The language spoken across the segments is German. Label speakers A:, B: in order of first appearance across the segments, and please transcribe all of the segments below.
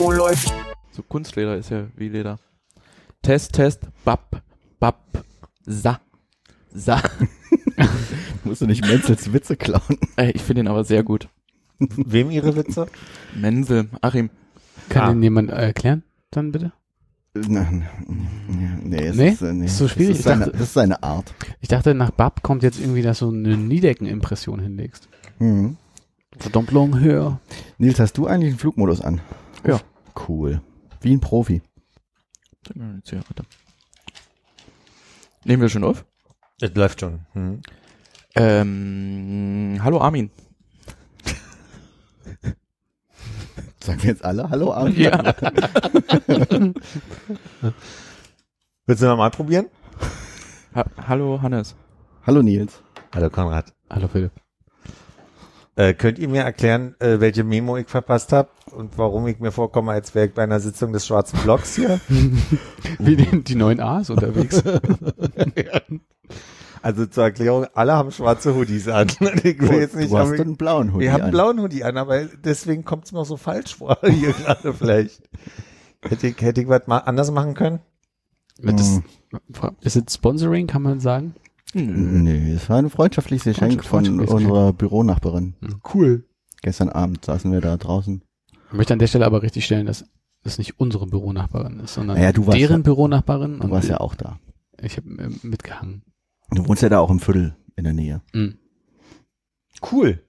A: Oh, läuft.
B: So Kunstleder ist ja wie Leder. Test, Test, Bap, Bap, Sa, Sa.
C: Musst du nicht Menzels Witze klauen?
B: Ey, ich finde ihn aber sehr gut.
D: Wem ihre Witze?
B: Menzel, Achim.
E: Kann
D: Ah.
E: den jemand äh, erklären? Dann bitte.
C: Nein. Nee, es
E: Nee?
C: Ist, äh, nee.
E: Ist so
C: Das
E: schwierig.
C: ist, seine,
E: Ich dachte-
C: das ist seine Art.
E: Ich dachte, nach Bab kommt jetzt irgendwie, dass du eine Niedeckenimpression hinlegst.
C: Mhm.
E: Verdammt long höher.
C: Nils, hast du eigentlich den Flugmodus an?
B: Ja.
C: Cool. Wie ein Profi.
B: Zeig mir mal die Zigarette. Nehmen wir schon auf?
D: Das läuft schon. Hm.
B: Ähm, hallo Armin.
C: Sagen wir jetzt alle Hallo Armin?
B: Ja.
D: Willst du nochmal probieren?
B: Ha hallo Hannes.
C: Hallo Nils.
D: Hallo Konrad.
E: Hallo Philipp.
D: Äh, könnt ihr mir erklären, äh, welche Memo ich verpasst habe und warum ich mir vorkomme, als wäre ich bei einer Sitzung des Schwarzen Blocks hier?
E: Wie die, die neuen A's unterwegs.
D: Also zur Erklärung, alle haben schwarze Hoodies an. Ich will jetzt nicht,
C: du
D: ob
C: hast
D: ich-
C: einen blauen Hoodie
D: Wir haben einen
C: an.
D: blauen Hoodie an, aber deswegen kommt es mir so falsch vor hier gerade vielleicht. Hätte ich, hätte ich was ma anders machen können?
E: Das, ist es Sponsoring, kann man sagen?
C: Mhm.
B: Hm.
C: Nee, es war ein freundschaftliches Geschenk von
E: Freundschaftliches
C: unserer Büronachbarin.
E: Cool.
C: Gestern Abend saßen wir da draußen.
E: Ich möchte an der Stelle aber richtig stellen, dass das nicht unsere Büronachbarin ist, sondern
C: Naja, du warst
E: deren
C: ja-
E: Büronachbarin.
C: Du
E: und
C: warst ja auch da.
E: Ich habe mitgehangen.
C: Du wohnst ja da auch im Viertel in der Nähe.
E: Mhm.
D: Cool.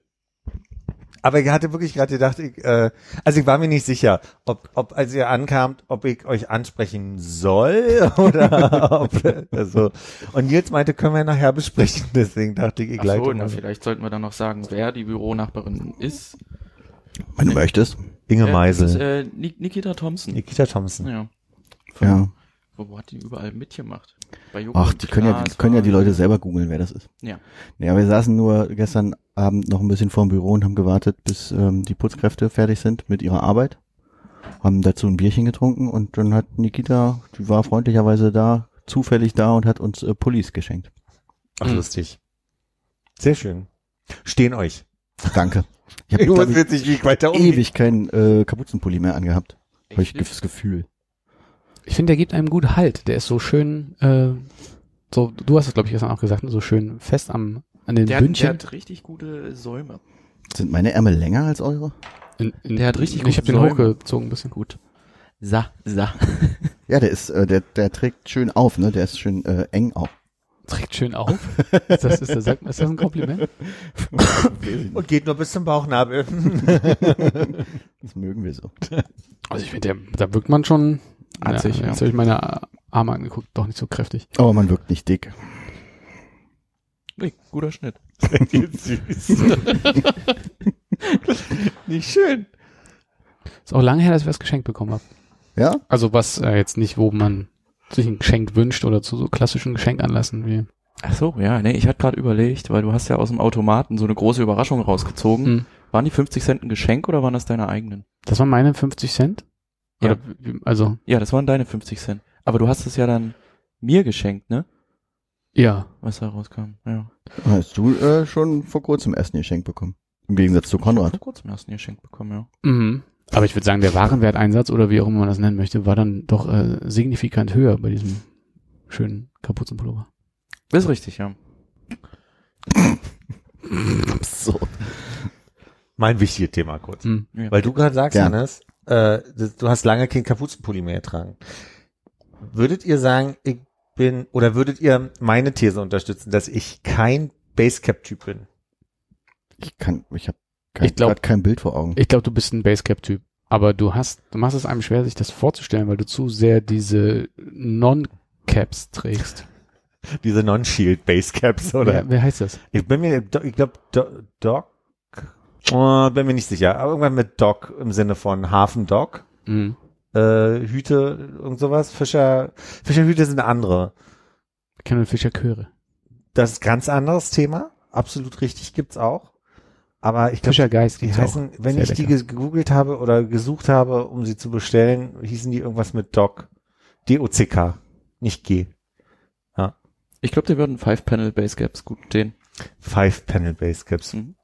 D: Aber ich hatte wirklich gerade gedacht, ich, äh, also ich war mir nicht sicher, ob, ob als ihr ankamt, ob ich euch ansprechen soll oder ob, also. Und Nils meinte, können wir nachher besprechen. Deswegen dachte ich, ich leite
B: Achso,
D: mal.
B: na, vielleicht sollten wir dann noch sagen, wer die Büronachbarin ist.
D: Äh.
C: Wenn du möchtest.
D: Inge
B: Äh, Ist,
D: Meisel.
B: äh, Ni- Nikita Thompson.
D: Nikita Thompson.
B: ja.
C: Ja.
B: Wo, wo hat die überall mitgemacht? Bei Joko
C: Ach,
B: und
C: die können ja, die
B: Klaas
C: können ja die
B: war-
C: Leute selber googeln, wer das ist.
B: Ja.
C: Ja, wir saßen nur gestern Abend noch ein bisschen vorm Büro und haben gewartet, bis ähm, die Putzkräfte fertig sind mit ihrer Arbeit. Haben dazu ein Bierchen getrunken und dann hat Nikita, die war freundlicherweise da, zufällig da und hat uns äh, Pullis geschenkt.
D: Ach,
B: Mhm.
D: lustig. Sehr schön. Stehen euch.
C: Danke. Ich habe
D: Ich muss
C: hab,
D: jetzt nicht wie ich weiter um-
C: glaub ich,
D: umgehen.
C: ewig keinen äh, Kapuzenpulli mehr angehabt. Habe ich
B: Echt nicht?
C: das Gefühl.
E: Ich finde, der gibt einem gut Halt. Der ist so schön, äh, so, du hast es, glaube ich, gestern auch gesagt, so schön fest am, an den
B: Der hat, der
E: Bündchen.
B: hat richtig gute Säume.
C: Sind meine Ärmel länger als eure?
E: In- in-
B: der hat richtig
E: Ich habe
B: gute
E: den
B: Säulen.
E: hochgezogen ein bisschen.
B: Gut. Sa, sa.
C: Ja, der ist, äh, der, der trägt schön auf, ne? Der ist schön äh, eng auf.
E: Trägt schön auf. Ist das, ist, das, sagt man- ist das ein Kompliment?
D: Und geht nur bis zum Bauchnabel.
C: Das mögen wir so.
E: Also ich finde, der- da wirkt man schon.
B: Atzig,
E: ja,
B: ja.
E: Jetzt habe ich meine äh, Arme angeguckt, doch nicht so kräftig.
C: Aber man wirkt nicht dick.
B: Nee, guter Schnitt.
D: nicht schön.
E: Ist auch lange her, dass ich was geschenkt bekommen habe.
C: Ja?
E: Also was äh, jetzt nicht, wo man sich ein Geschenk wünscht oder zu so klassischen Geschenkanlässen wie.
B: Ach so, ja, nee, ich hatte gerade überlegt, weil du hast ja aus dem Automaten so eine große Überraschung rausgezogen.
E: Mhm.
B: Waren die 50 Cent ein Geschenk oder waren das deine eigenen?
E: Das waren meine 50 Cent?
B: Ja.
E: Oder, wie- also,
B: Ja, das waren deine 50 Cent. Aber du hast es ja dann mir geschenkt, ne?
E: ja.
B: Was da rauskam. Ja.
C: Hast du äh, schon vor kurzem erst ein Geschenk bekommen? Im Gegensatz zu
B: Vor
C: Konrad.
B: kurzem hast du ein Geschenk bekommen, ja.
E: Mhm. Aber ich würde sagen, der Warenwerteinsatz oder wie auch immer man das nennen möchte, war dann doch äh, signifikant höher bei diesem schönen Kapuzenpullover.
B: Das ist richtig, ja.
C: So.
D: Mein wichtiges Thema kurz.
E: Mhm.
D: Weil du gerade sagst,
C: Ja.
D: Hannes, äh, das- du hast lange keinen Kapuzenpulli mehr getragen. Würdet ihr sagen, ich bin, oder würdet ihr meine These unterstützen, dass ich kein Basecap-Typ bin?
C: Ich kann, ich habe kein,
E: Ich glaub-
C: grad kein Bild vor Augen.
E: Ich glaube, du bist ein Basecap-Typ. Aber du hast, du machst es einem schwer, sich das vorzustellen, weil du zu sehr diese Non-Caps trägst.
D: Diese Non-Shield-Basecaps, oder?
E: Wer, wer heißt das?
D: Ich bin mir, ich glaube, Doc, Oh, bin mir nicht sicher. Aber irgendwann mit Dock im Sinne von Hafen-Dock.
E: Mhm.
D: Äh, Hüte, irgend sowas. Fischer, Fischerhüte sind andere.
E: Kennel Fischer Chöre.
D: Das ist ein ganz anderes Thema. Absolut richtig, gibt's auch. Aber ich glaube,
E: Fischergeist
D: die
E: gibt's auch.
D: heißen, wenn
E: Sehr
D: ich die
E: lecker.
D: ge- gegoogelt habe oder gesucht habe, um sie zu bestellen, hießen die irgendwas mit Doc. D-O-C-K. Nicht G.
B: Ich glaube, dir würden Five Panel Base Gaps gut stehen.
D: Five Panel Base Caps.
B: Mhm.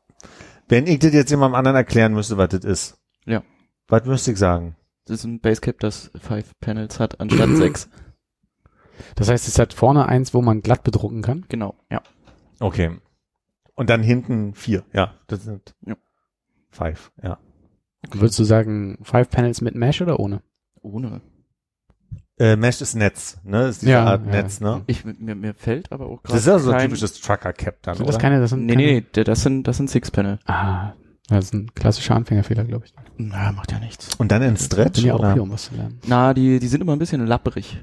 D: Wenn ich das jetzt jemandem anderen erklären müsste, was das ist.
B: Ja.
D: Was müsste ich sagen?
B: Das ist ein Base Cap, das Five Panels hat anstatt sechs.
E: Das heißt, es hat vorne eins, wo man glatt bedrucken kann.
B: Genau, ja.
D: Okay. Und dann hinten vier. Ja, das sind
B: Ja.
D: five. Ja.
E: Würdest du sagen, Five Panels mit Mesh oder ohne?
B: Ohne.
D: Äh, Mesh ist Netz, ne? Ist diese
E: Ja,
D: Art
E: ja.
D: Netz, ne?
B: Ich, mir, mir fällt aber auch gerade.
D: Das ist ja so ein
B: kein-
D: typisches Trucker-Cap dann,
E: Sind
D: oder?
E: das keine, das sind
B: Nee,
E: keine,
B: nee, nee, das sind, das sind Six Panel.
E: Ah, das ist ein klassischer Anfängerfehler, glaube ich.
B: Na, macht ja nichts.
D: Und dann in Stretch,
E: Bin ja auch
D: oder?
E: hier, um was zu lernen.
B: Na, die, die sind immer ein bisschen lapprig.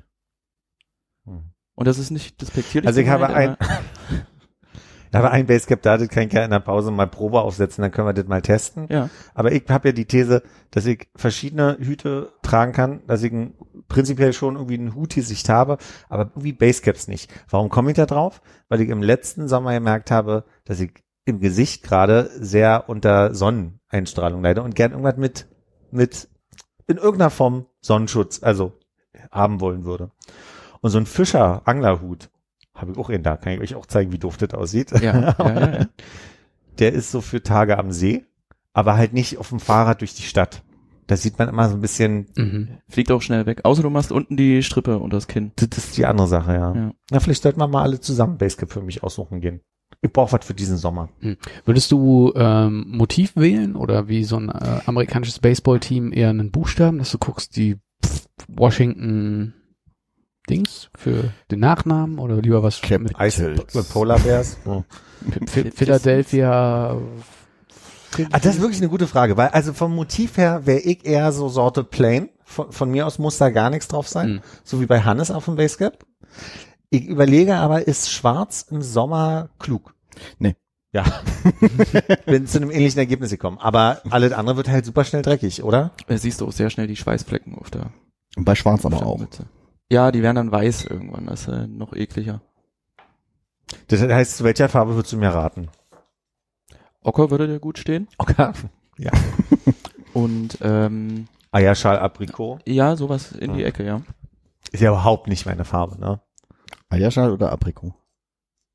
D: Hm.
B: Und das ist nicht despektierlich.
D: Also ich habe
B: gemeint, aber-
D: Aber ein Basecap, da hat kein Kerl in der Pause mal Probe aufsetzen, dann können wir das mal testen.
B: Ja.
D: Aber ich habe ja die These, dass ich verschiedene Hüte tragen kann, dass ich ein, prinzipiell schon irgendwie einen Hut Sicht habe, aber irgendwie Basecaps nicht. Warum komme ich da drauf? Weil ich im letzten Sommer gemerkt habe, dass ich im Gesicht gerade sehr unter Sonneneinstrahlung leide und gern irgendwas mit, mit, in irgendeiner Form Sonnenschutz, also haben wollen würde. Und so ein Fischer-Anglerhut habe ich auch in da, kann ich euch auch zeigen, wie doof das aussieht.
B: Ja, ja, ja, ja.
D: Der ist so für Tage am See, aber halt nicht auf dem Fahrrad durch die Stadt. Da sieht man immer so ein bisschen,
E: Mhm.
B: Fliegt auch schnell weg. Außer du machst unten die Strippe unter das Kinn.
D: das ist die andere Sache, ja.
B: Ja.
D: Na, vielleicht sollten wir mal alle zusammen Basecap für mich aussuchen gehen. Ich brauche was für diesen Sommer.
E: Würdest du ähm, Motiv wählen oder wie so ein äh, amerikanisches Baseballteam eher einen Buchstaben, dass du guckst, die pff, Washington Dings für den Nachnamen oder lieber was mit
D: Eis mit Polar Bears. Oh.
E: Phi- Philadelphia?
D: Ah, das ist wirklich eine gute Frage, weil also vom Motiv her wäre ich eher so Sorte Plain. Von, von mir aus muss da gar nichts drauf sein,
E: Mhm.
D: so wie bei Hannes auf dem Basecap. Ich überlege aber, ist schwarz im Sommer klug?
C: Nee.
D: Ja. Bin zu einem ähnlichen Ergebnis gekommen. Aber alles andere wird halt super schnell dreckig, oder?
B: Äh, Siehst du auch sehr schnell die Schweißflecken auf der,
C: Bei Schwarz aber
B: auf der
C: auch.
B: Mütze. Ja, die werden dann weiß irgendwann. Das ist äh, noch ekliger.
D: Das heißt, zu welcher Farbe würdest du mir raten?
B: Ocker würde dir gut stehen.
D: Okay.
B: Und ähm,
D: Eierschal Aprikot.
B: ja, sowas in die Ecke, ja.
D: Ist ja überhaupt nicht meine Farbe, ne?
C: Eierschal oder Aprikot?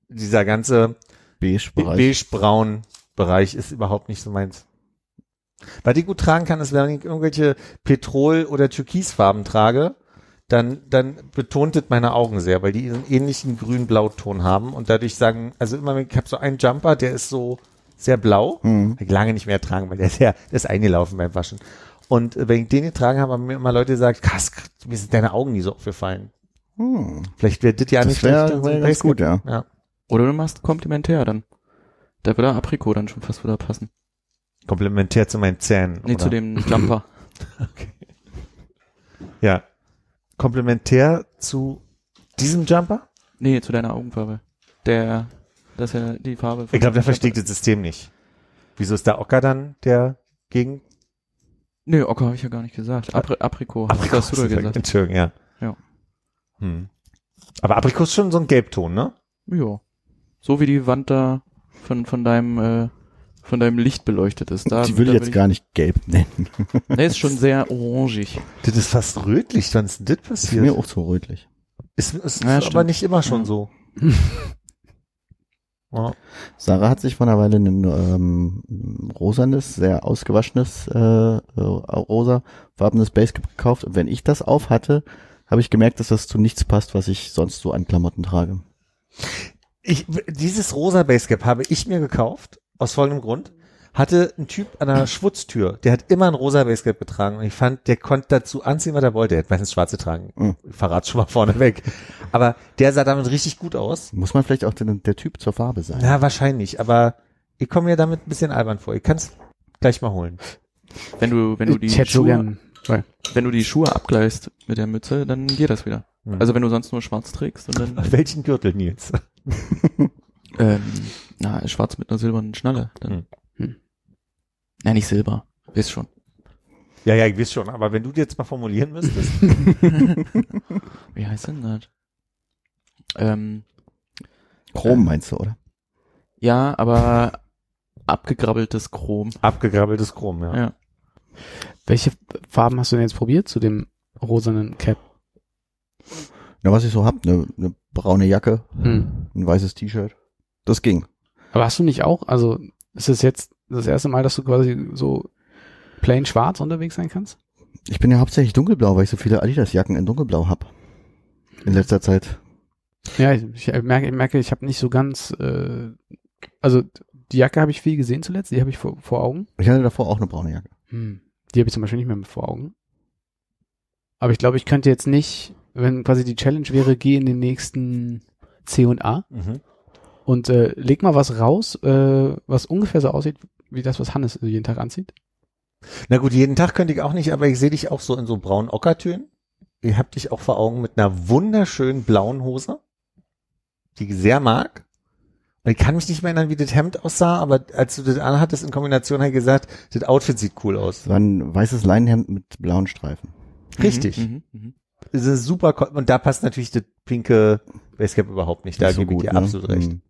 D: Dieser ganze
C: Beige
D: Be-
C: Bereich.
D: Beige-braun Bereich ist überhaupt nicht so meins. Was ich gut tragen kann, ist, wenn ich irgendwelche Petrol- oder Türkisfarben trage, dann, dann betont das meine Augen sehr, weil die einen ähnlichen grün-blau-Ton haben und dadurch sagen, also immer, wenn ich habe so einen Jumper, der ist so sehr blau,
C: Mhm.
D: hab ich lange nicht mehr tragen, weil der ist ja, der ist eingelaufen beim Waschen. Und äh, wenn ich den getragen habe, haben mir immer Leute gesagt, krass, mir sind deine Augen nie so aufgefallen.
C: Hm.
D: Vielleicht wäre das ja nicht
C: Das
D: schlecht,
C: wäre
D: dann so
C: wär
D: ein
C: ganz
D: Basecap.
C: gut, ja.
D: Ja.
B: Oder du machst komplementär dann. Da würde Aprikot dann schon fast wieder passen.
D: Komplementär zu meinen Zähnen.
B: Nee,
D: oder?
B: zu dem Jumper.
D: Ja. Komplementär zu diesem Jumper?
B: nee, zu deiner Augenfarbe. Der, das ist ja die Farbe. von
D: Ich glaube, der
B: dem
D: versteht
B: Jumper.
D: das System nicht. Wieso ist der Ocker dann der gegen
B: Nee, Ocker habe ich ja gar nicht gesagt. Apri Aprikot, hast-
D: Aprikot?
B: hast du da gesagt.
D: Entschuldigung, ja.
B: Ja.
D: Hm. Aber Aprikot ist schon so ein Gelbton, ne?
B: Ja. So wie die Wand da von, von deinem, äh, von deinem Licht beleuchtet ist. Da,
C: Die würde
B: da
C: ich jetzt gar nicht gelb nennen.
B: ich, Der ist schon sehr orangig.
D: Das ist fast rötlich, wenn es das
C: Ist mir
D: passiert.
C: auch zu rötlich.
D: Ist, ist,
B: Ja,
D: aber
B: stimmt.
D: nicht immer schon
B: Ja.
D: so. ja.
C: Sarah hat sich vor einer Weile ein ähm, rosanes, sehr ausgewaschenes, äh, äh, rosafarbenes Basecap gekauft. Und wenn ich das auf hatte, habe ich gemerkt, dass das zu nichts passt, was ich sonst so an Klamotten trage.
D: ich, dieses rosa Basecap habe ich mir gekauft, aus folgendem Grund. Hatte ein Typ an einer Schwutztür, der hat immer ein rosa Basecap getragen und ich fand, der konnte dazu anziehen, was er wollte. Er hat meistens schwarze tragen.
C: Mhm.
D: Ich verrat's schon mal vorneweg. Aber der sah damit richtig gut aus.
C: Muss man vielleicht auch den, der Typ zur Farbe sein.
D: Na, wahrscheinlich, aber ich komme mir damit ein bisschen albern vor. Ich kann's gleich mal holen.
B: Wenn du, wenn du die
E: ich hätte so
B: Schuhe,
E: gern, sorry.
B: wenn du die Schuhe abgleichst mit der Mütze, dann geht das wieder.
D: Mhm.
B: Also wenn du sonst nur schwarz trägst und dann,
D: Welchen Gürtel, Nils?
B: ähm, na, schwarz mit einer silbernen Schnalle, dann
D: Mhm.
B: Nein, nicht Silber. Wisst schon.
D: Ja, ja, ich weiß schon, aber wenn du die jetzt mal formulieren müsstest.
B: Wie heißt denn das? Ähm,
C: Chrom meinst du, oder?
B: ja, aber abgegrabbeltes Chrom.
D: Abgegrabbeltes Chrom, ja.
B: Ja.
E: Welche Farben hast du denn jetzt probiert zu dem rosanen Cap?
C: Na, was ich so hab, eine ne braune Jacke,
E: Hm.
C: ein weißes T-Shirt. Das ging.
E: Aber hast du nicht auch, also ist es jetzt das erste Mal, dass du quasi so plain schwarz unterwegs sein kannst?
C: Ich bin ja hauptsächlich dunkelblau, weil ich so viele Adidas-Jacken in dunkelblau hab. In letzter Zeit.
E: Ja, ich, ich merke, ich, merke, ich habe nicht so ganz, äh, also die Jacke habe ich viel gesehen zuletzt, die habe ich vor, vor Augen.
C: Ich hatte davor auch eine braune Jacke.
E: Hm. Die habe ich zum Beispiel nicht mehr vor Augen. Aber ich glaube, ich könnte jetzt nicht, wenn quasi die Challenge wäre, geh in den nächsten C und A
D: Mhm.
E: und äh, leg mal was raus, äh, was ungefähr so aussieht, wie das, was Hannes jeden Tag anzieht.
D: Na gut, jeden Tag könnte ich auch nicht, aber ich sehe dich auch so in so braunen Ockertönen. Ich hab dich auch vor Augen mit einer wunderschönen blauen Hose, die ich sehr mag. Und ich kann mich nicht mehr erinnern, wie das Hemd aussah, aber als du das anhattest in Kombination, habe ich gesagt, das Outfit sieht cool aus.
C: Es war ein weißes Leinenhemd mit blauen Streifen.
D: Richtig.
B: Mhm, mhm, mhm.
D: Das ist super, Ko- und da passt natürlich das pinke Basecap überhaupt nicht. Da
C: Nicht so
D: gebe ich dir
C: ne?
D: absolut recht.
C: Mhm.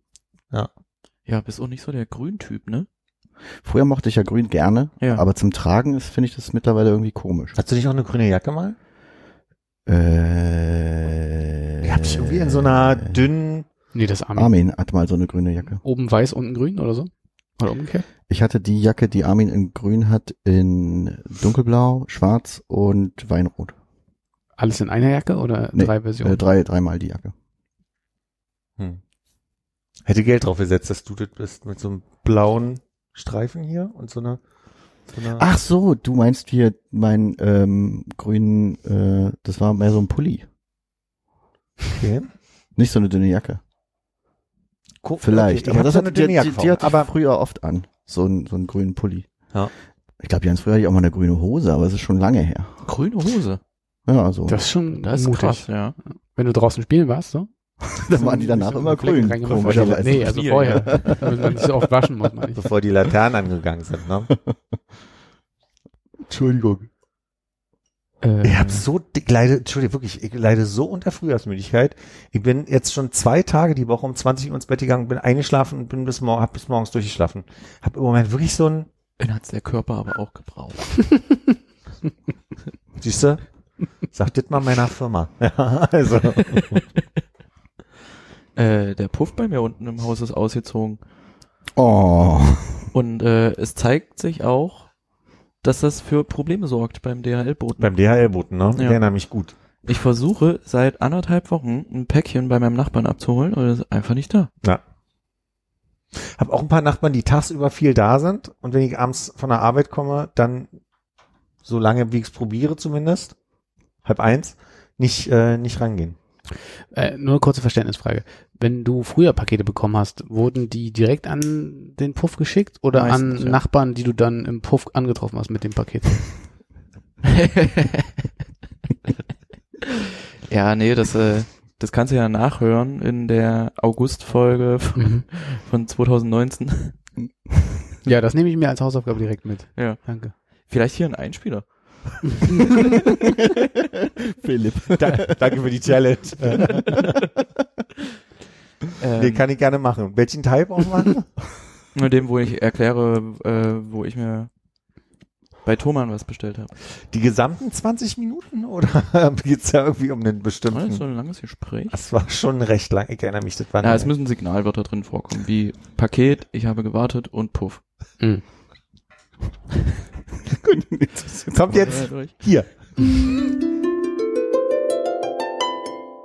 B: Ja, bist auch nicht so der Grüntyp, ne?
C: Früher mochte ich ja grün gerne,
B: Ja.
C: aber zum Tragen ist, finde ich das mittlerweile irgendwie komisch.
D: Hast du nicht auch eine grüne Jacke mal?
C: Äh,
D: Ich hab dich irgendwie in so einer dünnen,
E: Nee, das Armin.
C: Armin hat mal so eine grüne Jacke.
E: Oben weiß, unten grün oder so? Oder umgekehrt?
C: Ich hatte die Jacke, die Armin in grün hat, in dunkelblau, schwarz und weinrot.
E: Alles in einer Jacke oder
C: Nee,
E: drei
C: Äh,
E: Versionen?
C: drei, dreimal die Jacke.
D: Hm. Hätte Geld drauf gesetzt, dass du das bist, mit so einem blauen Streifen hier und so einer. So einer
C: Ach so, du meinst hier meinen ähm, grünen, äh, das war mehr so ein Pulli,
D: okay.
C: nicht so eine dünne Jacke.
D: Guck,
C: Vielleicht,
D: okay, ich
C: aber
D: hab
C: das
D: so
C: hatte, die,
D: dünne
C: die,
D: Jacke
C: die
D: vor.
C: hatte aber früher oft an, so, ein, so einen grünen Pulli.
D: Ja.
C: Ich glaube, ganz früher hatte ich auch mal eine grüne Hose, aber es ist schon lange her.
B: Grüne Hose.
C: Ja, also
E: Das ist schon
B: Das ist
E: mutig.
B: krass, ja.
E: Wenn du draußen spielen warst, so?
C: da waren die danach immer grün,
E: Komischerweise. Nee, also
B: Spiel,
E: vorher. Wenn man sich so oft waschen muss, meine ich.
D: bevor die Laternen angegangen sind. Ne?
C: Entschuldigung.
E: Äh,
D: Ich habe so dick, leide, Entschuldigung, wirklich, ich leide so unter Frühjahrsmüdigkeit. Ich bin jetzt schon zwei Tage die Woche um 20 Uhr ins Bett gegangen, bin eingeschlafen und bin bis morgen, hab bis morgens durchgeschlafen. Hab im Moment wirklich so ein,
B: Dann hat's der Körper aber auch gebraucht.
D: siehste, sag das mal meiner Firma. Ja, also.
B: Äh, der Puff bei mir unten im Haus ist ausgezogen.
C: Oh.
B: Und äh, es zeigt sich auch, dass das für Probleme sorgt beim DHL-Boten.
D: Beim DHL-Boten, ne? Ich
B: Ja.
D: erinnere mich gut.
B: Ich versuche seit anderthalb Wochen ein Päckchen bei meinem Nachbarn abzuholen und es ist einfach nicht da.
D: Hab auch ein paar Nachbarn, die tagsüber viel da sind und wenn ich abends von der Arbeit komme, dann so lange, wie ich es probiere zumindest, halb eins, nicht, äh, nicht rangehen.
E: Äh, nur eine kurze Verständnisfrage. Wenn du früher Pakete bekommen hast, wurden die direkt an den Puff geschickt oder
B: Meistens,
E: an
B: ja.
E: Nachbarn, die du dann im Puff angetroffen hast mit dem Paket?
B: ja, nee, das, äh, das kannst du ja nachhören in der August-Folge von,
C: Mhm.
B: von 2019.
E: ja, das nehme ich mir als Hausaufgabe direkt mit.
B: Ja.
E: Danke.
B: Vielleicht hier ein Einspieler.
C: Philipp.
D: danke für die Challenge. Den
B: Ähm,
D: kann ich gerne machen. Welchen Teil brauchen wir?
B: mit dem, wo ich erkläre, äh, wo ich mir bei Thomann was bestellt habe.
D: Die gesamten 20 Minuten oder geht's da irgendwie um einen
B: War das so
D: bestimmten?
B: ein langes Gespräch?
D: Das war schon recht lang. Ich erinnere mich, das war
B: Na, es
D: eine-
B: müssen Signalwörter drin vorkommen, wie Paket, ich habe gewartet und Puff.
D: Kommt jetzt hier.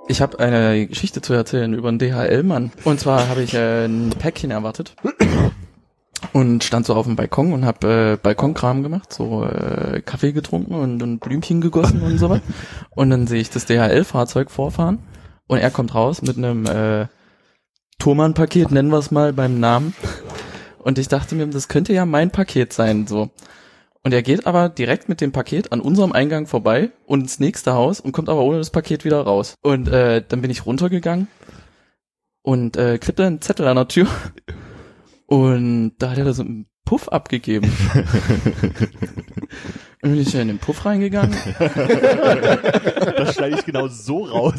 B: Ich habe eine Geschichte zu erzählen über einen DHL-Mann. Und zwar habe ich äh, ein Päckchen erwartet und stand so auf dem Balkon und habe äh, Balkonkram gemacht, so äh, Kaffee getrunken und, und Blümchen gegossen und sowas. Und dann sehe ich das DHL-Fahrzeug vorfahren und er kommt raus mit einem äh, Thomann-Paket, nennen wir es mal beim Namen. Und ich dachte mir, das könnte ja mein Paket sein, so. Und er geht aber direkt mit dem Paket an unserem Eingang vorbei und ins nächste Haus und kommt aber ohne das Paket wieder raus. Und äh, dann bin ich runtergegangen und äh, klippte einen Zettel an der Tür. Und da hat er da so einen Puff abgegeben. Dann bin ich ja in den Puff reingegangen.
F: Das schneide ich genau so raus.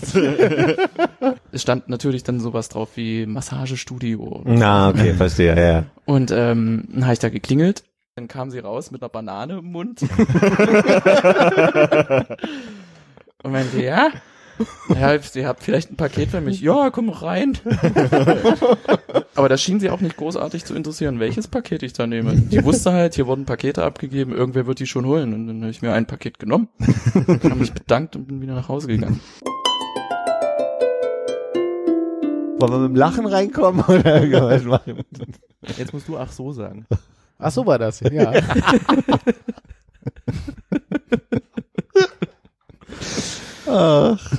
B: Es stand natürlich dann sowas drauf wie Massagestudio.
D: Na, okay, verstehe, ja, ja.
B: Und ähm, dann habe ich da geklingelt. Dann kam sie raus mit einer Banane im Mund. Und meinte, ja, ja, ihr habt vielleicht ein Paket für mich. Ja, komm rein. Aber das schien sie auch nicht großartig zu interessieren, welches Paket ich da nehme. Die wusste halt, hier wurden Pakete abgegeben, irgendwer wird die schon holen. Und dann habe ich mir ein Paket genommen, habe mich bedankt und bin wieder nach Hause gegangen.
D: Wollen wir mit dem Lachen reinkommen oder können wir was machen?
F: Jetzt musst du ach so sagen.
E: Ach so war das, ja.
F: Ah.
D: Ach,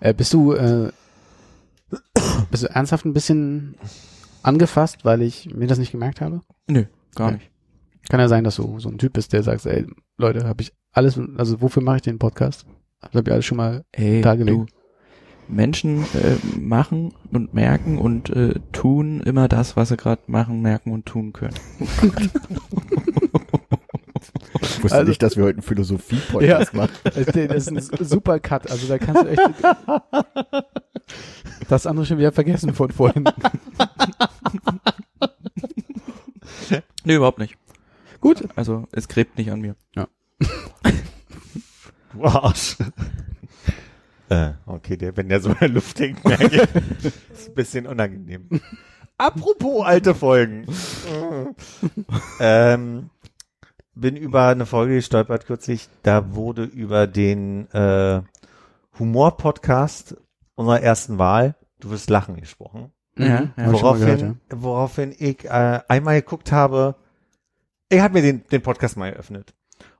E: Äh, bist du, äh, bist du ernsthaft ein bisschen angefasst, weil ich mir das nicht gemerkt habe?
B: Nö, gar nicht.
E: Kann ja sein, dass du so ein Typ bist, der sagt, ey, Leute, habe ich alles, also wofür mache ich den Podcast? Das habe ich alles schon mal.
B: Ey,
E: Tage
B: du, Menschen äh, machen und merken und äh, tun immer das, was sie gerade machen, merken und tun können.
C: Ich wusste
E: Also-
C: nicht, dass wir heute einen Philosophie-Podcast machen.
E: Das ist ein super Cut, also da kannst du echt das andere schon wieder vergessen von vorhin.
B: Nee, überhaupt nicht.
E: Gut.
B: Also es gräbt nicht an mir.
D: du Arsch. Äh, okay, der, wenn der so in der Luft hängt, merke ich. Ist ein bisschen unangenehm. Apropos alte Folgen. ähm, bin über eine Folge gestolpert kürzlich. Da wurde über den äh, Humor-Podcast unserer ersten Wahl, du wirst lachen, gesprochen.
B: Ja, ja.
E: Mhm, Hab ich schon mal gehört, ja.
D: woraufhin, woraufhin ich äh, einmal geguckt habe, ich habe mir den, den Podcast mal eröffnet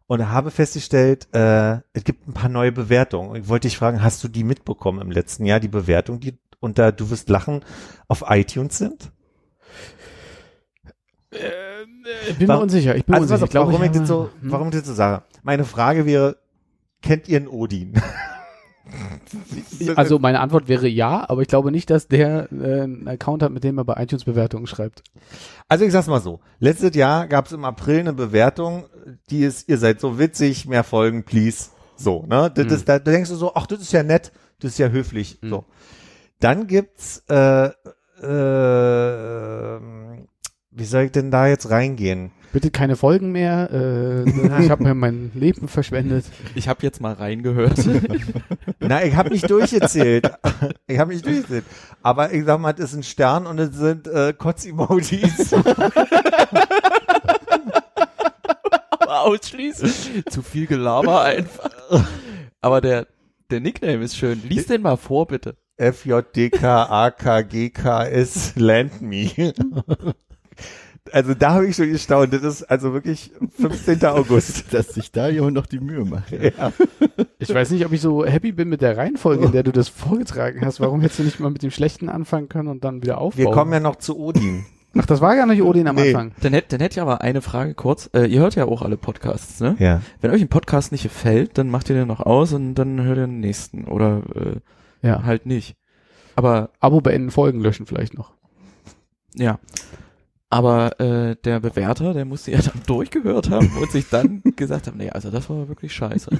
D: und habe festgestellt, äh, es gibt ein paar neue Bewertungen. Und Ich wollte dich fragen, hast du die mitbekommen im letzten Jahr, die Bewertung, die unter Du wirst lachen auf iTunes sind?
E: Ich bin
D: Warum-
E: mir unsicher. Ich bin
D: Also
E: unsicher.
D: pass auf,
E: ich glaube,
D: warum,
E: ich
D: ich das
E: habe-
D: so, warum ich das so sage. Meine Frage wäre, kennt ihr einen Odin?
E: Also meine Antwort wäre ja, aber ich glaube nicht, dass der äh, einen Account hat, mit dem er bei iTunes Bewertungen schreibt.
D: Also ich sag's mal so. Letztes Jahr gab's im April eine Bewertung, die ist, ihr seid so witzig, mehr Folgen, please. So, ne? Das
E: Mhm.
D: ist, da, da denkst du so, ach, das ist ja nett, das ist ja höflich. So. Dann gibt's, äh, äh, wie soll ich denn da jetzt reingehen?
E: Bitte keine Folgen mehr. Äh, ich habe mir mein Leben verschwendet.
B: Ich habe jetzt mal reingehört.
D: Na, ich habe mich durchgezählt. Ich habe mich durchgezählt. Aber ich sag mal, das ist ein Stern und es sind äh, Kotz-Emojis.
B: Ausschließlich. Zu viel Gelaber einfach. Aber der, der Nickname ist schön. Lies den mal vor, bitte.
D: FJDKAKGKS Land Me. Also da habe ich schon gestaunt. Das ist also wirklich 15. August.
C: Dass sich da jemand noch die Mühe macht.
E: Ich weiß nicht, ob ich so happy bin mit der Reihenfolge, in der du das vorgetragen hast. Warum hättest du nicht mal mit dem Schlechten anfangen können und dann wieder aufbauen?
D: Wir kommen ja noch zu Odin.
E: Ach, das war gar nicht Odin am
D: Nee.
E: Anfang.
B: Dann hätte, dann hätte ich aber eine Frage kurz. Äh, ihr hört ja auch alle Podcasts, ne?
D: Ja.
B: Wenn euch ein Podcast nicht gefällt, dann macht ihr den noch aus und dann hört ihr den nächsten. Oder äh,
E: Ja.
B: halt nicht. Aber
E: Abo beenden, Folgen löschen vielleicht noch.
B: Ja. Aber äh, der Bewerter, der musste ja dann durchgehört haben und sich dann gesagt haben, nee, also das war wirklich scheiße.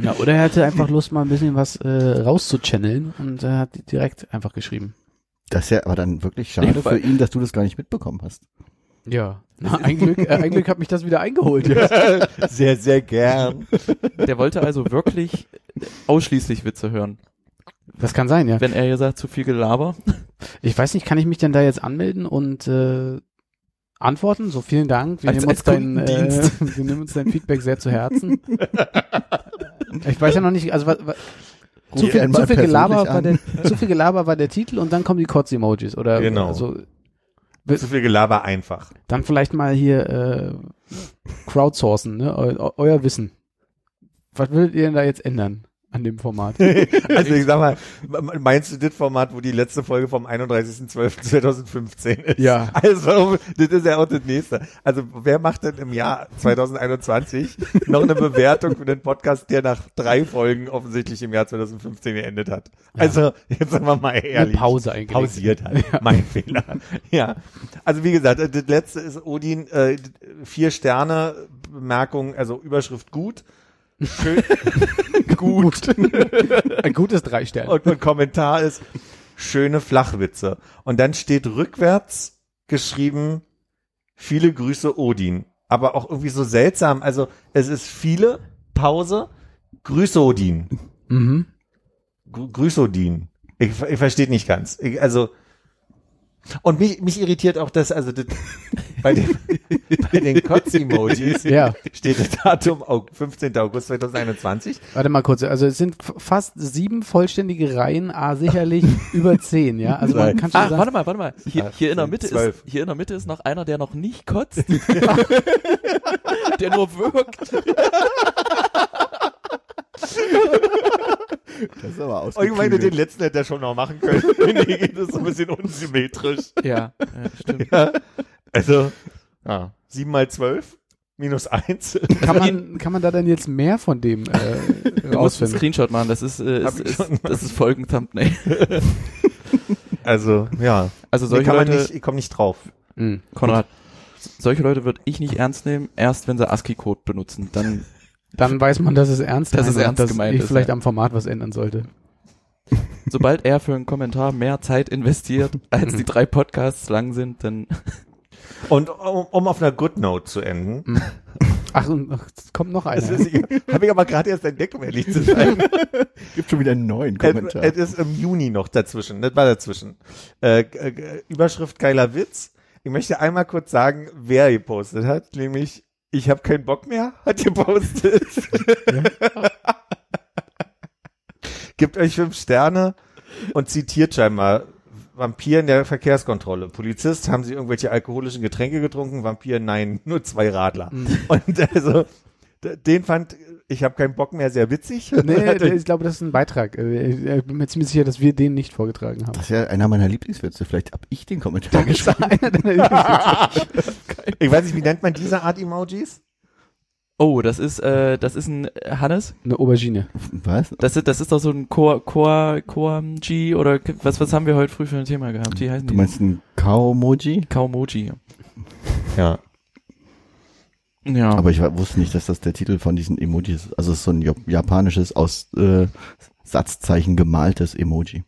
E: Ja, oder er hatte einfach Lust, mal ein bisschen was äh, rauszuchanneln und er hat direkt einfach geschrieben.
C: Das ist ja aber dann wirklich schade
B: Ich-
C: für ihn, dass du das gar nicht mitbekommen hast.
E: Ja. Na, ein Glück, äh, ein Glück hat mich das wieder eingeholt. Jetzt.
D: Sehr, sehr gern.
B: Der wollte also wirklich ausschließlich Witze hören.
E: Das kann sein, ja.
B: Wenn er gesagt, zu viel Gelaber.
E: Ich weiß nicht, kann ich mich denn da jetzt anmelden und äh, antworten? So, vielen Dank. Wir,
B: Als-
E: nehmen, uns
B: als
E: dein, äh,
B: Kundendienst.
E: wir nehmen uns dein Feedback sehr zu Herzen. Ich weiß ja noch nicht, also wa- wa-
C: Ruf
E: zu
C: ihn
E: viel,
C: einmal
E: zu, viel
C: persönlich
E: Gelaber war
C: an.
E: der, zu viel Gelaber war der Titel und dann kommen die Kotz-Emojis oder
D: Genau.
E: also,
D: Zu viel Gelaber einfach.
E: dann vielleicht mal hier äh, crowdsourcen, ne? Eu eu euer Wissen. Was würdet ihr denn da jetzt ändern? an dem Format.
D: Also ich sag mal, meinst du das Format, wo die letzte Folge vom 31.12.2015 ist?
E: Ja.
D: Also, das ist ja auch das nächste. Also, wer macht denn im Jahr 2021 noch eine Bewertung für den Podcast, der nach drei Folgen offensichtlich im Jahr 2015 geendet hat? Also, jetzt sagen wir mal
E: Eine
D: ehrlich.
E: Pause eigentlich.
D: Pausiert halt. Mein Fehler. Ja. Also wie gesagt, das letzte ist Odin, äh, vier Sterne, Bemerkung, also Überschrift gut. Schön, gut.
E: Ein gutes drei Sterne.
D: Und mein Kommentar ist schöne Flachwitze. Und dann steht rückwärts geschrieben viele Grüße Odin. Aber auch irgendwie so seltsam. Also es ist viele Pause Grüße Odin.
E: Mhm.
D: Gr- Grüße Odin. Ich, ich verstehe nicht ganz. Ich, also und mich, mich irritiert auch das, also das, bei, dem, bei den Kotz-Emojis
E: Ja.
D: steht das Datum au- 15. August 2021.
E: Warte mal kurz, also es sind f- fast sieben vollständige Reihen, ah, sicherlich über zehn, ja. Also man
D: Nein.
E: kann schon
B: Ah,
E: sagen,
B: warte mal, warte mal. Hier, hier, in der Mitte ist,
D: zwölf.
B: hier in der Mitte ist noch einer, der noch nicht kotzt. der nur wirkt.
C: Das ist aber
D: Und ich meine, den letzten hätte er schon noch machen können. Finde ich, das ist so ein bisschen unsymmetrisch.
B: Ja, ja stimmt.
D: Ja. Also, ja. 7 mal 12 minus 1.
E: kann, man, kann man da dann jetzt mehr von dem äh,
B: also Du musst einen
E: rausfinden?
B: Screenshot machen, das ist, äh,
D: Hab
B: ist,
D: ich schon
B: ist, das ist Folgen-Thumbnail.
D: Also, ja.
B: Also
D: Nee,
B: solche
D: kann man
B: Leute,
D: nicht, ich komme nicht drauf.
E: Mhm.
B: Konrad, solche Leute würde ich nicht ernst nehmen, erst wenn sie ASCII-Code benutzen. Dann,
E: Dann weiß man, dass es ernst
B: Dass
E: meint
B: es
E: und
B: ernst
E: dass
B: gemeint
E: ich
B: ist,
E: vielleicht
B: ja.
E: am Format was ändern sollte.
B: sobald er für einen Kommentar mehr Zeit investiert, als die drei Podcasts lang sind, dann
D: Und um, um auf einer Good Note zu enden,
E: Ach, und ach, es kommt noch einer.
D: das ist, habe ich aber gerade erst entdeckt, um ehrlich zu sein.
C: gibt schon wieder einen neuen
D: es,
C: Kommentar.
D: es ist im Juni noch dazwischen, das war dazwischen. Äh, äh, Überschrift geiler Witz. Ich möchte einmal kurz sagen, wer gepostet hat, nämlich ich habe keinen Bock mehr, hat gepostet. Gebt euch fünf Sterne und zitiert scheinbar Vampir in der Verkehrskontrolle. Polizist, haben sie irgendwelche alkoholischen Getränke getrunken? Vampir, nein, nur zwei Radler.
E: Mhm.
D: Und also, d- den fand ich habe keinen Bock mehr sehr witzig.
E: Nee, der- ich glaube, das ist ein Beitrag. Äh, Ich bin mir ziemlich sicher, dass wir den nicht vorgetragen haben.
C: das ist ja einer meiner Lieblingswitze. Vielleicht hab ich den Kommentar geschrieben.
E: einer deiner Lieblings-
D: Ich weiß nicht, wie nennt man diese Art Emojis?
B: Oh, das ist, äh, das ist ein äh, Hannes.
E: Eine Aubergine.
C: Was?
B: Das ist, das ist doch so ein Chor, Chor, Chor G oder k- was, was haben wir heute früh für ein Thema gehabt? Wie heißen
C: Du
B: die?
C: meinst ein Kaomoji?
B: Kaumoji.
D: Ja.
B: Ja.
C: Aber ich wa- wusste nicht, dass das der Titel von diesen Emojis ist. Also es ist so ein jap- japanisches aus äh, Satzzeichen gemaltes Emoji.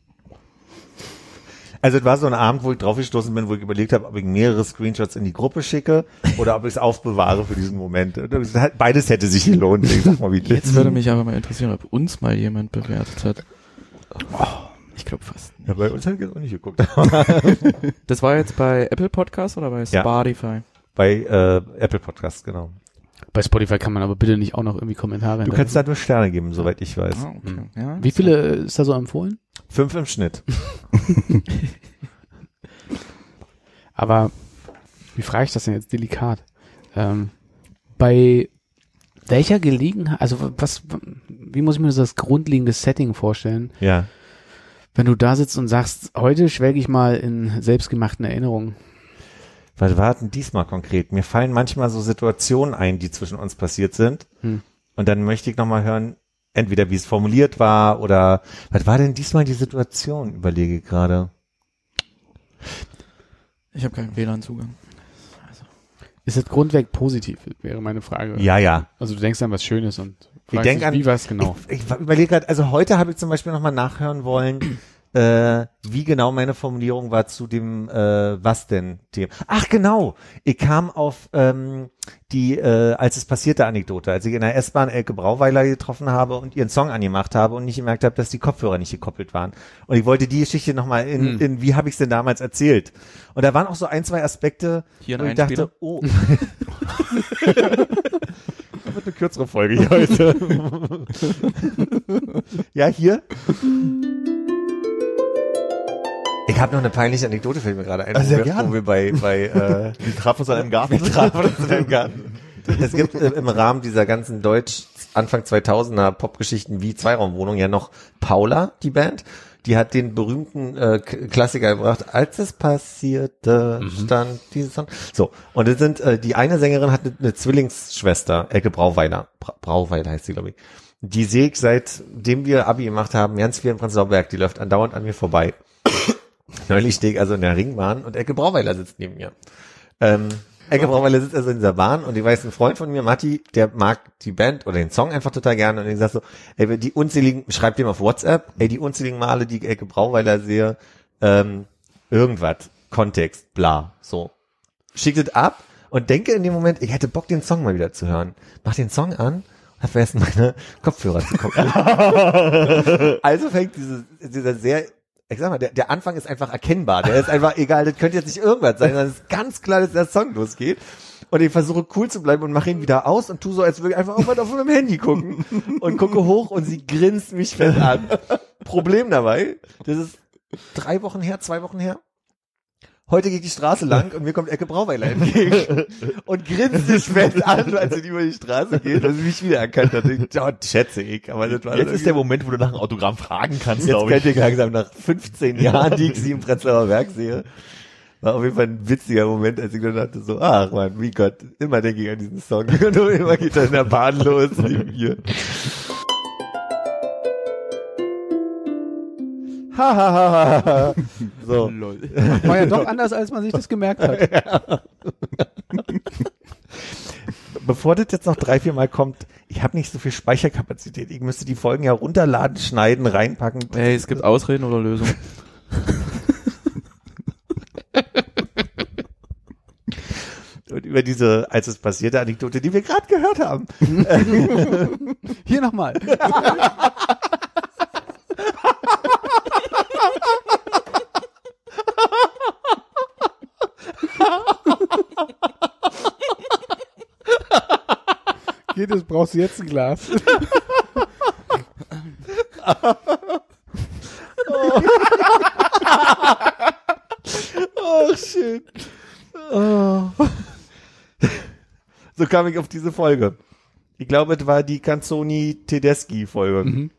D: Also es war so ein Abend, wo ich draufgestoßen bin, wo ich überlegt habe, ob ich mehrere Screenshots in die Gruppe schicke oder ob ich es aufbewahre für diesen Moment. Und das hat- Beides hätte sich gelohnt. Ich sag mal, wie das
B: Jetzt würde mich aber mal interessieren, ob uns mal jemand bewertet hat. ich glaube fast nicht.
D: ja, bei uns hat ich jetzt auch nicht geguckt.
B: Das war jetzt bei Apple Podcast oder bei
D: Ja.
B: Spotify?
D: bei äh, Apple Podcasts, genau.
E: Bei Spotify kann man aber bitte nicht auch noch irgendwie Kommentare
D: Du
E: hinterlassen.
D: kannst da nur Sterne geben, soweit ich weiß.
B: Ah, okay. Ja.
E: Wie viele äh, ist da so empfohlen?
D: Fünf im Schnitt.
E: Aber wie frage ich das denn jetzt delikat? Ähm, bei welcher Gelegenheit, also was, wie muss ich mir das grundlegende Setting vorstellen,
D: Ja.
E: wenn du da sitzt und sagst, heute schwelge ich mal in selbstgemachten Erinnerungen.
D: Was war denn diesmal konkret? Mir fallen manchmal so Situationen ein, die zwischen uns passiert sind.
E: Hm.
D: Und dann möchte ich nochmal hören, entweder wie es formuliert war oder was war denn diesmal die Situation, überlege ich gerade.
B: Ich habe keinen WLAN-Zugang.
E: Ist das grundweg positiv, wäre meine Frage.
D: Ja, ja.
E: Also du denkst an was Schönes und fragst
D: denk
E: dich,
D: an-
E: wie war es genau?
D: Ich überlege gerade, also heute habe ich zum Beispiel nochmal nachhören wollen, äh, wie genau meine Formulierung war zu dem äh, Was denn Thema. Ach genau, ich kam auf ähm, die, äh, als es passierte Anekdote, als ich in der S-Bahn Elke Brauweiler getroffen habe und ihren Song angemacht habe und nicht gemerkt habe, dass die Kopfhörer nicht gekoppelt waren. Und ich wollte die Geschichte nochmal in, in wie habe ich es denn damals erzählt. Und da waren auch so ein, zwei Aspekte,
B: Hier ein
D: wo ich dachte,
B: Einspieler.
D: oh. das wird eine kürzere Folge hier heute. Ja, hier. Ich habe noch eine peinliche Anekdote, fällt mir gerade ein,
F: Ah, sehr
D: wo, wir,
F: gerne.
D: wo wir bei, bei äh,
F: Wir trafen uns an einem Garten.
D: wir trafen uns in einem Garten. es gibt äh, im Rahmen dieser ganzen Deutsch Anfang 2000er Popgeschichten wie Zweiraumwohnung ja noch Paula, die Band. Die hat den berühmten äh, K- Klassiker gebracht, als es passierte,
F: Mhm.
D: stand diese Sonne. So, und das sind, äh, die eine Sängerin hat eine, eine Zwillingsschwester, Elke Brauweiler. Bra Brauweiler heißt sie, glaube ich. Die sehe ich seitdem wir Abi gemacht haben, ganz viel in Prenzlauer Berg. Die läuft andauernd an mir vorbei. Neulich stehe ich also in der Ringbahn und Elke Brauweiler sitzt neben mir. Ähm, Ecke Braunweiler sitzt also in dieser Bahn und ich weiß, ein Freund von mir, Matti, der mag die Band oder den Song einfach total gerne und ich sag so, ey, die unzähligen, schreibt dem auf WhatsApp, ey, die unzähligen Male, die ich Ecke Brauweiler sehe, ähm, irgendwas, Kontext, bla, so. Schickt es ab und denke in dem Moment, ich hätte Bock, den Song mal wieder zu hören. Mach den Song an und hab vergessen, meine Kopfhörer zu koppeln. also fängt diese, dieser sehr ich sag mal, der, der Anfang ist einfach erkennbar. Der ist einfach egal, das könnte jetzt nicht irgendwas sein, sondern es ist ganz klar, dass der Song losgeht. Und ich versuche cool zu bleiben und mache ihn wieder aus und tu so, als würde ich einfach irgendwas auf meinem Handy gucken. Und gucke hoch und sie grinst mich fett an. Problem dabei, das ist drei Wochen her, zwei Wochen her. Heute geht die Straße lang und mir kommt Ecke Brauweiler entgegen und grinst sich fett an, als sie über die Straße geht und sie mich wiedererkannt hat. Ich, ja, schätze ich, aber das war
F: Jetzt
D: irgendwie-
F: ist der Moment, wo du nach einem Autogramm fragen kannst,
D: Jetzt
F: glaube ich.
D: könnt ihr langsam nach 15 Jahren, die ich sie im Prenzlauer Berg sehe. War auf jeden Fall ein witziger Moment, als ich dann dachte so, ach man, wie Gott, immer denke ich an diesen Song. Und immer geht er in der Bahn los, neben mir. Ha, ha, ha, ha, ha. So.
E: War ja doch anders, als man sich das gemerkt hat.
D: Bevor das jetzt noch drei, vier Mal kommt, ich habe nicht so viel Speicherkapazität. Ich müsste die Folgen ja runterladen, schneiden, reinpacken.
B: Hey, es gibt Ausreden oder Lösungen.
D: Und über diese, als es passierte, Anekdote, die wir gerade gehört haben.
E: Hier nochmal. Jedes brauchst du jetzt ein Glas.
D: Oh, schön. Oh. So kam ich auf diese Folge. Ich glaube, es war die Canzoni Tedeschi Folge.
B: Mhm.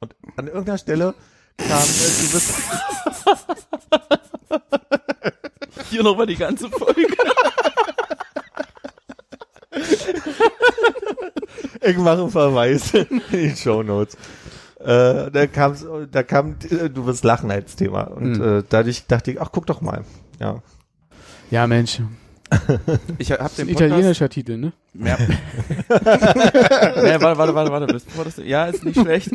D: Und an irgendeiner Stelle kam äh, du bist
B: Hier nochmal die ganze Folge.
D: ich mache einen Verweis in die Shownotes. Äh, da kam's, da kam äh, du wirst lachen als Thema und
E: Mhm.
D: äh, dadurch dachte ich, ach guck doch mal. Ja.
E: Ja, Mensch.
B: Ich hab den
E: Ein
B: Podcast.
E: italienischer Titel, ne?
B: Mehr. nee, warte, warte, warte, warte. Bevor das, ja, ist nicht schlecht.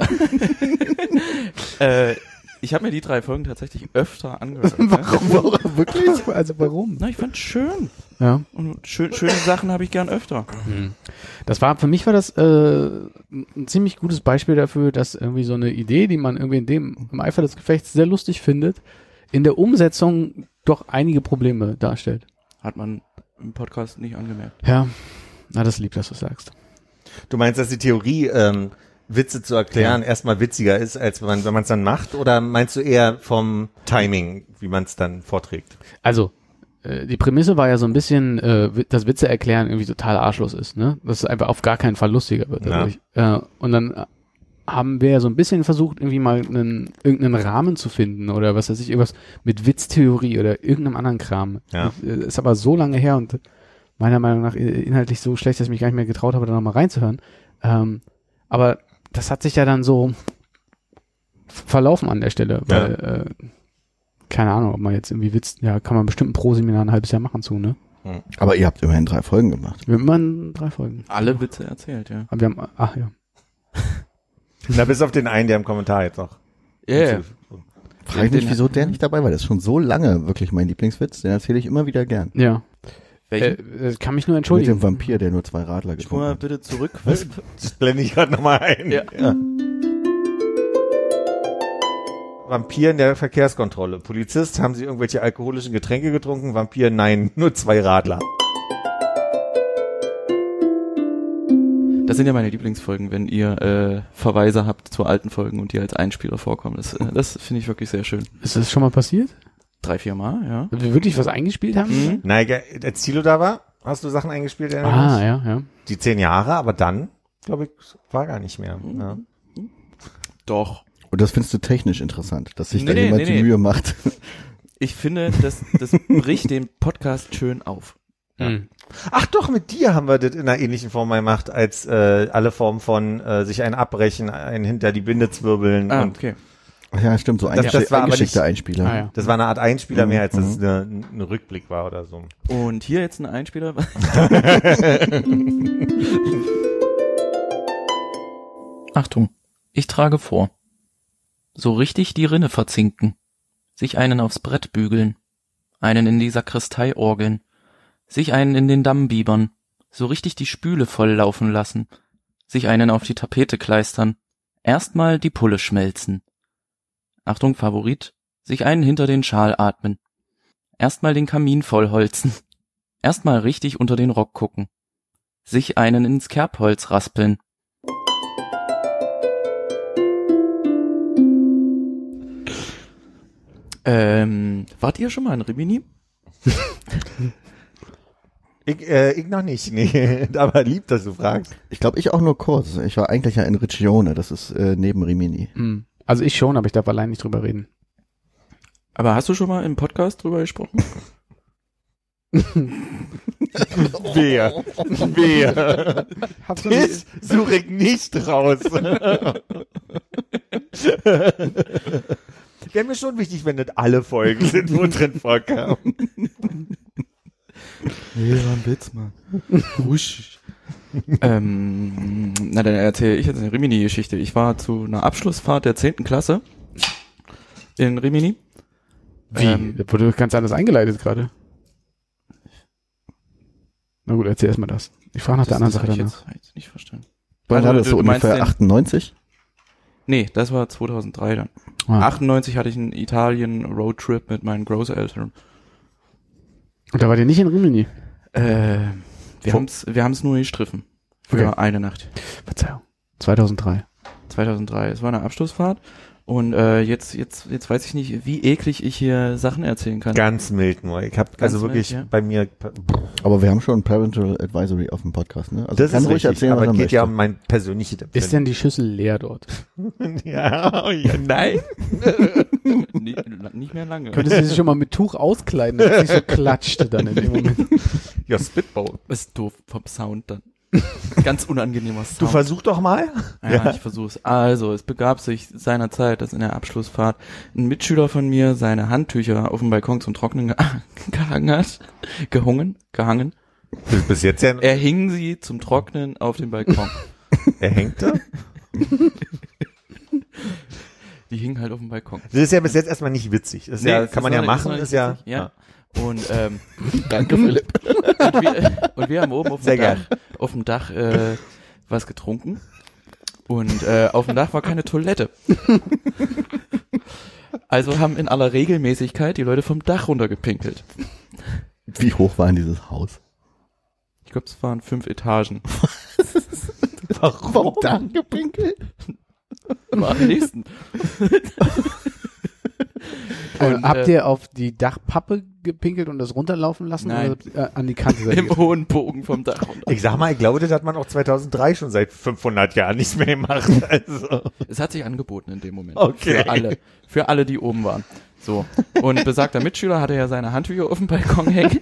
B: äh, ich habe mir die drei Folgen tatsächlich öfter angehört. Ne?
E: Warum? Wirklich? Also warum?
B: Na, ich fand's schön.
E: Ja.
B: Und schön, schöne Sachen habe ich gern öfter.
E: Das war, für mich war das äh, ein ziemlich gutes Beispiel dafür, dass irgendwie so eine Idee, die man irgendwie in dem, im Eifer des Gefechts sehr lustig findet, in der Umsetzung doch einige Probleme darstellt.
B: Hat man im Podcast nicht angemerkt.
E: Ja. Na, das lieb, dass du sagst.
D: Du meinst, dass die Theorie, ähm, Witze zu erklären, erstmal witziger ist, als wenn man wenn man es dann macht? Oder meinst du eher vom Timing, wie man es dann vorträgt?
E: Also, äh, die Prämisse war ja so ein bisschen, äh, wi- dass Witze erklären irgendwie total arschlos ist, ne? Dass es einfach auf gar keinen Fall lustiger wird.
D: Ja.
E: dadurch. Äh, und dann äh, haben wir ja so ein bisschen versucht, irgendwie mal einen, irgendeinen Rahmen zu finden oder was weiß ich, irgendwas mit Witztheorie oder irgendeinem anderen Kram.
D: Ja.
E: Und, äh, ist aber so lange her und meiner Meinung nach äh, inhaltlich so schlecht, dass ich mich gar nicht mehr getraut habe, da nochmal reinzuhören. Ähm, aber das hat sich ja dann so f- verlaufen an der Stelle, weil äh, keine Ahnung, ob man jetzt irgendwie Witz, ja, kann man bestimmt ein Pro-Seminar ein halbes Jahr machen zu, ne?
C: Aber ihr habt immerhin drei Folgen gemacht.
E: Wir haben immer drei Folgen.
B: Alle Witze erzählt, ja.
E: Aber wir haben, ach ja.
D: Na, bis auf den einen, der im Kommentar jetzt noch.
B: Yeah.
C: Frag ich mich, wieso der nicht dabei war. Das ist schon so lange wirklich mein Lieblingswitz. Den erzähle ich immer wieder gern.
E: Ja. Äh,
B: Welchen?
E: äh, kann mich nur
C: Mit
E: entschuldigen.
C: dem Vampir, der nur zwei Radler
B: Spur
C: getrunken
B: mal
C: hat.
B: bitte zurück. Was?
D: Das blende ich gerade nochmal ein.
B: Ja.
D: Vampir in der Verkehrskontrolle. Polizist, haben Sie irgendwelche alkoholischen Getränke getrunken? Vampir, nein, nur zwei Radler.
B: Das sind ja meine Lieblingsfolgen, wenn ihr äh, Verweise habt zu alten Folgen und die als Einspieler vorkommen. Das, äh, das finde ich wirklich sehr schön.
E: Ist das schon mal passiert?
B: Drei, vier Mal, ja.
E: Ob wir wirklich was eingespielt haben?
B: Mhm.
D: Nein, ge- als Thilo da war, hast du Sachen eingespielt, Erinnerst du
E: Ah,
D: dich?
E: ja, ja.
D: die zehn Jahre, aber dann, glaube ich, war gar nicht mehr. Ja.
B: Doch.
C: Und das findest du technisch interessant, dass sich da
B: Nee, nee,
C: jemand
B: nee,
C: die
B: nee.
C: Mühe macht.
B: Ich finde, das, das bricht den Podcast schön auf. Mhm.
E: Hm.
D: Ach doch, mit dir haben wir das in einer ähnlichen Form gemacht, als äh, alle Formen von äh, sich ein abbrechen, ein hinter die Binde zwirbeln.
B: Ah,
D: und
B: okay.
C: Ach ja, stimmt, so ein,
D: Das- das war aber
C: eingeschickter
D: nicht-
C: Einspieler.
E: Ah, ja.
D: das war eine Art Einspieler mehr, als dass es
C: Mhm.
D: eine- ein Rückblick war oder so.
B: Und hier jetzt ein Einspieler.
G: Achtung, ich trage vor. So richtig die Rinne verzinken, sich einen aufs Brett bügeln, einen in die Sakristei orgeln, sich einen in den Damm biebern, so richtig die Spüle volllaufen lassen, sich einen auf die Tapete kleistern, erstmal die Pulle schmelzen. Achtung, Favorit, sich einen hinter den Schal atmen, erstmal den Kamin vollholzen, erstmal richtig unter den Rock gucken, sich einen ins Kerbholz raspeln,
B: ähm, wart ihr schon mal in Rimini?
D: Ich, äh, ich noch nicht, nee. Aber lieb, dass du fragst.
C: Ich glaube, ich auch nur kurz. Ich war eigentlich ja in Riccione, das ist äh, neben Rimini.
E: Hm. Also ich schon, aber ich darf allein nicht drüber reden.
B: Aber hast du schon mal im Podcast drüber gesprochen?
D: Wehe. Wehe.
E: Hab's
D: Das suche ich nicht raus. Wäre mir schon wichtig, wenn das alle Folgen sind, wo drin vorkam.
C: Nee, war ein Witz, Mann.
B: Husch. ähm, na, dann erzähle ich jetzt eine Rimini-Geschichte. Ich war zu einer Abschlussfahrt der 10. Klasse in Rimini.
E: Wie?
B: Ähm.
E: das wurde ganz anders eingeleitet gerade. Na gut, erzähl erstmal das. Ich frage nach der anderen
B: Das
E: Sache
B: hab ich
E: danach.
B: jetzt, hab ich jetzt nicht verstanden.
C: Wann
B: Also,
C: war das
B: du-
C: so
B: du meinst
C: ungefähr
B: den-
C: 98?
B: Nee, das war 2003 dann.
E: Ah.
B: 98 hatte ich einen Italien-Roadtrip mit meinen Großeltern.
E: Und da war ihr nicht in Rimini.
B: Äh, wir
E: Wo-
B: haben's, wir haben's nur gestriffen. Für eine Nacht.
E: Verzeihung. 2003.
B: 2003. Es war eine Abschlussfahrt. Und äh, jetzt, jetzt, jetzt weiß ich nicht, wie eklig ich hier Sachen erzählen kann.
D: Ganz mild nur. Ich habe also
B: mild,
D: wirklich
B: ja.
D: bei mir.
C: Aber wir haben schon Parental Advisory auf dem Podcast, ne? Also
D: Das
C: kann
D: ist
C: ruhig
D: richtig,
C: erzählen,
D: aber
C: was er
D: es geht
C: möchte.
D: ja um mein persönliches Empfinden.
E: Ist denn die Schüssel leer dort?
D: ja, oh ja,
B: Nein! nee, la- nicht mehr lange.
E: Könntest du sie schon mal mit Tuch auskleiden, dass sie so klatschte dann in dem Moment.
D: ja, Spitball.
B: Ist doof vom Sound dann. Ganz unangenehmer Sound.
D: Du versuch doch mal.
B: Ja, ich versuch's. Also, es begab sich seinerzeit, dass in der Abschlussfahrt ein Mitschüler von mir seine Handtücher auf dem Balkon zum Trocknen geh- gehangen hat. Gehungen? Gehangen?
D: Bis jetzt ja
B: Er hing sie zum Trocknen auf dem Balkon.
D: erhängte.
B: Die hingen halt auf dem Balkon.
D: Das ist ja bis jetzt erstmal nicht witzig. Das ist ja,
B: das
D: kann man
B: ist
D: ja
B: noch nicht-
D: machen.
B: noch
D: Ist
B: nicht
D: ja, Ah.
B: witzig. ja. Und, ähm, Danke, Philipp. Und wir, und wir haben oben auf
D: Sehr
B: dem Dach, auf dem Dach äh, was getrunken. Und äh, auf dem Dach war keine Toilette. Also haben in aller Regelmäßigkeit die Leute vom Dach runtergepinkelt.
C: Wie hoch war denn dieses Haus?
B: Ich glaube, es waren fünf Etagen.
C: Warum? Warum da gepinkelt?
B: War am nächsten.
E: Ähm, habt
B: äh,
E: ihr auf die Dachpappe gepinkelt und das runterlaufen lassen?
B: Nein.
E: Oder, äh, an die Kante seid
B: Im
E: ihr-
B: hohen Bogen vom Dach runter.
D: Ich sag mal, ich glaube, das hat man auch 2003 schon seit 500 Jahren nicht mehr gemacht. Also,
B: Es hat sich angeboten in dem Moment.
D: Okay.
B: Für alle. Für alle, die oben waren. So. Und besagter Mitschüler hatte ja seine Handtücher auf dem Balkon hängen,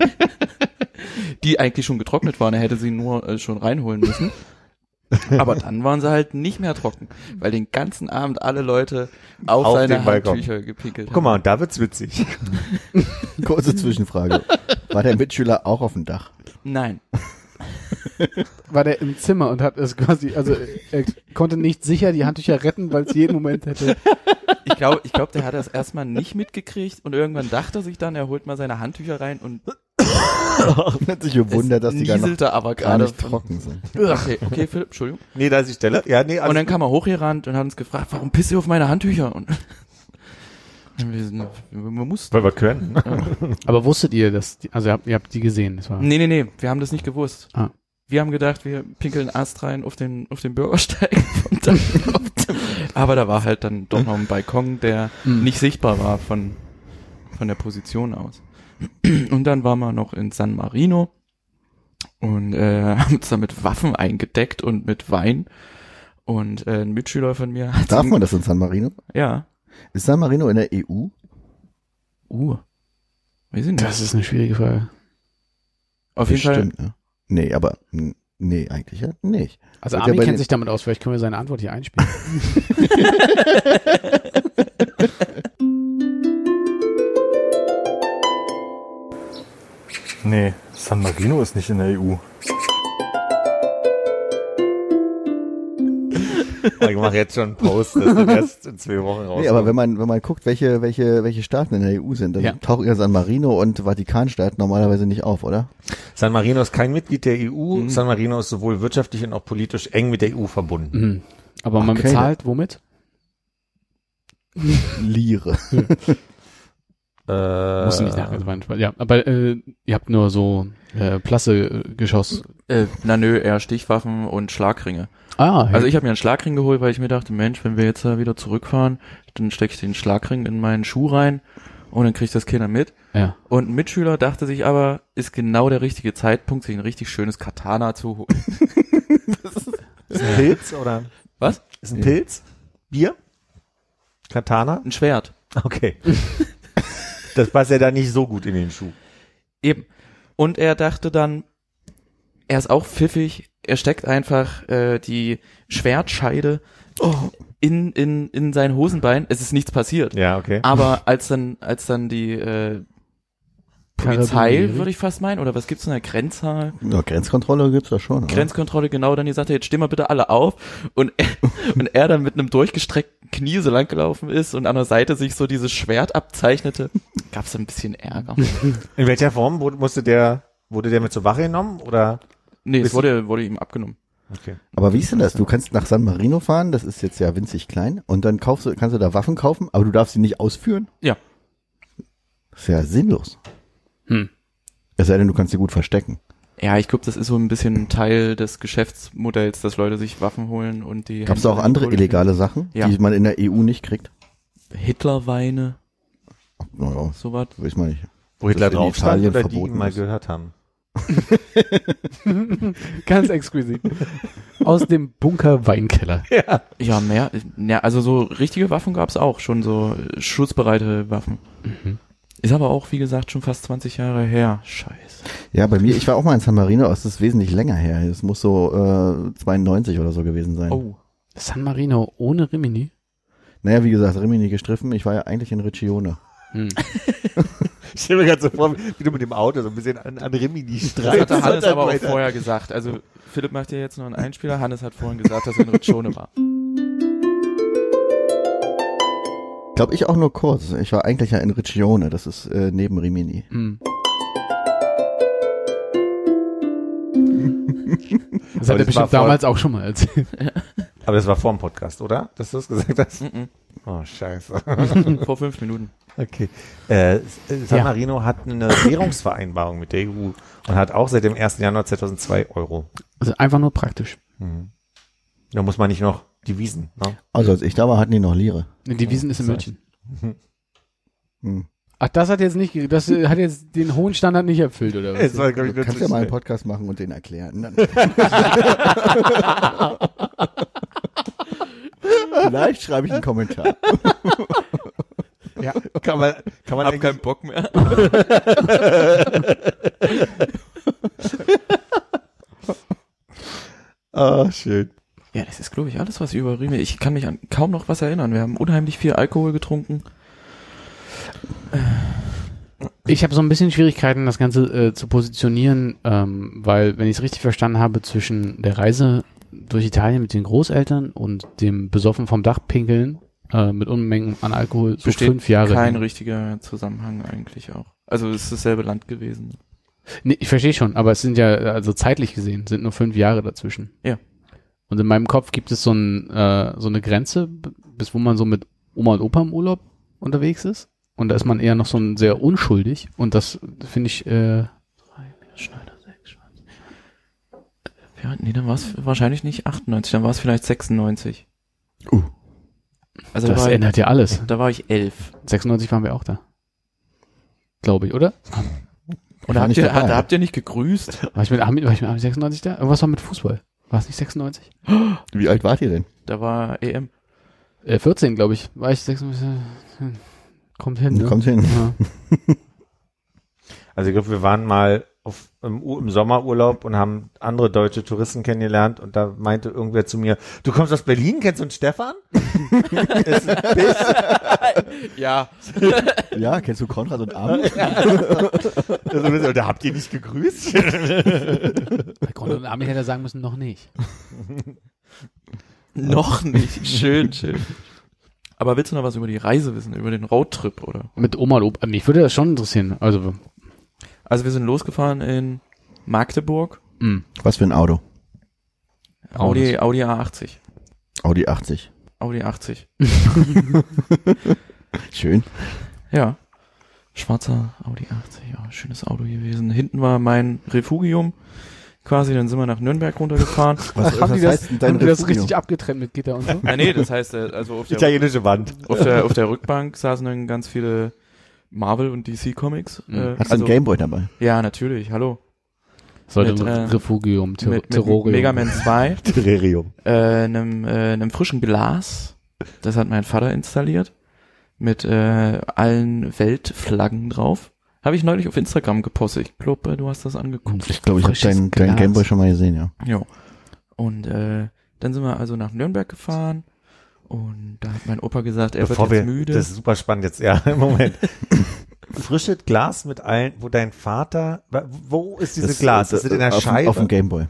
B: die eigentlich schon getrocknet waren. Er hätte sie nur äh, schon reinholen müssen. Aber dann waren sie halt nicht mehr trocken, weil den ganzen Abend alle Leute auf,
D: Auf
B: seine
D: den Balkon.
B: Handtücher gepinkelt haben.
D: guck mal, und da wird's witzig.
C: Kurze Zwischenfrage. War der Mitschüler auch auf dem Dach?
B: Nein.
E: War der im Zimmer und hat es quasi, also äh, er konnte nicht sicher die Handtücher retten, weil es jeden Moment hätte.
B: Ich glaube, ich glaub, der hat das erstmal nicht mitgekriegt und irgendwann dachte er sich dann, er holt mal seine Handtücher rein und
C: Hat sich gewundert, dass
B: es
C: die gar noch
B: nieselte aber
C: gar
B: gerade.
C: nicht trocken sind.
B: Okay, okay, Philipp, Entschuldigung.
D: Nee, da ist die Stelle. Ja, nee, also,
B: und dann kam er hochgerannt und hat uns gefragt, warum pisst ihr auf meine Handtücher? Und und wir sind, wir mussten.
D: weil wir können.
E: Aber wusstet ihr, dass, die, also ihr habt, ihr habt die gesehen, das war.
B: Nee, nee, nee, wir haben das nicht gewusst.
E: Ah.
B: Wir haben gedacht, wir pinkeln Ast rein auf den, auf den Bürgersteig. Und dann, aber da war halt dann doch noch ein Balkon, der
C: Mhm.
E: Hm.
B: nicht sichtbar war von, von der Position aus. Und dann waren wir noch in San Marino und äh, haben uns dann mit Waffen eingedeckt und mit Wein. Und äh, ein Mitschüler von mir hat
C: Darf man das in San Marino?
B: Ja.
C: Ist San Marino in der E EU?
B: Uh. Weiß ich nicht.
E: Das ist eine schwierige Frage.
B: Auf jeden Fall.
C: Bestimmt, ne? Nee, aber mh, nee, eigentlich ja nicht.
E: Also
C: Ja,
E: Ami
C: bei
E: kennt
C: den-
E: sich damit aus, vielleicht können wir seine Antwort hier einspielen.
H: Nee, San Marino ist nicht in der EU.
D: Ich mache jetzt schon einen Post, das wird erst in zwei Wochen raus.
C: Nee, aber wenn man wenn man guckt, welche welche welche Staaten in der EU sind, dann
E: Ja.
C: tauchen ja San Marino und Vatikanstaat normalerweise nicht auf, oder?
D: San Marino ist kein Mitglied der EU. San Marino ist sowohl wirtschaftlich und auch politisch eng mit der EU verbunden.
E: Mhm. Aber man
C: Okay.
E: bezahlt womit?
C: Lire.
D: Äh,
E: Musst du nicht nachher Ja, aber äh, ihr habt nur so äh, Plasse-Geschoss.
B: Äh, na nö, eher Stichwaffen und Schlagringe.
E: Ah,
B: Also ich habe mir einen Schlagring geholt, weil ich mir dachte, Mensch, wenn wir jetzt da wieder zurückfahren, dann stecke ich den Schlagring in meinen Schuh rein und dann kriegt das Kinder mit.
E: ja.
B: Und ein Mitschüler dachte sich aber, ist genau der richtige Zeitpunkt, sich ein richtig schönes Katana zu holen.
D: Ist ein Pilz oder?
B: Was?
D: Ist ein Pilz? Bier? Katana?
B: Ein Schwert.
D: Okay. das passt ja da nicht so gut in den Schuh.
B: Eben. Und er dachte dann, er ist auch pfiffig, er steckt einfach äh, die Schwertscheide
E: Oh.
B: in, in, in sein Hosenbein. Es ist nichts passiert.
D: Ja, okay.
B: Aber als dann, als dann die äh, Polizei,
E: Karabinieri.
B: würde ich fast meinen, oder was gibt's denn da? Grenzzahl?
C: Ja, Grenzkontrolle gibt's da schon. oder?
B: Grenzkontrolle, genau, dann die sagte, jetzt stehen wir bitte alle auf. Und er, und er dann mit einem durchgestreckten Knie so langgelaufen ist und an der Seite sich so dieses Schwert abzeichnete, gab's ein bisschen Ärger.
D: In welcher Form wurde, musste der, wurde der mit zur Wache genommen oder?
B: Nee, es
D: Bisschen-
B: wurde, wurde ihm abgenommen.
D: Okay.
C: Aber wie ist denn das? Du kannst nach San Marino fahren, das ist jetzt ja winzig klein, und dann kaufst du, kannst du da Waffen kaufen, aber du darfst sie nicht ausführen?
B: Ja.
C: Ist ja sinnlos.
E: Hm.
C: Es sei denn, du kannst sie gut verstecken.
B: Ja, ich glaube, das ist so ein bisschen ein Teil des Geschäftsmodells, dass Leute sich Waffen holen und die.
C: Gab es auch andere illegale Sachen,
B: Ja.
C: die man in der EU nicht kriegt?
B: Hitlerweine,
C: Naja,
B: sowas.
C: weiß man nicht.
D: Wo Hitler
C: Das in
D: drauf stand
C: Italien
D: oder die ihn
C: verboten
D: mal
C: ist.
D: gehört haben.
E: Hm. Ganz exquisit. Aus dem Bunker Weinkeller.
B: Ja, mehr. Ja, also so richtige Waffen gab's auch, schon so äh, schutzbereite Waffen.
E: Mhm.
B: Ist aber auch, wie gesagt, schon fast 20 Jahre her. Scheiße.
C: Ja, bei mir, ich war auch mal in San Marino, aber es ist wesentlich länger her. Es muss so äh, 92 oder so gewesen sein.
B: Oh.
E: San Marino ohne Rimini.
C: Naja, wie gesagt, Rimini gestriffen, ich war ja eigentlich in Riccione.
E: Hm.
D: Ich stelle mir gerade so vor, wie du mit dem Auto so ein bisschen an, an Rimini
B: Das
D: streitest.
B: hatte Hannes aber auch vorher gesagt. Also Philipp macht ja jetzt noch einen Einspieler. Hannes hat vorhin gesagt, dass er in Ritschone war.
C: Glaube ich auch nur kurz. Ich war eigentlich ja in Riccione, das ist äh, neben Rimini.
E: Hm. Das hat er
D: das war
E: bestimmt
D: voll-
E: damals auch schon mal erzählt.
D: Aber das war vor dem Podcast, oder? Dass du das gesagt hast?
B: Mhm.
D: Oh, scheiße.
B: Vor fünf Minuten.
D: Okay. Äh, San
E: Ja.
D: Marino hat eine Währungsvereinbarung mit der EU und hat auch seit dem 1. Januar 2002 Euro.
E: Also einfach nur praktisch.
D: Mhm. Da muss man nicht noch Devisen. Ne?
C: Also als ich da war, hatten die noch Lire.
E: Die Devisen ist in München.
C: Hm.
E: Ach, das hat jetzt nicht, ge- das äh, hat jetzt den hohen Standard nicht erfüllt, oder was?
D: war, glaub
C: Du kannst ja mal
D: äh,
C: einen Podcast machen und den erklären. ne? Dann- Vielleicht schreibe ich einen Kommentar.
E: Ja.
D: kann man, kann man
B: Hab
D: eigentlich-
B: keinen Bock mehr.
D: Ah, schön.
B: Ja, das ist, glaube ich, alles, was über Riemen. Ich kann mich an kaum noch was erinnern. Wir haben unheimlich viel Alkohol getrunken. Äh,
E: Ich habe so ein bisschen Schwierigkeiten, das Ganze äh, zu positionieren, ähm, weil, wenn ich es richtig verstanden habe, zwischen der Reise durch Italien mit den Großeltern und dem Besoffen vom Dach pinkeln äh, mit Unmengen an Alkohol so
B: Besteht
E: fünf Jahre.
B: Kein
E: hin.
B: richtiger Zusammenhang eigentlich auch. Also es ist dasselbe Land gewesen.
E: Nee, ich verstehe schon, aber es sind ja, also zeitlich gesehen, sind nur fünf Jahre dazwischen.
B: Ja.
E: Und in meinem Kopf gibt es so, ein, äh, so eine Grenze, b- bis wo man so mit Oma und Opa im Urlaub unterwegs ist. Und da ist man eher noch so ein sehr unschuldig. Und das finde ich, äh,
B: Schneider 6, Schwarz. Ja, nee, dann war es wahrscheinlich nicht 98, dann war es vielleicht 96.
C: Uh.
B: Also
E: das
B: da, war,
E: ändert ja alles.
B: da war ich elf.
E: 96 waren wir auch da. Glaube ich, oder?
B: Und
C: war
B: habt
C: nicht
B: ihr,
C: dabei.
B: hat, habt ihr nicht gegrüßt?
E: War ich mit, Ami- war ich mit Ami 96 da? Irgendwas war mit Fußball. War es nicht 96?
C: Wie alt wart ihr denn?
B: Da war EM.
E: Äh, 14, glaube ich. War ich 96? Hm. Kommt hin, ne?
C: Kommt hin.
E: Ja.
D: Also ich glaube, wir waren mal auf, im, U- im Sommerurlaub und haben andere deutsche Touristen kennengelernt und da meinte irgendwer zu mir, du kommst aus Berlin, kennst du einen Stefan? Ist ein bisschen-
B: Ja.
C: Ja, kennst du Konrad und Armin?
D: also, wir so, da habt ihr nicht gegrüßt?
E: Bei Grund und Ami hätte er sagen müssen, noch nicht.
B: Noch nicht. Schön, schön. Aber willst du noch was über die Reise wissen, über den Roadtrip, oder?
E: Mit Oma und Opa. Mich würde das schon interessieren. Also,
B: Also wir sind losgefahren in Magdeburg,
E: mh.
C: Was für ein Auto?
B: Audi, Audi A80.
C: Audi 80.
B: Audi 80.
C: Schön.
B: Ja. Schwarzer Audi 80, ja, schönes Auto gewesen. Hinten war mein Refugium. Quasi, dann sind wir nach Nürnberg runtergefahren.
C: Was,
E: haben die das,
C: denn
E: haben die das
C: Refugio?
E: richtig abgetrennt mit Gitter und so?
B: ah, nee, das heißt, äh, also auf der,
D: Italienische Wand.
B: auf der, auf der Rückbank saßen dann ganz viele Marvel und DC Comics.
E: Mhm.
B: Äh,
C: Hast du
B: also,
C: einen Gameboy dabei?
B: ja, natürlich, hallo.
E: Sollte
B: Mit,
E: ein
B: äh,
E: Refugium, Ter
B: mit, mit
E: Terrorium.
B: Mega Man 2,
D: Terrarium.
B: äh, einem, äh, einem frischen Glas. Das hat mein Vater installiert. Mit äh, allen Weltflaggen drauf. Habe ich neulich auf Instagram gepostet. Ich glaube, äh, du hast das angeguckt.
C: Ich glaube, ich habe
E: Frisches
C: deinen dein
E: Glas.
C: Gameboy schon mal gesehen, ja.
B: Ja. Und äh, dann sind wir also nach Nürnberg gefahren und da hat mein Opa gesagt, er
D: Bevor
B: wird
D: wir,
B: jetzt müde.
D: das ist super spannend jetzt, ja, im Moment. Frisches Glas mit allen, wo dein Vater, wa- wo ist dieses Glas? Das ist in der
C: äh, auf, dem-
D: Scheibe.
C: Auf dem Gameboy.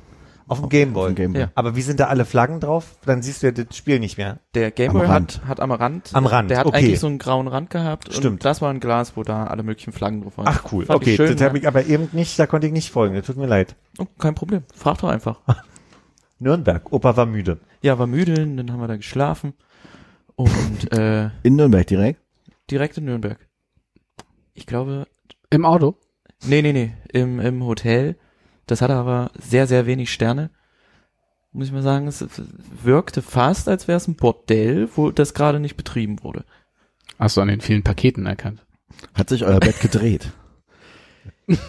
D: Auf dem
C: Auf
D: Gameboy.
C: dem Gameboy.
B: Ja.
D: Aber wie sind da alle Flaggen drauf? Dann siehst du ja das Spiel nicht mehr.
B: der Gameboy
C: am
B: hat, hat am Rand,
D: Am Rand,
B: der hat
D: okay.
B: eigentlich so einen grauen Rand gehabt und
D: Stimmt.
B: das war ein Glas, wo da alle möglichen Flaggen drauf waren.
D: Ach cool,
B: Fand ich
D: okay.
B: schön,
D: das habe ich aber eben nicht, da konnte ich nicht folgen. Das tut mir leid.
B: Oh, kein Problem, frag doch einfach.
D: Nürnberg, Opa war müde.
B: Ja, war müde, dann haben wir da geschlafen und äh,
C: In Nürnberg direkt?
B: direkt in Nürnberg. Ich glaube,
E: Im Auto?
B: nee, nee, nee, im, im Hotel. Das hatte aber sehr, sehr wenig Sterne. Muss ich mal sagen, es wirkte fast, als wäre es ein Bordell, wo das gerade nicht betrieben wurde.
E: Hast du an den vielen Paketen erkannt.
C: Hat sich euer Bett gedreht?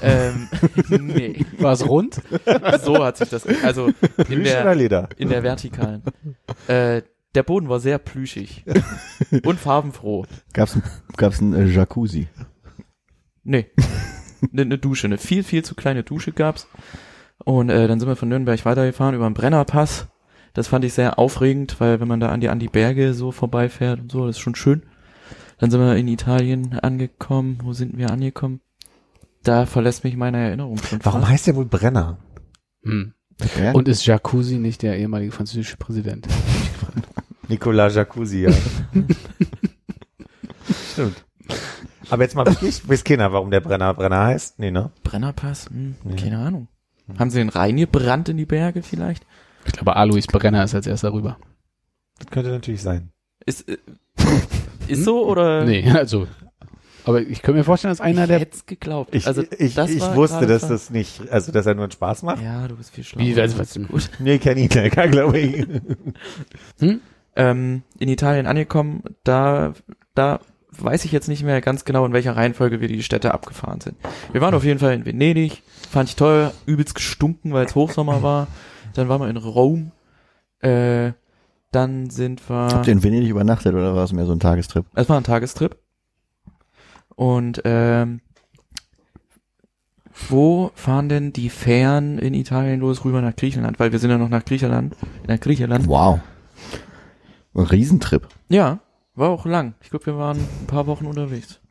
B: ähm, nee,
E: War es rund?
B: so hat sich das, also in
D: Plüsch oder
B: der,
D: Leder?
B: in der vertikalen. Äh, der Boden war sehr plüschig und farbenfroh.
C: Gab's ein, gab's ein äh, Jacuzzi?
B: Nee, eine ne Dusche, eine viel, viel zu kleine Dusche gab's. Und äh, dann sind wir von Nürnberg weitergefahren über den Brennerpass. Das fand ich sehr aufregend, weil wenn man da an die, an die Berge so vorbeifährt und so, das ist schon schön. Dann sind wir in Italien angekommen. Wo sind wir angekommen? Da verlässt mich meine Erinnerung schon.
D: Warum
B: fast.
D: heißt der wohl Brenner?
E: Hm.
C: Okay.
E: Und ist Jacuzzi nicht der ehemalige französische Präsident?
D: Nicolas Jacuzzi, ja. Stimmt. Aber jetzt mal wirklich, weiß keiner, warum der Brenner Brenner heißt. Nee, ne?
B: Brennerpass? Hm,
D: Ja.
B: Keine Ahnung. Haben sie den Rhein gebrannt in die Berge vielleicht?
E: Ich glaube, Alois Brenner ist als erster rüber.
D: Das könnte natürlich sein.
B: Ist, äh, ist so oder?
E: Nee, also. Aber ich könnte mir vorstellen, dass einer
B: Einer
E: der.
B: der es geglaubt.
D: Ich,
B: also
D: ich,
B: das
D: ich
B: war
D: wusste,
B: gerade
D: dass also,
B: ver-
D: das nicht, also dass er nur einen Spaß macht.
B: Ja, du bist viel schlauer.
E: Wie, was, was,
B: Gut.
D: Nee, kenn ihn lecker, glaube ich.
E: Hm?
B: Ähm, in Italien angekommen, da da weiß ich jetzt nicht mehr ganz genau, in welcher Reihenfolge wir die Städte abgefahren sind. Wir waren auf jeden Fall in Venedig, fand ich toll, übelst gestunken, weil es Hochsommer war. Dann waren wir in Rom. Äh, dann sind wir.
C: Habt ihr in Venedig übernachtet oder war es mehr so ein Tagestrip?
B: Es war ein Tagestrip. Und ähm, wo fahren denn die Fähren in Italien los rüber nach Griechenland? Weil wir sind ja noch nach Griechenland, nach Griechenland.
C: Wow. Ein Riesentrip.
B: Ja, war auch lang. Ich glaube, wir waren ein paar Wochen unterwegs.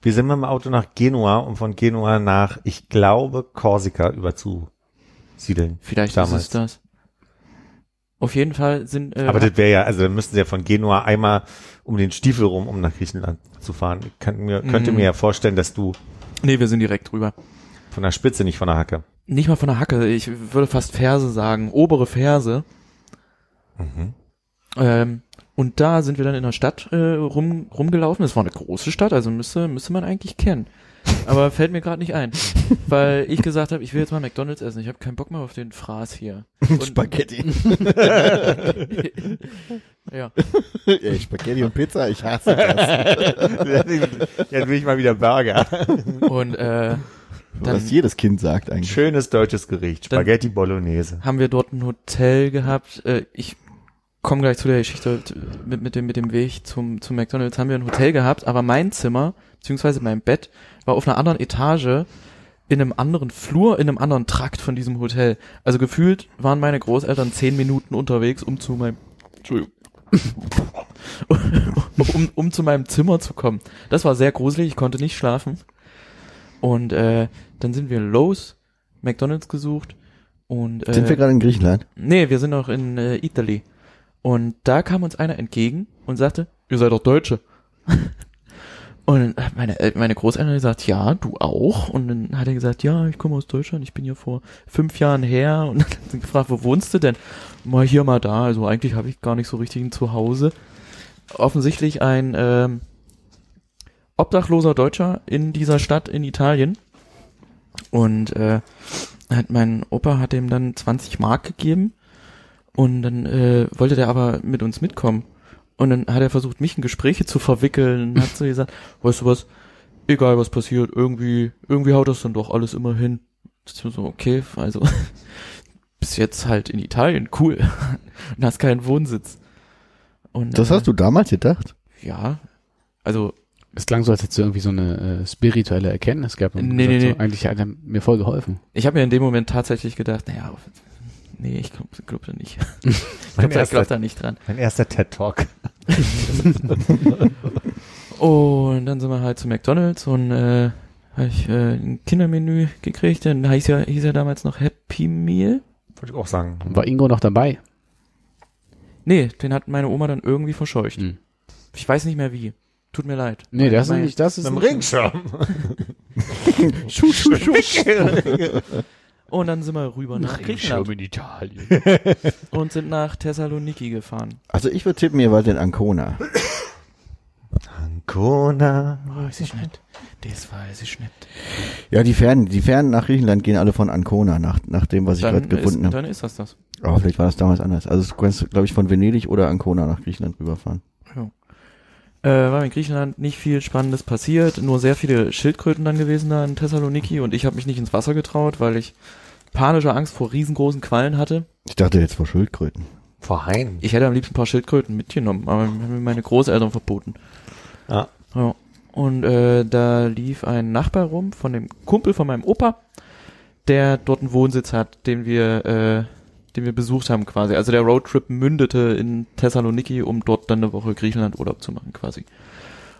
D: Wir sind mit dem Auto nach Genua, um von Genua nach, ich glaube, Korsika überzusiedeln.
B: Vielleicht ist
D: Damals.
B: es das. Auf jeden Fall sind äh,
D: Aber das wäre ja, also dann müssten sie ja von Genua einmal um den Stiefel rum, um nach Griechenland zu fahren. Ich kann mir, könnte
B: Mhm.
D: mir ja vorstellen, dass du
B: nee, wir sind direkt rüber.
D: von der Spitze, nicht von der Hacke.
B: Nicht mal von der Hacke, ich würde fast Ferse sagen, obere Ferse.
D: Mhm.
B: Ähm, und da sind wir dann in der Stadt äh, rum, rumgelaufen. Das war eine große Stadt, also müsste, müsste man eigentlich kennen. Aber fällt mir gerade nicht ein, weil ich gesagt habe, ich will jetzt mal McDonald's essen. Ich habe keinen Bock mehr auf den Fraß hier. Und-
C: Spaghetti.
B: ja.
C: Ey, Spaghetti und Pizza, ich hasse das.
D: Jetzt will ich mal wieder Burger.
B: Und äh, Dann-
C: was jedes Kind sagt eigentlich.
D: Schönes deutsches Gericht,
G: Dann-
D: Spaghetti Bolognese.
G: Haben wir dort
B: dort ein Hotel gehabt. Äh, ich komme gleich zu der Geschichte t- mit, mit, dem, mit dem Weg zum, zum McDonalds. Haben wir ein Hotel gehabt, aber mein Zimmer, beziehungsweise mein Bett, war auf einer anderen Etage in einem anderen Flur, in einem anderen Trakt von diesem Hotel. Also gefühlt waren meine Großeltern zehn Minuten unterwegs, um zu meinem Entschuldigung. um, um zu meinem Zimmer zu kommen. Das war sehr gruselig, ich konnte nicht schlafen. Und äh, dann sind wir los, McDonalds gesucht und äh,
C: Sind wir gerade in Griechenland?
B: Nee, wir sind noch in äh, Italy. Und da kam uns einer entgegen und sagte, ihr seid doch Deutsche. und hat meine, El- meine Großeltern haben gesagt, ja, du auch. Und dann hat er gesagt, ja, ich komme aus Deutschland, ich bin hier vor fünf Jahren her. Und dann hat sie gefragt, wo wohnst du denn? Mal hier, mal da. Also eigentlich habe ich gar nicht so richtig ein Zuhause. Offensichtlich ein ähm, obdachloser Deutscher in dieser Stadt in Italien. Und äh, hat mein Opa hat ihm dann 20 Mark gegeben und dann äh, wollte der aber mit uns mitkommen. Und dann hat er versucht, mich in Gespräche zu verwickeln und hat so gesagt, weißt du was, egal was passiert, irgendwie, irgendwie haut das dann doch alles immer hin. Das ist mir so, okay, also bis jetzt halt in Italien, cool. Und hast keinen Wohnsitz. Und,
C: Das hast du damals gedacht?
B: Ja. Also
E: Es klang so, als hättest du irgendwie so eine äh, spirituelle Erkenntnis gehabt. Und
B: Nee,
E: gesagt,
B: nee,
E: so, Eigentlich hat er mir voll geholfen.
B: Ich habe mir in dem Moment tatsächlich gedacht, naja, auf- nee, ich glaube glaub da nicht. Ich
D: Mein
B: glaube da, glaub
D: erster,
B: da nicht dran.
D: mein erster TED Talk.
B: Und dann sind wir halt zu McDonalds und äh, habe ich äh, ein Kindermenü gekriegt. Dann hieß ja, hieß ja damals noch Happy Meal.
D: Wollte ich auch sagen.
E: Und war Ingo noch dabei?
B: Nee, den hat meine Oma dann irgendwie verscheucht.
E: Hm.
B: Ich weiß nicht mehr wie. Tut mir leid.
E: Nee, das ist
B: Mein-
E: nicht, das ist
D: Mit dem
E: nicht-
D: Regenschirm.
C: Schuh, schuh, schuh.
B: Und dann sind wir rüber nach Griechenland
F: in Italien.
B: und sind nach Thessaloniki gefahren.
C: Also ich würde tippen, ihr wart in Ancona.
D: Ancona.
B: Weiß ich nicht. Das weiß ich nicht.
C: Ja, die Fernen, die Fernen nach Griechenland gehen alle von Ancona nach, nach dem, was ich
B: Dann
C: gerade
B: ist,
C: gefunden ne? habe.
B: dann ist das das.
C: Aber vielleicht war das damals anders. Also du kannst, glaube ich, von Venedig oder Ancona nach Griechenland rüberfahren.
B: Äh, war in Griechenland nicht viel Spannendes passiert, nur sehr viele Schildkröten dann gewesen da in Thessaloniki und ich habe mich nicht ins Wasser getraut, weil ich panische Angst vor riesengroßen Quallen hatte.
C: Ich dachte jetzt vor Schildkröten.
D: Verein.
B: Ich hätte am liebsten ein paar Schildkröten mitgenommen, aber haben mir meine Großeltern verboten.
D: Ah.
B: Ja. Und äh, da lief ein Nachbar rum von dem Kumpel von meinem Opa, der dort einen Wohnsitz hat, den wir, äh, den wir besucht haben quasi. Also der Roadtrip mündete in Thessaloniki, um dort dann eine Woche Griechenland Urlaub zu machen quasi.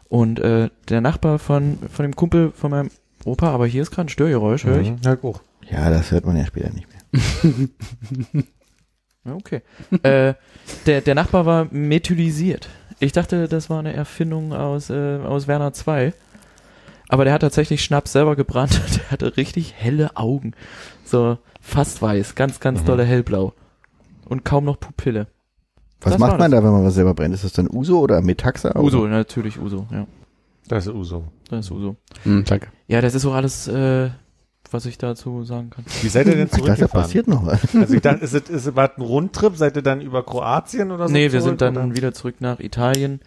B: Und äh, der Nachbar von, von dem Kumpel von meinem Opa, aber hier ist gerade ein Störgeräusch, höre ich.
D: Mhm. Ja, gut.
C: Ja, das hört man ja später nicht mehr.
B: Ja, Okay. äh, der, der Nachbar war methylisiert. Ich dachte, das war eine Erfindung aus, äh, aus Werner 2. Aber der hat tatsächlich Schnaps selber gebrannt. Der hatte richtig helle Augen. So fast weiß, ganz, ganz
D: Mhm.
B: dolle hellblau. Und kaum noch Pupille.
C: Was
B: Das war
C: macht man da, wenn man was selber brennt? Ist das dann Uso oder Metaxa?
B: Uso, natürlich Uso, ja.
D: Das ist Uso.
B: Das ist Uso.
E: Hm, danke.
B: Ja, das ist auch alles, äh, was ich dazu sagen kann.
D: Wie seid ihr denn
C: Ich dachte, da
D: zurückgefahren?
C: passiert noch was.
D: Also ich dachte, ist, es- ist, war es ein Rundtrip? Seid ihr dann über Kroatien oder so?
B: Nee, wir
D: Also zurück,
B: sind dann
D: oder?
B: wieder zurück nach Italien.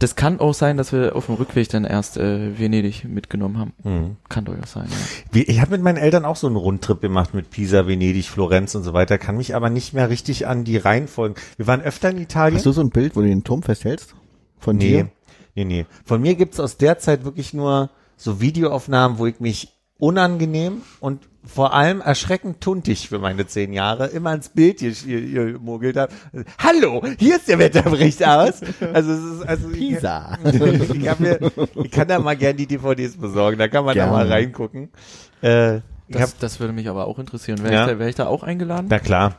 B: Das kann auch sein, dass wir auf dem Rückweg dann erst äh, Venedig mitgenommen haben.
D: Mhm.
B: Kann durchaus sein, ja.
D: Wie- Ich habe mit meinen Eltern auch so einen Rundtrip gemacht mit Pisa, Venedig, Florenz und so weiter, kann mich aber nicht mehr richtig an die Reihenfolgen. Wir waren öfter in Italien.
C: Hast du so ein Bild, wo du den Turm festhältst? Von
D: nee,
C: dir?
D: nee, nee. Von mir gibt's aus der Zeit wirklich nur so Videoaufnahmen, wo ich mich unangenehm und vor allem erschreckend tuntig für meine zehn Jahre immer ins Bild hier, hier, hier gemogelt habe. Hallo, hier ist der Wetterbericht aus. Also es ist also ich-
C: Pisa.
D: ich, hab mir, ich kann da mal gerne die DVDs besorgen, da kann man da mal
C: Gerne.
D: reingucken. Äh, ich hab,
B: Das, das würde mich aber auch interessieren. Wäre
D: Ja.
B: ich, da- wär ich da auch eingeladen?
D: na klar.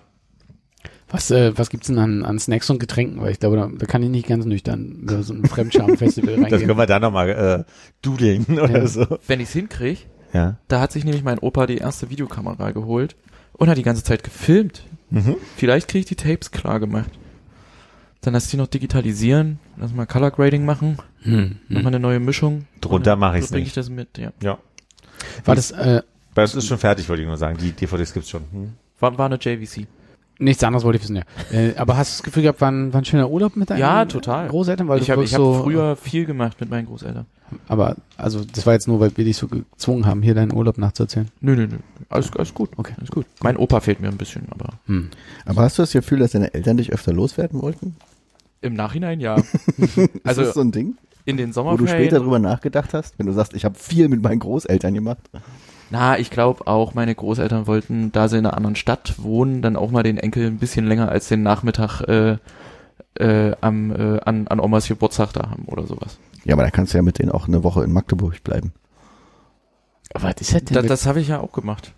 E: Was, äh, was gibt's denn an, an Snacks und Getränken? Weil ich glaube, da, da kann ich nicht ganz nüchtern über so ein Fremdscham-Festival
D: Das können
E: reingehen.
D: wir da nochmal äh, dudeln oder
E: eh Ja.
D: so.
B: Wenn ich's hinkrieg,
D: Ja.
B: da hat sich nämlich mein Opa die erste Videokamera geholt und hat die ganze Zeit gefilmt.
D: Mhm.
B: Vielleicht krieg ich die Tapes klar gemacht. Dann lass die noch digitalisieren, lass mal Color Grading machen,
E: Hm,
B: mach mal
E: hm.
B: eine neue Mischung.
D: Drunter mache ich's
B: So bring
D: nicht.
B: ich das mit, ja.
E: War das, äh,
D: Aber es ist schon fertig, wollte ich nur sagen. Die DVDs gibt's schon. Hm.
B: War, war eine JVC.
E: Nichts anderes wollte ich wissen, ja. Äh, aber hast du das Gefühl gehabt, war ein, war ein schöner Urlaub mit deinen
B: Ja, total.
E: Großeltern? Weil
B: ich
E: du
B: habe
E: wirkst
B: ich hab
C: äh,
E: so,
B: früher viel gemacht mit meinen Großeltern.
E: Aber, also, das war jetzt nur, weil wir dich so gezwungen haben, hier deinen Urlaub nachzuerzählen.
B: Nö, nö, nö. Alles, alles gut.
E: Okay.
B: Alles gut. Mein Opa fehlt mir ein bisschen, aber
E: Hm.
C: Aber hast du das Gefühl, dass deine Eltern dich öfter loswerden wollten?
B: im Nachhinein ja.
C: Ist
B: Also-
C: das so ein Ding,
B: In den
C: wo du
B: Sommerferien.
C: später drüber nachgedacht hast, wenn du sagst, ich habe viel mit meinen Großeltern gemacht?
B: Na, ich glaube auch, meine Großeltern wollten, da sie in einer anderen Stadt wohnen, dann auch mal den Enkel ein bisschen länger als den Nachmittag äh, äh, am, äh, an, an Omas Geburtstag da haben oder sowas.
C: Ja, aber da kannst du ja mit denen auch eine Woche in Magdeburg bleiben.
E: Aber was ist das
B: Da, das habe ich ja auch gemacht.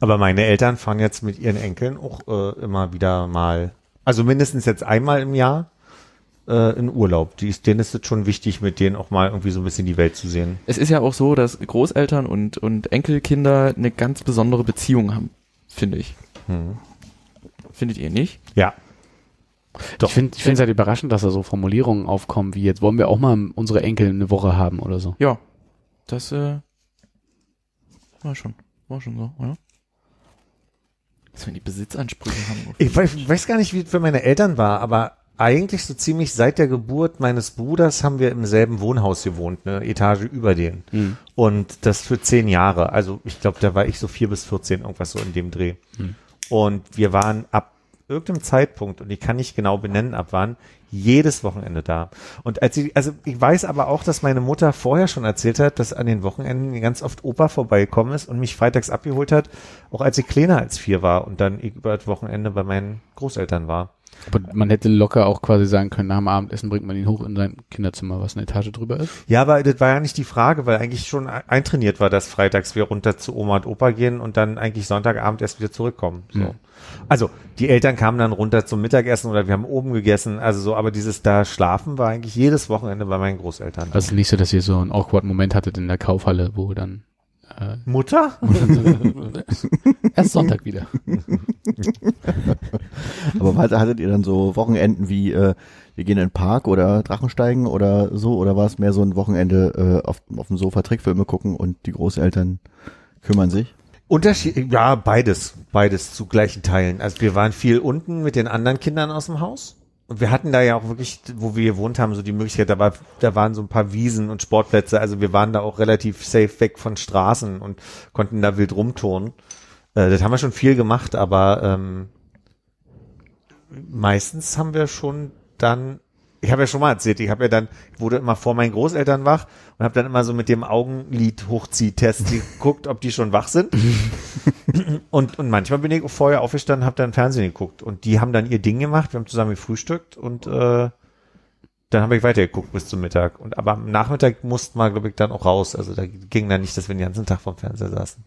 D: Aber meine Eltern fahren jetzt mit ihren Enkeln auch äh, immer wieder mal, also mindestens jetzt einmal im Jahr äh, in Urlaub. Die ist, denen ist es schon wichtig, mit denen auch mal irgendwie so ein bisschen die Welt zu sehen.
B: Es ist ja auch so, dass Großeltern und, und Enkelkinder eine ganz besondere Beziehung haben, finde ich.
D: Hm.
B: Findet ihr nicht?
D: Ja.
E: ich finde ich find's halt überraschend, dass da so Formulierungen aufkommen, wie jetzt wollen wir auch mal unsere Enkel eine Woche haben oder so.
B: Ja. Das äh, war schon. War schon so, ja. Dass wir die Besitzansprüche haben.
D: Ich weiß, weiß gar nicht, wie es für meine Eltern war, aber eigentlich so ziemlich seit der Geburt meines Bruders haben wir im selben Wohnhaus gewohnt, eine Etage über den. Und das für zehn Jahre. Also ich glaube, da war ich so vier bis 14, irgendwas so in dem Dreh. Und wir waren ab irgendeinem Zeitpunkt, und ich kann nicht genau benennen, ab wann, jedes Wochenende da. Und als ich, also ich weiß aber auch, dass meine Mutter vorher schon erzählt hat, dass an den Wochenenden ganz oft Opa vorbeigekommen ist und mich freitags abgeholt hat, auch als ich kleiner als vier war und dann ich über das Wochenende bei meinen Großeltern war.
E: Aber man hätte locker auch quasi sagen können, nach dem Abendessen bringt man ihn hoch in sein Kinderzimmer, was eine Etage drüber ist.
D: Ja, aber das war ja nicht die Frage, weil eigentlich schon e- eintrainiert war, dass freitags wir runter zu Oma und Opa gehen und dann eigentlich Sonntagabend erst wieder zurückkommen. So.
E: Mhm.
D: Also die Eltern kamen dann runter zum Mittagessen oder wir haben oben gegessen, also so, aber dieses da schlafen war eigentlich jedes Wochenende bei meinen Großeltern.
E: Also nicht so, dass ihr so einen awkward Moment hattet in der Kaufhalle, wo dann äh,
D: Mutter?
E: erst Sonntag wieder.
C: Aber was, hattet ihr dann so Wochenenden wie, äh, wir gehen in den Park oder Drachensteigen oder so? Oder war es mehr so ein Wochenende äh, auf, auf dem Sofa Trickfilme gucken und die Großeltern kümmern sich?
D: Unterschied, ja, beides, beides zu gleichen Teilen. Also wir waren viel unten mit den anderen Kindern aus dem Haus. Und wir hatten da ja auch wirklich, wo wir gewohnt haben, so die Möglichkeit, da, war, da waren so ein paar Wiesen und Sportplätze. Also wir waren da auch relativ safe weg von Straßen und konnten da wild rumtouren. Äh, das haben wir schon viel gemacht, aber ähm, meistens haben wir schon dann, ich habe ja schon mal erzählt, ich habe ja dann, ich wurde immer vor meinen Großeltern wach und habe dann immer so mit dem Augenlid hochziehtest geguckt, ob die schon wach sind. und, und manchmal bin ich auch vorher aufgestanden, habe dann Fernsehen geguckt und die haben dann ihr Ding gemacht, wir haben zusammen gefrühstückt und äh, dann habe ich weitergeguckt bis zum Mittag. Und aber am Nachmittag mussten wir, glaube ich, dann auch raus. Also da ging dann nicht, dass wir den ganzen Tag vorm Fernseher saßen.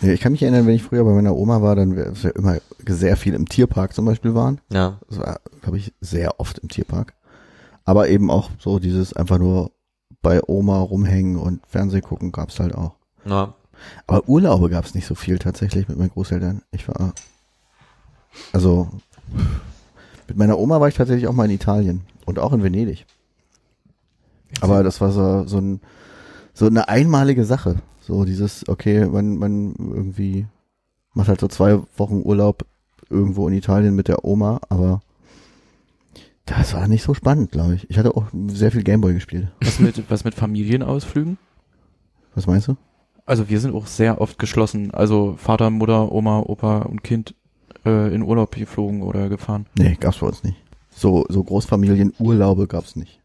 C: Ja, Ich kann mich erinnern, wenn ich früher bei meiner Oma war, dann wir wir immer sehr viel im Tierpark zum Beispiel waren.
D: Ja.
C: Das war, glaube ich, sehr oft im Tierpark. Aber eben auch so dieses einfach nur bei Oma rumhängen und Fernsehen gucken gab's halt auch.
D: Na,
C: Aber Urlaube gab's nicht so viel tatsächlich mit meinen Großeltern. Ich war. Also. Mit meiner Oma war ich tatsächlich auch mal in Italien und auch in Venedig. Aber das war so, so, ein, so eine einmalige Sache. So dieses, okay, man, man irgendwie macht halt so zwei Wochen Urlaub irgendwo in Italien mit der Oma, aber das war nicht so spannend, glaube ich. Ich hatte auch sehr viel Gameboy gespielt.
B: Was mit, was mit Familienausflügen?
C: Was meinst du?
B: Also wir sind auch sehr oft geschlossen. Also Vater, Mutter, Oma, Opa und Kind äh, in Urlaub geflogen oder gefahren.
C: Nee, gab's bei uns nicht. So, so Großfamilienurlaube gab's nicht.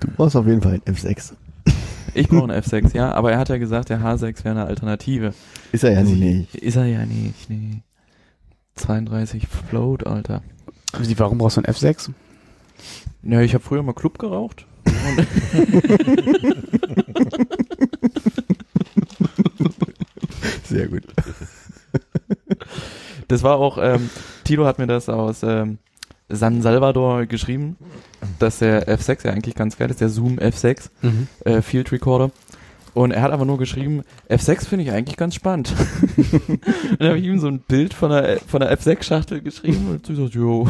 C: Du brauchst auf jeden Fall ein F6.
B: Ich brauche einen F6, ja, aber er hat ja gesagt, der H6 wäre eine Alternative.
C: Ist er ja nun nicht.
B: Ist er ja nicht, nee. 32 Float, Alter.
E: Wie, Warum brauchst du ein F6?
B: Ja, ich habe früher mal Club geraucht.
C: Sehr gut.
B: Das war auch, ähm, Tilo hat mir das aus ähm, San Salvador geschrieben,
E: Mhm.
B: dass der F6 ja eigentlich ganz geil ist, der Zoom F6 äh, Field Recorder. Und er hat aber nur geschrieben, F6 finde ich eigentlich ganz spannend. und dann habe ich ihm so ein Bild von der, von der F6-Schachtel geschrieben und so gesagt, jo.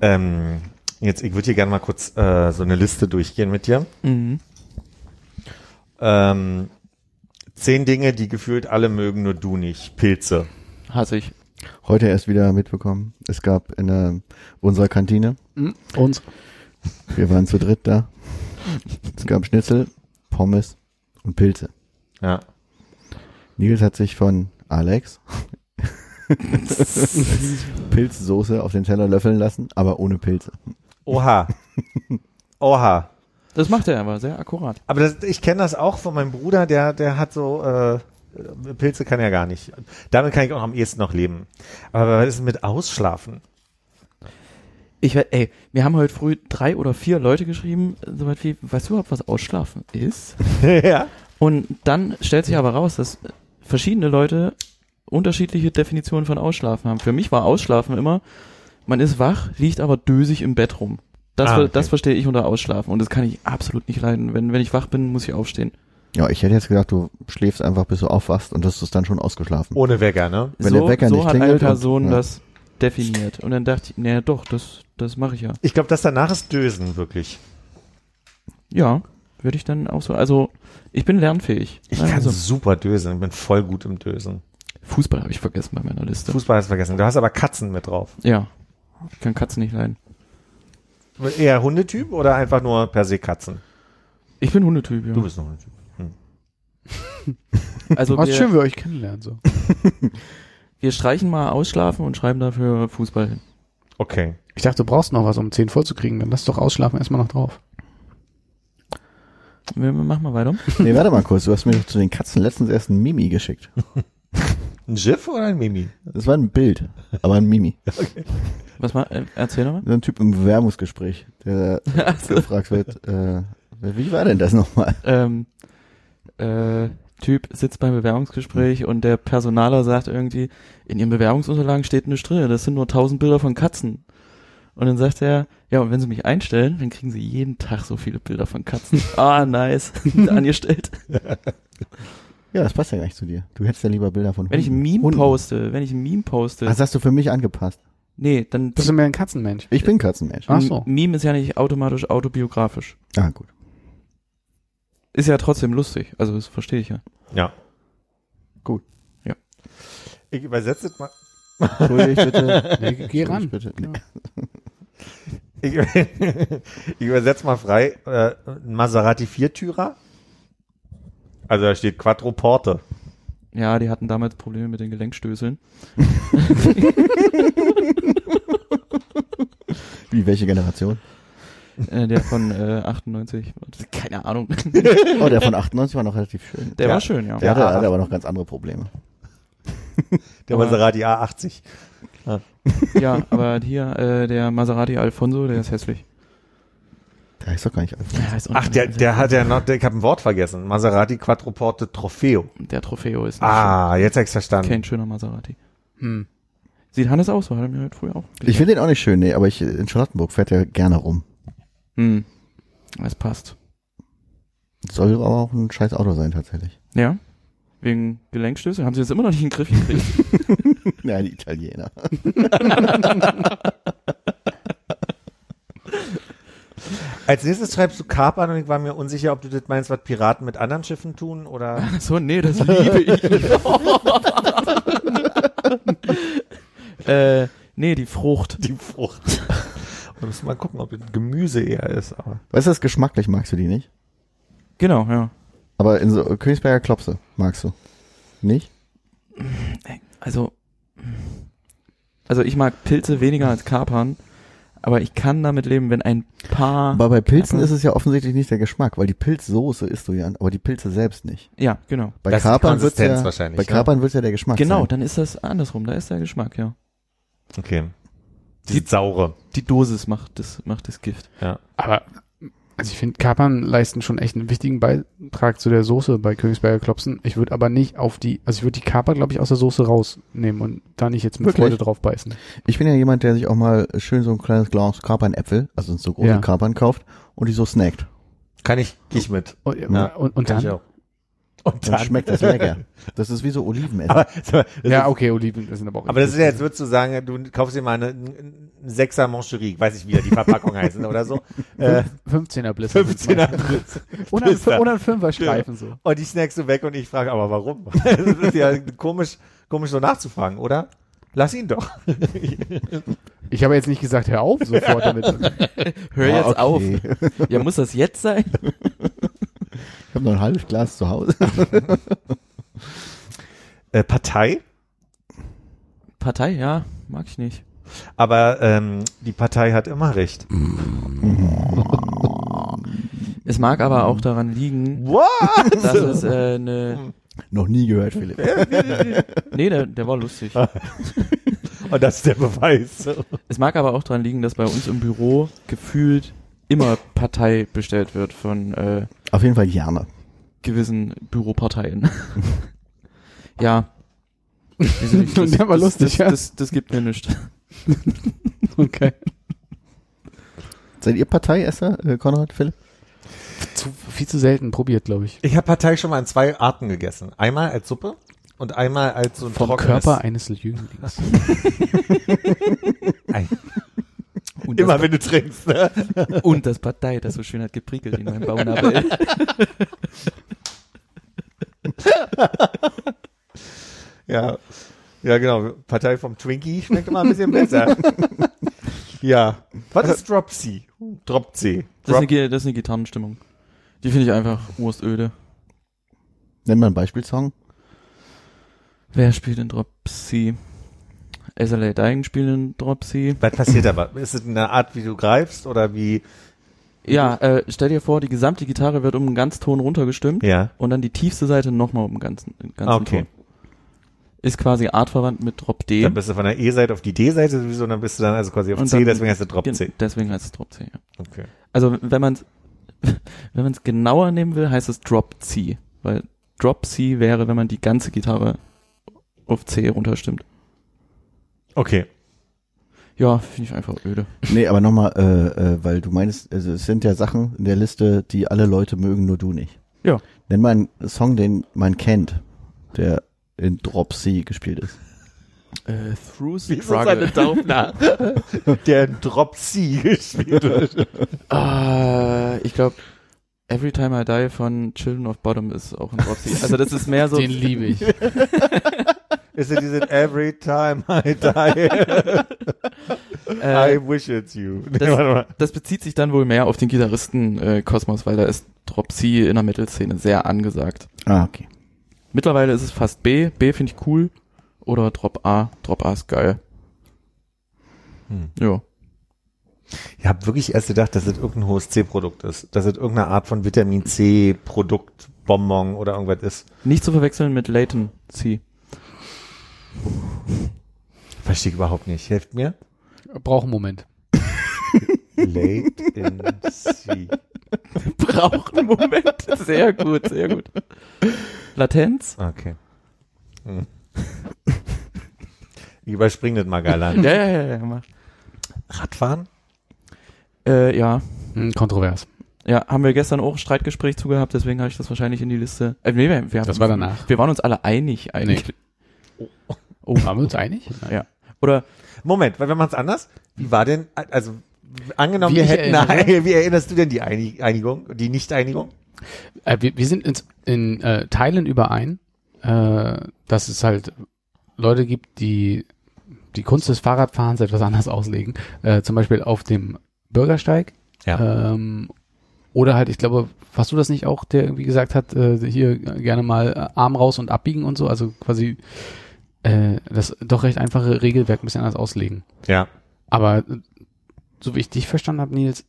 D: Ähm, jetzt, ich würde hier gerne mal kurz äh, so eine Liste durchgehen mit dir.
B: Mhm.
D: Ähm, zehn Dinge, die gefühlt alle mögen, nur du nicht. Pilze.
B: Hasse ich.
C: Heute erst wieder mitbekommen. Es gab in der, unserer Kantine,
E: Hm, Uns.
C: wir waren zu dritt da, es gab Schnitzel, Pommes und Pilze.
D: Ja.
C: Nils hat sich von Alex Pilzsoße auf den Teller löffeln lassen, aber ohne Pilze.
D: Oha. Oha.
B: Das macht er aber sehr akkurat.
D: Aber das, ich kenne das auch von meinem Bruder, der, der hat so, äh, Pilze kann er gar nicht. Damit kann ich auch am ehesten noch leben. Aber was ist denn mit Ausschlafen?
B: Ich we- ey, wir haben heute früh drei oder vier Leute geschrieben, soweit wie, weißt du überhaupt, was Ausschlafen ist?
D: ja.
B: Und dann stellt sich aber raus, dass verschiedene Leute unterschiedliche Definitionen von Ausschlafen haben. Für mich war Ausschlafen immer, man ist wach, liegt aber dösig im Bett rum. Das,
D: Ah,
B: ver-
D: okay.
B: das verstehe ich unter Ausschlafen und das kann ich absolut nicht leiden. Wenn, wenn ich wach bin, muss ich aufstehen.
C: Ja, ich hätte jetzt gedacht, du schläfst einfach, bis du aufwachst und das ist dann schon ausgeschlafen.
D: Ohne Wecker, ne?
C: Wenn
B: so
C: der Wecker
B: so
C: nicht
B: hat eine
C: klingelt und-
B: Person
C: ja.
B: das definiert. Und dann dachte ich, naja doch, das, das mache ich ja.
D: Ich glaube, das danach ist Dösen, wirklich.
B: Ja, würde ich dann auch so. Also ich bin lernfähig.
D: Ich
B: Nein,
D: kann
B: also,
D: super dösen. Ich bin voll gut im Dösen.
B: Fußball habe ich vergessen bei meiner Liste.
D: Fußball hast du vergessen. Du hast aber Katzen mit drauf.
B: ja. Ich kann Katzen nicht leiden.
D: Eher Hundetyp oder einfach nur per se Katzen?
B: Ich bin Hundetyp, ja.
D: Du bist ein Hundetyp.
B: Also
E: Was
B: wir,
E: schön, wir euch kennenlernen. So.
B: wir streichen mal Ausschlafen und schreiben dafür Fußball hin.
D: Okay.
E: Ich dachte, du brauchst noch was, um 10 vollzukriegen. Dann lass doch Ausschlafen erstmal noch drauf.
B: Wir wir machen mal weiter.
C: Nee, warte mal kurz, du hast mir doch zu den Katzen letztens erst ein Mimi geschickt.
D: Ein Schiff oder ein Mimi?
C: Das war ein Bild, aber ein Mimi.
B: Was mal, äh, erzähl nochmal.
C: So ein Typ im Bewerbungsgespräch, der gefragt wird, äh, wie war denn das nochmal?
B: Ähm, äh, Typ sitzt beim Bewerbungsgespräch und der Personaler sagt irgendwie, in ihren Bewerbungsunterlagen steht eine drin, das sind nur 1000 Bilder von Katzen. Und dann sagt er, ja, und wenn sie mich einstellen, dann kriegen sie jeden Tag so viele Bilder von Katzen. ah, nice. Angestellt.
C: Ja, das passt ja gar nicht zu dir. Du hättest ja lieber Bilder von
B: Wenn ich ein
C: Hunden.
B: Meme
C: Hunden.
B: poste, wenn ich ein Meme poste,
E: Also,
C: Das hast du für mich angepasst.
B: nee, dann
E: Bist du mehr ein Katzenmensch?
C: Ich bin Katzenmensch.
B: Ah.
E: Ach so.
B: Meme ist ja nicht automatisch autobiografisch.
C: Ah, gut.
B: Ist ja trotzdem lustig, also das verstehe ich ja.
D: Ja.
C: Gut.
B: Ja.
D: Ich übersetze das mal.
C: Entschuldigt bitte.
E: Nee, geh ran.
C: Bitte.
E: Ja.
D: Ich, ich übersetze mal frei. Äh, ein Maserati Viertürer. Also da steht Quattroporte.
B: Ja, die hatten damals Probleme mit den Gelenkstößeln.
C: Wie, welche Generation?
B: Äh, der von äh, 98. Keine Ahnung.
C: Oh, der von 98 war noch relativ schön.
B: Der
D: Ja.
B: war schön, ja.
C: Der hatte,
D: Ja.
C: hatte aber noch ganz andere Probleme.
D: Der
B: Aber-
D: Maserati A80.
B: Ja, aber hier äh, der Maserati Alfonso, der ist hässlich.
C: Der ist doch gar nicht alt.
B: Der heißt auch
D: Ach,
B: nicht
D: der,
B: mehr.
D: der hat ja noch, der- ich habe ein Wort vergessen. Maserati Quattroporte Trofeo.
B: der Trofeo ist nicht
D: Ah, jetzt habe ich verstanden.
B: schön. kein schöner Maserati.
E: Hm.
B: Sieht Hannes aus, so hat er mir heute früh auch.
C: Ich finde den auch nicht schön, nee, aber ich, in Charlottenburg fährt er gerne rum.
B: Hm. Es passt.
C: Soll aber auch ein scheiß Auto sein, tatsächlich.
B: Ja. Wegen Gelenkstößeln haben sie das immer noch nicht in den Griff gekriegt.
C: Nein, die Italiener.
D: Als nächstes schreibst du Kapern und ich war mir unsicher, ob du das meinst, was Piraten mit anderen Schiffen tun oder.
B: so, nee, das liebe ich. äh, nee, die Frucht.
D: Die Frucht. Wir müssen mal gucken, ob das Gemüse eher ist. Aber
C: Weißt du, das geschmacklich magst du die nicht?
B: Genau, ja.
C: Aber in so Königsberger Klopse magst du. Nicht?
B: Also, also ich mag Pilze weniger als Kapern, aber ich kann damit leben, wenn ein paar.
C: Aber bei Pilzen
B: aber-
C: ist es ja offensichtlich nicht der Geschmack, weil die Pilzsoße isst du ja, aber die Pilze selbst nicht.
B: ja, genau.
C: Bei
D: Das ist die
C: Kapern wird's
D: Konsistenz
C: ja,
D: wahrscheinlich,
C: Bei
D: ne?
C: Kapern wird's ja der Geschmack.
B: Genau,
C: sein.
B: dann ist das andersrum. Da ist der Geschmack, ja.
D: okay. Die, saure.
B: Die Dosis macht das, macht das Gift.
E: Aber Also ich finde, Kapern leisten schon echt einen wichtigen Beitrag zu der Soße bei Königsberger Klopsen. Ich würde aber nicht auf die, also ich würde die Kaper, glaube ich, aus der Soße rausnehmen und da nicht jetzt mit
C: Wirklich?
E: Freude drauf beißen.
C: Ich bin ja jemand, der sich auch mal schön so ein kleines Glas Kapernäpfel, also so große
E: Ja.
C: Kapern kauft und die so snackt.
D: Kann ich, geh ich mit.
E: Und,
C: Ja,
E: und, und
D: Ich
E: dann?
D: auch. Und
C: Dann schmeckt das lecker. Das ist wie so Olivenessen.
D: aber, sag mal, Also, das
E: Ja,
D: ist,
E: okay, Oliven das sind aber auch.
D: aber das ist ja, jetzt würdest du sagen, du kaufst dir mal eine, eine Sechser Mancherie, weiß ich wie die Verpackung heißen oder so. Äh,
E: 15er Blitz.
D: 15er Blitz.
E: Und ein,
D: Blister.
E: und ein 5er Streifen so.
D: Und die snackst du weg und ich frage, aber warum? das ist ja komisch, komisch so nachzufragen, oder? Lass ihn doch.
E: Ich habe jetzt nicht gesagt, hör auf sofort damit.
B: Hör
C: Ah,
B: jetzt
C: okay.
B: auf. Ja, muss das jetzt sein?
C: Ich habe noch ein halbes Glas zu Hause.
D: Äh, Partei?
B: Partei, ja, mag ich nicht.
D: Aber ähm, die Partei hat immer recht.
B: Es mag aber auch daran liegen,
D: What?
B: dass es äh, eine.
C: Noch nie gehört, Philipp.
B: Nee, der, der war lustig.
C: Ah.
D: Und das ist der Beweis.
B: Es mag aber auch daran liegen, dass bei uns im Büro gefühlt immer Partei bestellt wird von äh,
C: Auf jeden Fall gerne.
B: gewissen Büroparteien. ja. Wieso nicht?
E: Und der war lustig,
B: das,
E: ja.
B: das, das, das gibt mir nichts.
E: Okay.
C: Seid ihr Parteiesser, äh, Konrad, Philipp?
E: Zu, viel zu selten probiert, glaube ich.
D: Ich habe Partei schon mal in zwei Arten gegessen. Einmal als Suppe und einmal als so ein
E: Vom
D: trockenes-
E: Körper eines Lügenlings.
D: Ei.
B: Und
D: Immer
B: das,
D: wenn du trinkst. Ne?
B: und das Partei, das so schön hat geprickelt in meinem Bauchnabel.
D: Ja. ja, genau. Partei vom Twinkie schmeckt immer ein bisschen besser. ja. Was ist Dropsy? Dropsy.
B: Das ist eine,
D: Drop
B: Gi- das ist eine Gitarrenstimmung. Die finde ich einfach urstöde.
C: Nenn mal ein Beispielsong.
B: Wer spielt in Drop C? SLA Dying spielt in Drop C.
D: Was passiert aber? Ist es eine Art, wie du greifst oder wie?
B: Ja, äh, stell dir vor, die gesamte Gitarre wird um einen Ganzton runtergestimmt
D: Ja.
B: und dann die tiefste Seite nochmal um einen ganzen, einen ganzen
D: Ah, okay.
B: Ton. Ist quasi artverwandt mit Drop D.
D: E? Dann bist du von der E-Seite auf die D-Seite sowieso und dann bist du dann also quasi auf
B: Und
D: C,
B: dann-
D: deswegen heißt es Drop
B: Gen-
D: C.
B: Deswegen heißt es Drop C, ja.
D: Okay.
B: Also wenn man es wenn man's genauer nehmen will, heißt es Drop C. Weil Drop C wäre, wenn man die ganze Gitarre auf C runterstimmt.
D: Okay.
B: Ja, finde ich einfach öde.
C: Nee, aber nochmal, äh, äh, weil du meinst, also es sind ja Sachen in der Liste, die alle Leute mögen, nur du nicht.
B: Ja.
C: Nenn mal einen Song, den man kennt, der in Drop C gespielt ist.
B: Äh, Through
D: Wie ist das eine Daubner? Der Drop C gespielt wird.
B: Ah, ich glaube, Every Time I Die von Children of Bottom ist auch ein Dropsy. Also das ist mehr so.
E: Den liebe ich.
D: Ist es dieses Every time I die,
B: äh,
D: I wish it's you. Nee,
B: das-
D: warte mal.
B: das bezieht sich dann wohl mehr auf den Gitarristen äh, Kosmos, weil da ist Dropsy in der Metal-Szene sehr angesagt.
C: Ah, okay.
B: Mittlerweile ist es fast B. B finde ich cool. Oder Drop A. Drop A ist geil.
D: Hm.
B: Ja.
D: Ich habe wirklich erst gedacht, dass es irgendein hohes C-Produkt ist. Dass es irgendeine Art von Vitamin C-Produkt, Bonbon oder irgendwas ist.
B: Nicht zu verwechseln mit Leighton C.
D: Verstehe ich überhaupt nicht. Helft mir.
E: Braucht einen Moment.
D: Late in C.
B: Braucht einen Moment. Sehr gut, sehr gut. Latenz?
E: Ah.
D: Okay. Hm. Ich überspringe das mal galant.
B: Ja, ja, ja, ja. mach.
D: Radfahren?
B: Äh, ja.
E: Hm, Kontrovers.
B: Ja, haben wir gestern auch ein Streitgespräch zugehabt, deswegen habe ich das wahrscheinlich in die Liste. Äh, nee, wir, wir haben,
E: Das war danach.
B: Wir waren uns alle einig eigentlich.
E: Oh, waren wir uns einig?
B: Oder
D: Moment, weil wir machen es anders. Wie war denn, also angenommen,
E: Wie
D: wir
E: ich
D: hätten,
E: erinnere?
D: wie erinnerst du denn die Einig- Einigung, die Nicht-Einigung?
E: Äh, wir, wir sind ins, in äh, Teilen überein, äh, dass es halt Leute gibt, die die Kunst des Fahrradfahrens etwas anders auslegen. Äh, zum Beispiel auf dem Bürgersteig.
D: Ja.
E: Ähm, oder halt, ich glaube, warst du das nicht auch, der irgendwie gesagt hat, äh, hier gerne mal äh, Arm raus und abbiegen und so? Also quasi äh, das doch recht einfache Regelwerk ein bisschen anders auslegen.
D: Ja.
E: Aber äh, so wie ich dich verstanden habe, Nils,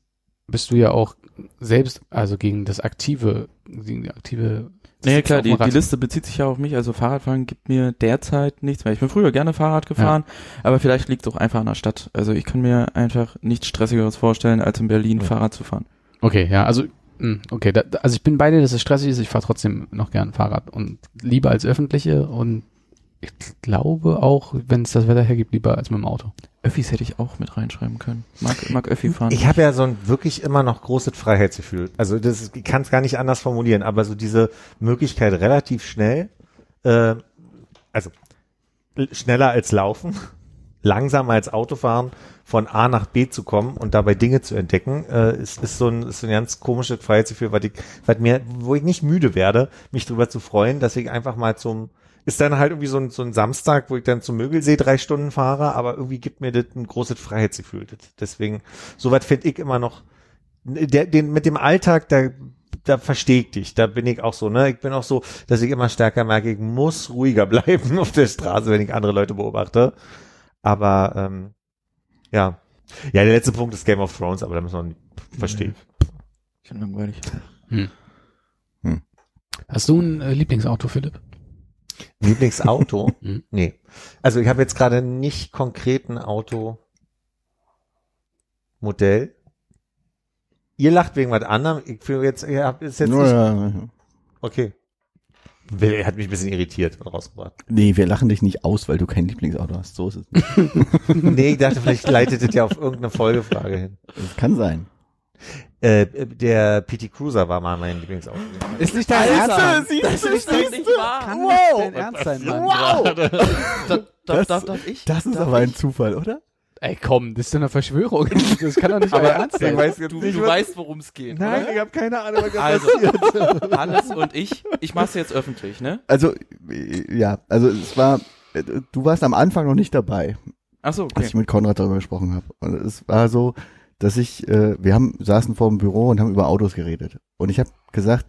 E: bist du ja auch selbst, also gegen das aktive, gegen die aktive.
B: Nee, klar,
E: auf dem
B: die, die
E: Rad.
B: Liste bezieht sich ja auf mich. Also Fahrradfahren gibt mir derzeit nichts mehr. Ich bin früher gerne Fahrrad gefahren, aber vielleicht liegt es auch einfach an der Stadt. Also ich kann mir einfach nichts Stressigeres vorstellen, als in Berlin
D: Ja.
B: Fahrrad zu fahren.
E: Okay, ja, also, mh, okay, da, da- also ich bin bei dir, dass es stressig ist, ich fahre trotzdem noch gern Fahrrad und lieber als öffentliche und ich glaube auch, wenn es das Wetter hergibt, lieber als mit dem Auto.
B: Öffis hätte ich auch mit reinschreiben können. Mag, mag Öffi fahren.
D: Ich habe ja so ein wirklich immer noch großes Freiheitsgefühl. Also das ist, ich kann es gar nicht anders formulieren, aber so diese Möglichkeit relativ schnell, äh, also l- schneller als laufen, langsamer als Autofahren, von A nach B zu kommen und dabei Dinge zu entdecken, äh, ist, ist, so ein, ist so ein ganz komisches Freiheitsgefühl, was ich, was mir, wo ich nicht müde werde, mich darüber zu freuen, dass ich einfach mal zum ist dann halt irgendwie so ein, so ein Samstag, wo ich dann zum Mögelsee drei Stunden fahre, aber irgendwie gibt mir das ein großes Freiheitsgefühl. Das- Deswegen Soweit finde ich immer noch, der, den, mit dem Alltag, da, da verstehe ich dich, da bin ich auch so, ne? Ich bin auch so, dass ich immer stärker merke, ich muss ruhiger bleiben auf der Straße, wenn ich andere Leute beobachte. Aber, ähm, ja. Ja, der letzte Punkt ist Game of Thrones, aber da müssen wir noch nicht verstehen.
B: Ich bin langweilig.
E: Hast du ein äh, Lieblingsauto, Philipp?
D: Lieblingsauto?
E: Mhm.
D: nee. Also ich habe jetzt gerade nicht konkreten Automodell. Ihr lacht wegen was anderem. Ich fühle jetzt, ihr habt ist jetzt
C: Nur, äh,
D: nicht
C: ja.
D: Okay. Will- Er hat mich ein bisschen irritiert und rausgebracht.
C: Nee, wir lachen dich nicht aus, weil du kein Lieblingsauto hast. So ist es. nicht.
D: Nee, ich dachte, vielleicht leitet es ja auf irgendeine Folgefrage hin.
C: Es kann sein.
D: Äh, der PT Cruiser war mal mein Lieblingsauto.
E: Ist nicht dein Ernst?
B: Das ist
G: halt
B: doch nicht wahr.
E: Kann wow. nicht dein Ernst sein, Mann.
G: Darf,
C: Das-
G: darf, darf ich?
C: Das ist aber ein Zufall, oder?
E: Ey, komm, das ist doch eine Verschwörung. Das kann doch nicht euer Ernst sein.
G: Du, du weißt, worum es geht. oder?
D: ich habe keine Ahnung, was
G: Also, Hannes und ich, ich mach's jetzt öffentlich, ne?
C: Also, äh, ja, also es war, äh, du warst am Anfang noch nicht dabei,
G: Ach so,
C: als
G: okay.
C: ich mit Konrad darüber gesprochen habe. Und es war so, dass ich, äh, wir haben, saßen vor dem Büro und haben über Autos geredet. Und ich habe gesagt,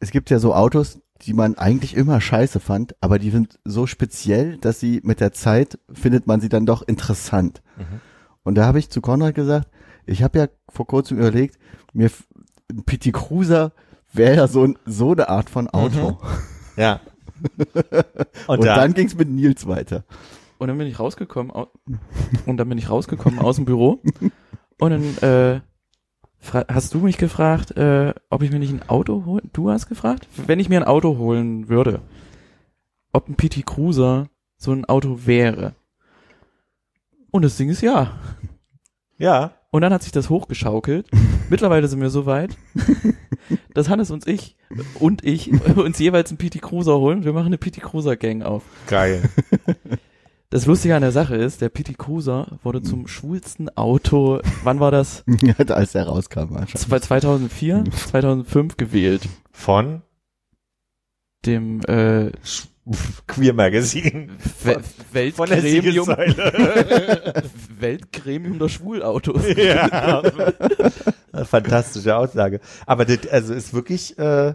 C: es gibt ja so Autos, die man eigentlich immer scheiße fand, aber die sind so speziell, dass sie mit der Zeit findet man sie dann doch interessant.
D: Mhm.
C: Und da habe ich zu Konrad gesagt, ich habe ja vor kurzem überlegt, mir f- ein Petit Cruiser wäre ja so, ein, so eine Art von Auto.
D: Ja. Mhm. Und,
C: Und
D: dann,
C: dann ging's mit Nils weiter.
B: Und dann bin ich rausgekommen au- und dann bin ich rausgekommen aus dem Büro und dann äh, fra- hast du mich gefragt, äh, ob ich mir nicht ein Auto holen. Du hast gefragt, wenn ich mir ein Auto holen würde, ob ein PT Cruiser so ein Auto wäre. Und das Ding ist ja.
D: ja.
B: Und dann hat sich das hochgeschaukelt. Mittlerweile sind wir so weit, dass Hannes und ich und ich uns jeweils einen PT Cruiser holen. Wir machen eine PT Cruiser Gang auf.
D: Geil.
B: Das Lustige an der Sache ist, der PT Cruiser wurde zum schwulsten Auto, wann war das?
C: Ja, als er rauskam. wahrscheinlich.
B: Zwei- 2004, 2005 gewählt.
D: Von
B: Dem äh,
D: Queer Magazine.
B: We
D: Von der
B: Weltgremium,
D: Siegessäule.
B: Weltgremium der Schwulautos.
D: ja. Fantastische Aussage. Aber das, also ist wirklich, äh,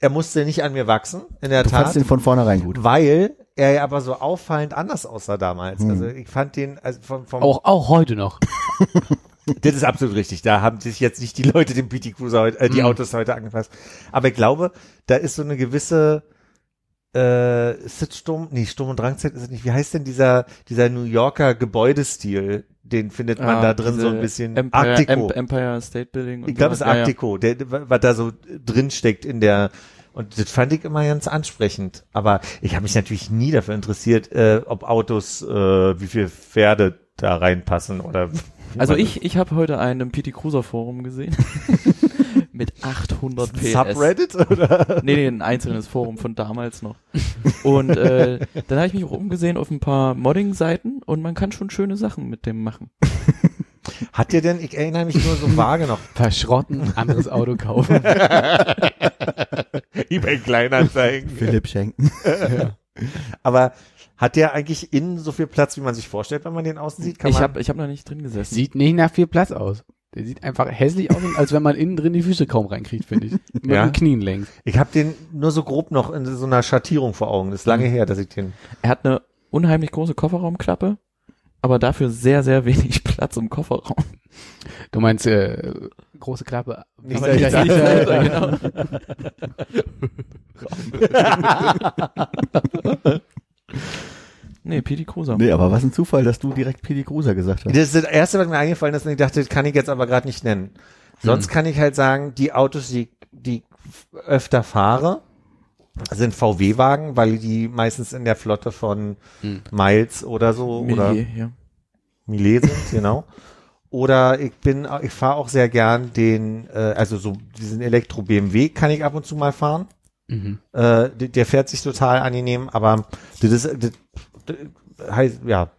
D: er musste nicht an mir wachsen, in der
C: Du
D: Tat.
C: fandst ihn von vornherein gut.
D: weil er ja aber so auffallend anders aussah damals.
C: Hm.
D: Also ich fand den, also vom, vom
E: Auch, auch heute noch.
D: das ist absolut richtig. Da haben sich jetzt nicht die Leute den PT Cruiser heute, äh, die
E: Mhm.
D: Autos heute angefasst. Aber ich glaube, da ist so eine gewisse äh, ist das Sturm, nee, Sturm und Drangzeit ist es nicht. Wie heißt denn dieser, dieser New Yorker Gebäudestil? Den findet man
B: Ah,
D: da drin so ein
B: diese
D: bisschen.
B: Empire,
D: Art Deco.
B: Em- Empire State Building. und
D: Ich glaube, es
B: so.
D: ist Art
B: Ja, ja.
D: Deco, der, was da so drin steckt in der, und das fand ich immer ganz ansprechend. Aber ich habe mich natürlich nie dafür interessiert, äh, ob Autos, äh, wie viele Pferde da reinpassen oder.
B: Also ich, ich habe heute einen im PT Cruiser Forum gesehen. Mit 800 PS.
D: Subreddit oder?
B: Nee, nee, ein einzelnes Forum von damals noch. Und äh, dann habe ich mich auch umgesehen auf ein paar Modding-Seiten und man kann schon schöne Sachen mit dem machen.
D: Hat ihr denn, ich erinnere mich nur so vage noch.
E: Verschrotten, anderes Auto kaufen.
D: eBay Kleinanzeigen.
C: Philipp Schenken.
D: Aber hat der eigentlich innen so viel Platz, wie man sich vorstellt, wenn man den außen sieht? Kann
B: ich
D: man,
B: habe ich hab noch nicht drin gesessen.
E: Sieht nicht nach viel Platz aus. Der sieht einfach hässlich aus, als wenn man innen drin die Füße kaum reinkriegt, finde ich. Mit
D: Ja.
E: den Knien längs.
D: ich habe den nur so grob noch in so einer Schattierung vor Augen. Das ist
B: Mhm.
D: lange her, dass ich den.
B: Er hat eine unheimlich große Kofferraumklappe, aber dafür sehr, sehr wenig Platz im Kofferraum.
E: Du meinst, äh, große Klappe.
D: Nicht
E: Aber
D: dahinter.
E: nicht dahinter, genau.
B: genau. nee, P.D. Cruiser.
C: Nee, aber was ein Zufall, dass du direkt Pili Gruser gesagt hast.
D: Das ist das Erste, was mir eingefallen ist, und ich dachte, das kann ich jetzt aber gerade nicht nennen. Sonst
B: Hm.
D: kann ich halt sagen, die Autos, die, die ich öfter fahre, sind VW-Wagen, weil die meistens in der Flotte von
E: Hm.
D: Miles oder so oder
B: Millier, ja.
D: Milet sind, genau. Oder ich bin, ich fahre auch sehr gern den, äh, also so diesen Elektro-BMW kann ich ab und zu mal fahren.
E: Mhm.
D: Äh, d- der fährt sich total angenehm, aber das ist, das, das heißt, ja,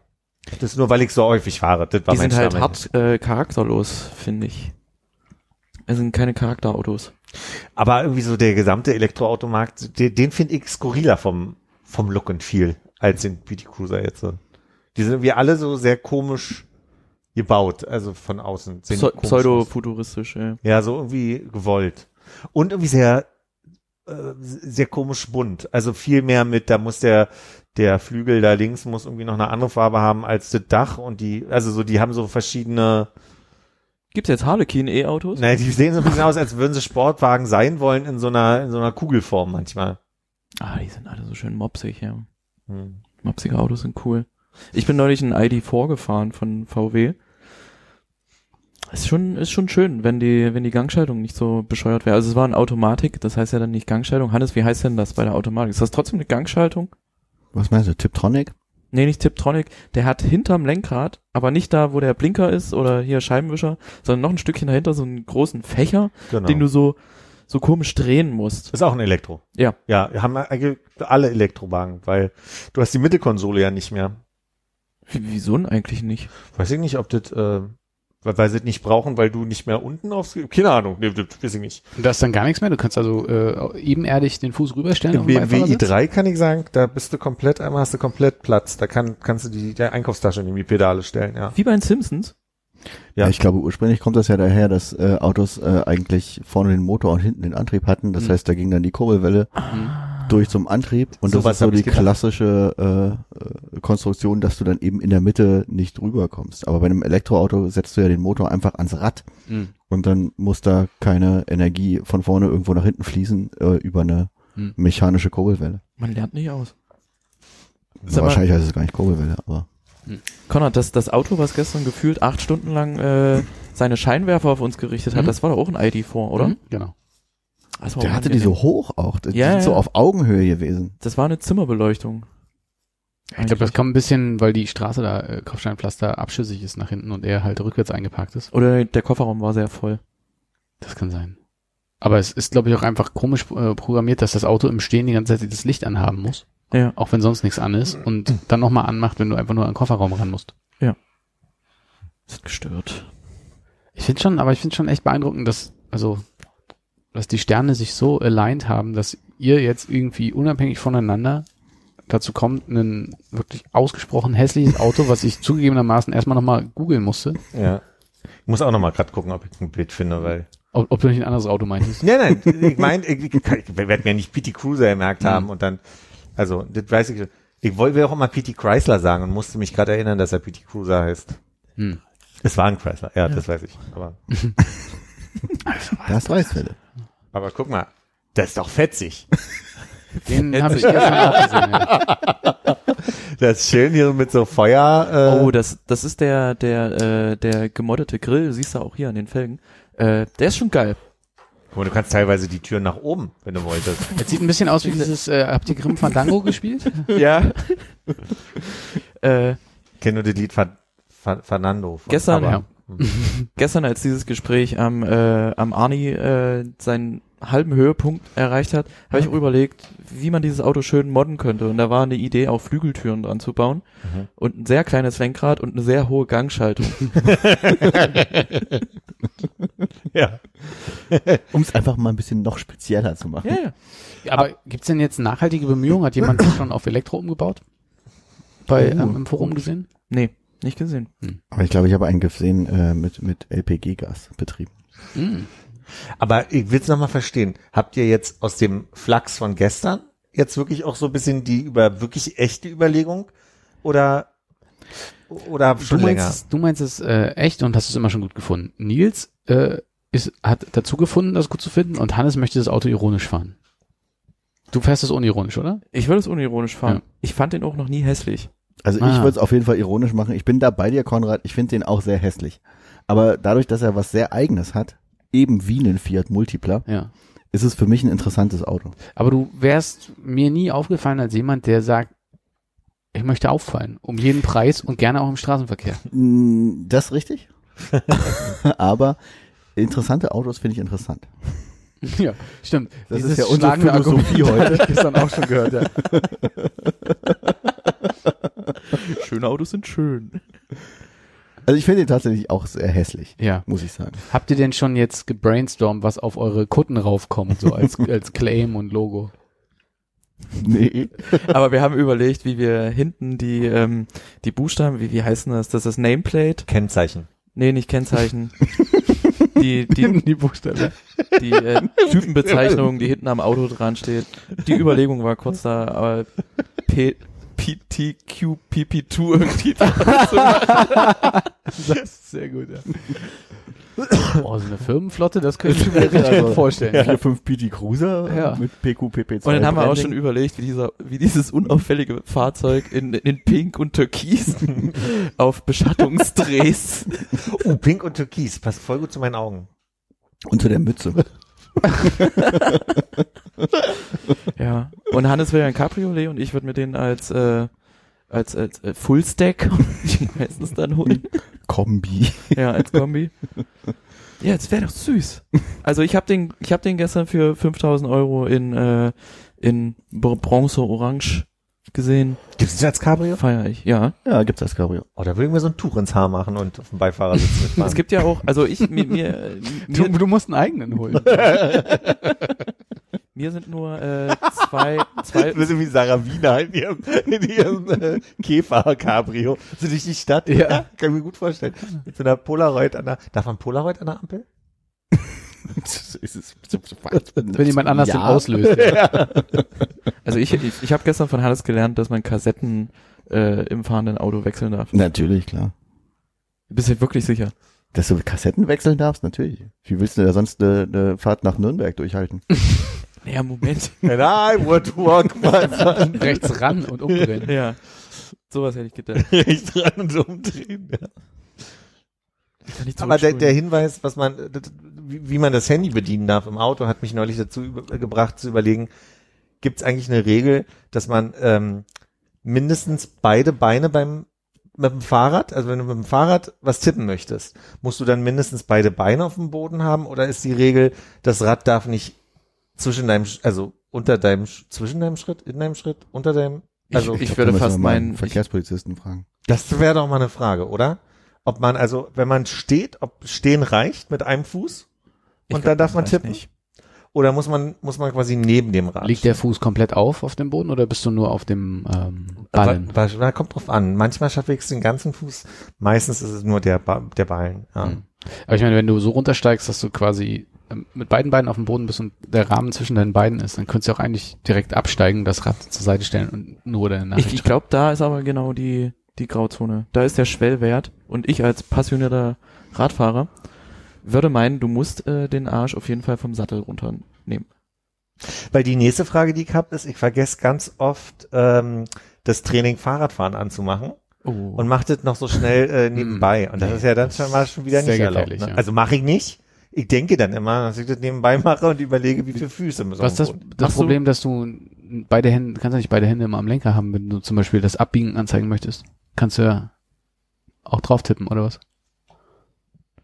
D: das ist nur, weil ich so häufig fahre. Das war
B: Die
D: mein
B: sind halt
D: Stamm.
B: hart äh, charakterlos, finde ich. Es sind keine Charakterautos.
D: Aber irgendwie so der gesamte Elektroautomarkt, den, den finde ich skurriler vom, vom Look and Feel als den PT Cruiser jetzt. so. Die sind irgendwie alle so sehr komisch gebaut, also von außen. Sehen
B: Pse
D: komisch aus.
B: Pseudo-futuristisch, ja.
D: Ja, so irgendwie gewollt. Und irgendwie sehr, äh, sehr komisch bunt. Also viel mehr mit, da muss der, der Flügel da links muss irgendwie noch eine andere Farbe haben als das Dach und die, also so, die haben so verschiedene,
B: Gibt's jetzt Harlequin-E-Autos?
D: naja, die sehen so ein bisschen aus, als würden sie Sportwagen sein wollen in so einer, in so einer Kugelform manchmal.
B: Ah, die sind alle so schön mopsig, ja.
D: Hm.
B: Mopsige Autos sind cool. Ich bin neulich ein ID4 gefahren von VW. Ist schon, ist schon schön, wenn die, wenn die Gangschaltung nicht so bescheuert wäre. Also es war eine Automatik, das heißt ja dann nicht Gangschaltung. Hannes, wie heißt denn das bei der Automatik? Ist das trotzdem eine Gangschaltung?
C: Was meinst du, Tiptronic?
B: Nee, nicht Tiptronic. Der hat hinterm Lenkrad, aber nicht da, wo der Blinker ist oder hier Scheibenwischer, sondern noch ein Stückchen dahinter so einen großen Fächer,
D: Genau.
B: den du so, so komisch drehen musst.
D: ist auch ein Elektro.
B: Ja.
D: Ja, haben eigentlich alle Elektrowagen, weil du hast die Mittelkonsole ja nicht mehr.
B: W- Wieso denn eigentlich nicht?
D: Weiß ich nicht, ob das, äh, weil, weil sie es nicht brauchen, weil du nicht mehr unten aufs, keine Ahnung, nee, das weiß ich nicht.
E: Und da ist dann gar nichts mehr. Du kannst also äh, ebenerdig den Fuß rüberstellen.
D: Im
E: auf dem
D: BMW
E: Beifahrersitz?
D: i3 kann ich sagen, da bist du komplett, einmal hast du komplett Platz. Da kann, kannst du die, die Einkaufstasche in die Pedale stellen, ja.
B: Wie bei den Simpsons?
D: Ja.
C: Ja. Ich glaube, ursprünglich kommt das ja daher, dass äh, Autos äh, eigentlich vorne den Motor und hinten den Antrieb hatten. Das
E: Mhm.
C: heißt, da ging dann die Kurbelwelle durch zum Antrieb. Und
D: Sowas
C: das ist so
D: hab ich
C: die
D: gedacht.
C: klassische äh, äh, Konstruktion, dass du dann eben in der Mitte nicht rüberkommst. Aber bei einem Elektroauto setzt du ja den Motor einfach ans Rad
E: Mhm.
C: und dann muss da keine Energie von vorne irgendwo nach hinten fließen äh, über eine
E: Mhm.
C: mechanische Kurbelwelle.
B: Man lernt nicht aus. Sag mal-
C: Wahrscheinlich heißt es gar nicht Kurbelwelle, aber
B: Konrad, das, das Auto, was gestern gefühlt acht Stunden lang äh, seine Scheinwerfer auf uns gerichtet hat,
E: Mhm.
B: das war doch auch ein ID4, oder?
E: Mhm, Genau.
B: Das war
C: der
B: auch
C: hatte
B: ein-
C: die so hoch auch. Die
B: Ja,
C: sind so
B: ja.
C: auf Augenhöhe gewesen.
B: Das war eine Zimmerbeleuchtung.
E: Ich glaube, das kam ein bisschen, weil die Straße da, äh, Kopfsteinpflaster, abschüssig ist nach hinten und er halt rückwärts eingeparkt ist.
B: Oder der Kofferraum war sehr voll.
E: Das kann sein. Aber es ist, glaube ich, auch einfach komisch äh, programmiert, dass das Auto im Stehen die ganze Zeit das Licht anhaben muss,
B: Ja.
E: auch wenn sonst nichts an ist und dann nochmal anmacht, wenn du einfach nur an den Kofferraum ran musst.
B: Das hat gestört.
E: Ich finde schon, aber ich finde schon echt beeindruckend, dass, also, dass die Sterne sich so aligned haben, dass ihr jetzt irgendwie unabhängig voneinander dazu kommt, ein wirklich ausgesprochen hässliches Auto, was ich zugegebenermaßen erstmal nochmal googeln musste,
D: Ja. Ich muss auch nochmal gerade gucken, ob ich ein Bild finde, weil.
E: ob, ob du nicht ein anderes Auto meintest.
D: Nein, nein, ich meine, ich, ich, kann- ich werde mir nicht PT Cruiser gemerkt haben und dann, also, das weiß ich. Ich wollte auch immer PT Chrysler sagen und musste mich gerade erinnern, dass er PT Cruiser heißt.
E: Hm.
D: Es war ein Chrysler, ja, das weiß ich. Aber,
C: Das weiß Philipp.
D: aber guck mal, das ist doch fetzig.
E: Den habe ich ja schon auch gesehen. Ja.
D: Das ist schön hier mit so Feuer. Äh,
B: Oh, das, das ist der, der, äh, der gemoddete Grill, siehst du auch hier an den Felgen. Äh, der ist schon geil.
D: guck mal, du kannst teilweise die Türen nach oben, wenn du wolltest.
E: Es sieht ein bisschen aus wie dieses, äh, habt ihr Grim Fandango gespielt?
B: Ja. äh,
D: kenne nur das Lied Fa Fa Fernando. von
B: Gestern,
D: ABBA.
E: ja.
B: gestern, als dieses Gespräch am, äh, am Arni äh, seinen halben Höhepunkt erreicht hat, habe ich auch überlegt, wie man dieses Auto schön modden könnte. Und da war eine Idee, auch Flügeltüren dran zu bauen
D: Mhm.
B: und ein sehr kleines Lenkrad und eine sehr hohe Gangschaltung.
D: ja.
C: Um es einfach mal ein bisschen noch spezieller zu machen.
B: ja.
E: Aber gibt's denn jetzt nachhaltige Bemühungen? Hat jemand sich schon auf Elektro umgebaut? Bei
C: Oh.
E: ähm, im Forum gesehen?
B: Nee, nicht gesehen.
C: Aber ich glaube, ich habe einen gesehen äh, mit, mit LPG-Gas betrieben.
E: Hm.
D: Aber ich will's noch nochmal verstehen. Habt ihr jetzt aus dem Flachs von gestern jetzt wirklich auch so ein bisschen die über wirklich echte Überlegung oder oder
E: Du
D: schon
E: meinst,
D: länger?
E: es, du meinst es äh, echt und hast es immer schon gut gefunden. Nils äh, ist, hat dazu gefunden, das gut zu finden und Hannes möchte das Auto ironisch fahren. Du fährst es unironisch, oder?
B: Ich würde es unironisch fahren.
E: Ja.
B: Ich fand den auch noch nie hässlich.
C: Also ich
E: Ah.
C: würde es auf jeden Fall ironisch machen. Ich bin da bei dir, Konrad. Ich finde den auch sehr hässlich. Aber dadurch, dass er was sehr Eigenes hat, eben wie einen Fiat Multipla,
E: Ja.
C: ist es für mich ein interessantes Auto.
E: Aber du wärst mir nie aufgefallen als jemand, der sagt, ich möchte auffallen, um jeden Preis und gerne auch im Straßenverkehr.
C: Mm, Das ist richtig. Aber interessante Autos finde ich interessant.
E: Ja, stimmt.
C: Das ist ja unsere
E: schlagende
C: Philosophie
E: Argument
C: heute.
E: Habe ich gestern auch schon gehört, ja.
F: Schöne Autos sind schön.
C: Also ich finde ihn tatsächlich auch sehr hässlich,
E: ja.
C: muss ich sagen.
E: Habt ihr denn schon jetzt gebrainstormt, was auf eure Kutten raufkommt, so als, als Claim und Logo?
C: Nee.
B: Aber wir haben überlegt, wie wir hinten die, ähm, die Buchstaben, wie, wie heißen das? Das ist das Nameplate?
D: Kennzeichen.
B: Nee, nicht Kennzeichen. Die, die,
E: die Buchstabe.
B: die äh, Typenbezeichnung, die hinten am Auto dran steht. Die Überlegung war kurz da, aber P PTQ, PP2 irgendwie.
E: Das ist sehr gut, ja. Boah, so eine Firmenflotte, das könnte ich mir richtig gut vorstellen.
C: Vier, fünf PT Cruiser
E: Ja.
C: mit PQPP2.
B: Und dann haben wir auch schon
C: Branding.
B: überlegt, wie dieser, wie dieses unauffällige Fahrzeug in, in Pink und Türkis auf Beschattungsdrehs.
D: Oh, pink und türkis. Passt voll gut zu meinen Augen.
C: unter der Mütze.
B: Ja. Und Hannes will ja ein Cabriolet und ich würde mir den als, äh, als, als äh, Fullstack meistens dann holen.
C: Kombi.
B: Ja, als Kombi. Ja, jetzt wäre doch süß. Also ich habe den, ich habe den gestern für 5000 Euro in, äh, in Br- Bronze Orange gesehen.
D: Gibt's das als Cabrio?
B: Feier ich, ja.
C: Ja, gibt's das Cabrio.
D: Oh, da würde ich mir so ein Tuch ins Haar machen und auf dem Beifahrersitz mitfahren.
B: Es gibt ja auch, also ich, mir, mir,
E: Du,
B: mir,
E: du musst einen eigenen holen.
B: mir sind nur äh, zwei, zwei,
D: ein bisschen wie Sarah Wiener in ihrem, in ihrem äh, Käfer-Cabrio. So durch die Stadt.
E: Ja.
D: Kann ich mir gut vorstellen. Mit so einer Polaroid an der, darf man Polaroid an der Ampel?
E: Wenn jemand anders den auslöst. Ja.
B: also ich, ich, ich habe gestern von Hannes gelernt, dass man Kassetten äh, im fahrenden Auto wechseln darf.
C: Natürlich, klar.
B: Bist du wirklich sicher?
C: Dass du Kassetten wechseln darfst, natürlich. Wie willst du da sonst eine, eine Fahrt nach Nürnberg durchhalten?
B: Ja, Moment.
D: And I would walk my son.
E: Rechts ran und umdrehen.
B: ja. Sowas hätte ich gedacht.
D: Rechts ran und umdrehen. Ja.
B: Kann ich
D: Aber der,
B: zurückspulen.
D: der Hinweis, was man, das- wie wie man das Handy bedienen darf im Auto, hat mich neulich dazu über- gebracht zu überlegen, gibt es eigentlich eine Regel, dass man ähm, mindestens beide Beine beim mit dem Fahrrad, also wenn du mit dem Fahrrad was tippen möchtest, musst du dann mindestens beide Beine auf dem Boden haben oder ist die Regel, das Rad darf nicht zwischen deinem, Sch- also unter deinem, Sch- zwischen deinem Schritt, in deinem Schritt, unter deinem, also
B: Ich
C: glaub,
B: würde
C: da müssen wir
B: fast
C: mal
B: meinen-
C: einen Verkehrspolizisten fragen.
D: das wäre doch mal eine Frage, oder? Ob man also, wenn man steht, ob stehen reicht mit einem Fuß
B: Ich
D: und
B: glaub,
D: dann darf
B: das
D: man
B: reicht
D: tippen?
B: nicht.
D: Oder muss man muss man quasi neben dem Rad?
E: Liegt der Fuß komplett auf auf dem Boden oder bist du nur auf dem ähm,
D: Äh,
E: Ballen?
D: Ba- Ba- Na, kommt drauf an. Manchmal schaffe ich es den ganzen Fuß. Meistens ist es nur der ba der Ballen. Ja.
E: Mhm. Aber ich meine, wenn du so runtersteigst, dass du quasi ähm, mit beiden Beinen auf dem Boden bist und der Rahmen zwischen deinen Beinen ist, dann könntest du auch eigentlich direkt absteigen, das Rad zur Seite stellen und nur deine Nachricht.
B: Ich, ich glaube, da ist aber genau die, die Grauzone. Da ist der Schwellwert. Und ich als passionierter Radfahrer würde meinen, du musst äh, den Arsch auf jeden Fall vom Sattel runternehmen.
D: Weil die nächste Frage, die ich habe, ist, ich vergesse ganz oft ähm, das Training Fahrradfahren anzumachen
B: Oh.
D: und mache das noch so schnell äh, nebenbei. Und das ist ja dann schon mal schon wieder
E: Hm. Sehr
D: nicht erlaubt.
E: gefährlich,
D: Ne?
E: ja.
D: Also mache ich nicht. Ich denke dann immer, dass ich das nebenbei mache und überlege, wie viele Füße müssen
E: Was ist
D: auf
E: das,
D: dem Boden.
E: das
B: Machst du-
E: Problem, dass du beide Hände, kannst du nicht beide Hände immer am Lenker haben, wenn du zum Beispiel das Abbiegen anzeigen möchtest? Kannst du ja auch drauf tippen, oder was?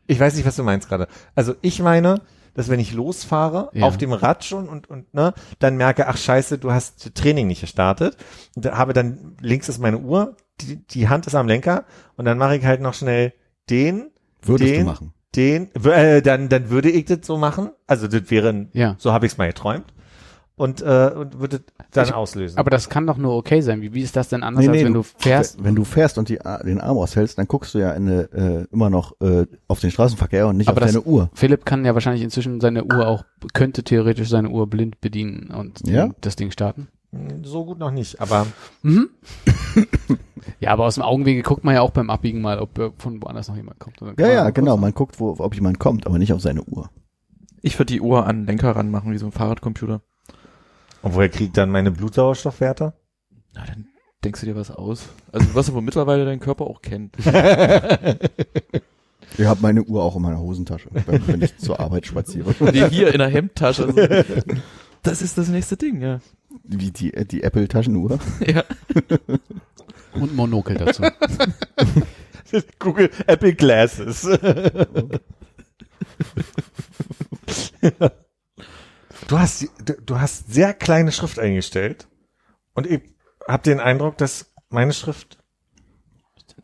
D: Ich weiß nicht, was du meinst gerade. Also ich meine, dass wenn ich losfahre,
E: Ja.
D: auf dem Rad schon und, und ne, dann merke, ach scheiße, du hast Training nicht gestartet. Und da habe dann, links ist meine Uhr, die, die Hand ist am Lenker und dann mache ich halt noch schnell den,
C: Würdest
D: Den-
C: du machen?
D: den, w- äh, dann, dann würde ich das so machen. Also das wäre, ein-
E: Ja.
D: so habe ich es mal geträumt. Und, äh, und würde dann
E: Ich-
D: auslösen.
E: Aber das kann doch nur okay sein. Wie, wie ist das denn anders,
C: Nee,
E: als
C: nee,
E: wenn du fährst?
C: Wenn du fährst und die, Ar- den Arm aushältst, dann guckst du ja in eine, äh, immer noch äh, auf den Straßenverkehr und nicht
E: Aber
C: auf
E: das-
C: deine Uhr.
E: Philipp kann ja wahrscheinlich inzwischen seine Uhr auch, könnte theoretisch seine Uhr blind bedienen und
C: Ja?
E: das Ding starten.
D: so gut noch nicht, aber
E: Mhm. ja, aber aus dem Augenwinkel guckt man ja auch beim Abbiegen mal, ob äh, von woanders noch jemand kommt. Und dann kann
C: Ja,
E: man
C: ja,
E: kurz- ne?
C: genau. Man guckt, wo, ob jemand kommt, aber nicht auf seine Uhr.
B: Ich würde die Uhr an den Lenker ranmachen, wie so ein Fahrradcomputer.
D: und woher kriegt dann meine Blutsauerstoffwerte?
B: Na, dann denkst du dir was aus. Also was wohl mittlerweile dein Körper auch kennt.
C: Ich habe meine Uhr auch in meiner Hosentasche, wenn wenn ich zur Arbeit spaziere.
B: Die hier in der Hemdtasche. So. Das ist das nächste Ding, ja.
C: Wie die, äh, die Apple-Taschenuhr.
B: ja.
E: Und Monokel dazu.
D: Google Apple Glasses. du, hast, die- du, du hast sehr kleine Schrift eingestellt und ich habe den Eindruck, dass meine Schrift,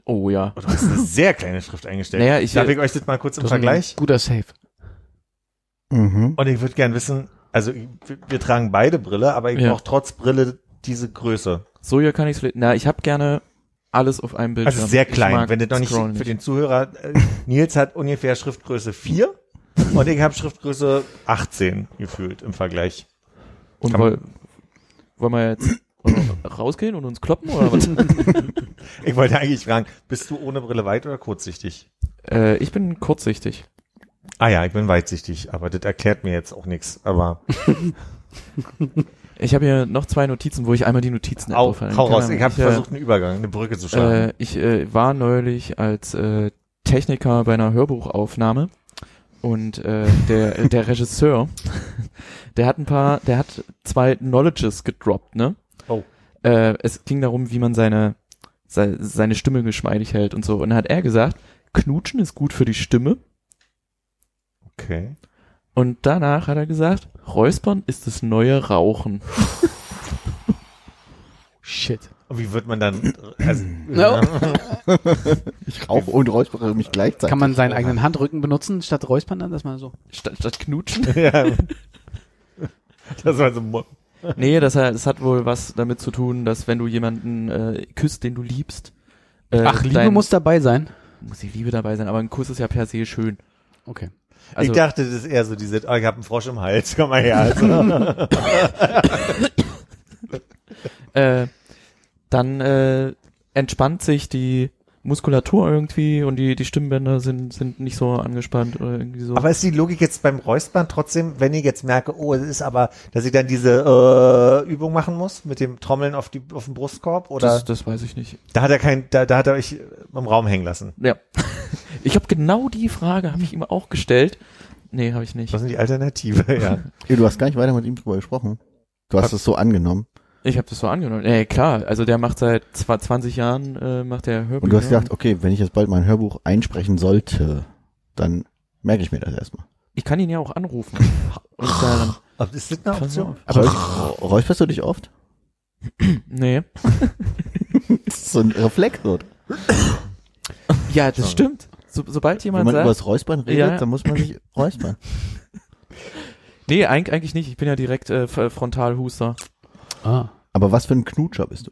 B: Oh ja.
D: oh, du hast eine sehr kleine Schrift eingestellt.
B: Naja, ich-
D: Darf ich euch das mal kurz im
E: Das ist ein
D: Vergleich?
E: Guter Save.
C: Mhm.
D: Und ich würde gern wissen, also ich- wir wir tragen beide Brille, aber ich
B: Ja.
D: brauche trotz Brille diese Größe.
B: So hier kann ich es. Na, ich habe gerne alles auf einem Bildschirm.
D: Also sehr
B: Ich
D: klein,
B: mag
D: wenn du noch nicht
B: Scrollen
D: für den Zuhörer, äh, Nils hat ungefähr Schriftgröße 4 und ich habe Schriftgröße 18 gefühlt im Vergleich.
B: Und
D: Kann man-
B: woll, wollen wir jetzt wollen wir rausgehen und uns kloppen oder was?
D: Ich wollte eigentlich fragen, bist du ohne Brille weit oder kurzsichtig?
B: äh, ich bin kurzsichtig.
D: Ah ja, ich bin weitsichtig, aber das erklärt mir jetzt auch nichts. Aber
B: Ich habe hier noch zwei Notizen, wo ich einmal die Notizen
D: au,
B: aufhalte.
D: hau
B: Keine
D: raus,
B: Ahnung.
D: ich habe
B: äh,
D: versucht, einen Übergang, eine Brücke zu schlagen.
B: Äh, ich äh, war neulich als äh, Techniker bei einer Hörbuchaufnahme und äh, der, äh, der Regisseur, der hat ein paar, der hat zwei Knowledges gedroppt, ne?
D: Oh.
B: Äh, es ging darum, wie man seine, se seine Stimme geschmeidig hält und so. Und da hat er gesagt, Knutschen ist gut für die Stimme.
D: okay.
B: Und danach hat er gesagt, Räuspern ist das neue Rauchen.
E: Shit.
D: Und wie wird man dann? Also,
E: No.
C: Ich rauche und räuspere mich gleichzeitig.
E: Kann man seinen eigenen Handrücken benutzen, statt Räuspern dann, dass man so.
B: Statt, statt Knutschen?
D: ja. Das war so. mo-
B: nee, das, hat- das hat wohl was damit zu tun, dass wenn du jemanden äh, küsst, den du liebst, äh,
E: Ach, Liebe
B: dein-
E: muss dabei sein.
B: muss die Liebe dabei sein, aber ein Kuss ist ja per se schön.
E: Okay.
B: Also,
D: ich dachte, das ist eher so diese. Oh, ich habe einen Frosch im Hals. Komm mal her. Also,
B: äh, dann äh, entspannt sich die Muskulatur irgendwie und die, die Stimmbänder sind, sind nicht so angespannt oder irgendwie so.
D: aber ist die Logik jetzt beim Räuspern trotzdem, wenn ich jetzt merke, oh, es ist aber, dass ich dann diese äh, Übung machen muss mit dem Trommeln auf die auf dem Brustkorb oder?
B: das, das weiß ich nicht.
D: da hat er kein, da, da hat er euch im Raum hängen lassen.
B: Ja. Ich habe genau die Frage, habe ich ihm auch gestellt. Nee, habe ich nicht.
D: Was sind die Alternative? Ja.
C: Ey, du hast gar nicht weiter mit ihm drüber gesprochen. Du hast es so angenommen.
B: Ich habe das so angenommen. Nee, klar, also der macht seit zwa- 20 Jahren, äh, macht der Hörbücher.
C: Und du hast gedacht, oh. okay, wenn ich jetzt bald mein Hörbuch einsprechen sollte, dann merke ich mir das erstmal.
B: ich kann ihn ja auch anrufen. Und ich sage dann,
D: Aber ist das eine
B: pass
D: Option?
B: auf.
C: Aber räusperst du dich oft?
B: Nee.
C: Das ist so ein Reflex. Dort.
B: Ja, das stimmt. So, sobald
C: Wenn
B: jemand
C: man über
B: sagt,
C: das Räuspern redet,
B: Ja.
C: dann muss man sich räuspern.
B: Nee, eig eigentlich nicht. Ich bin ja direkt äh, f- Frontalhuster.
E: Ah.
C: Aber was für ein Knutscher bist du?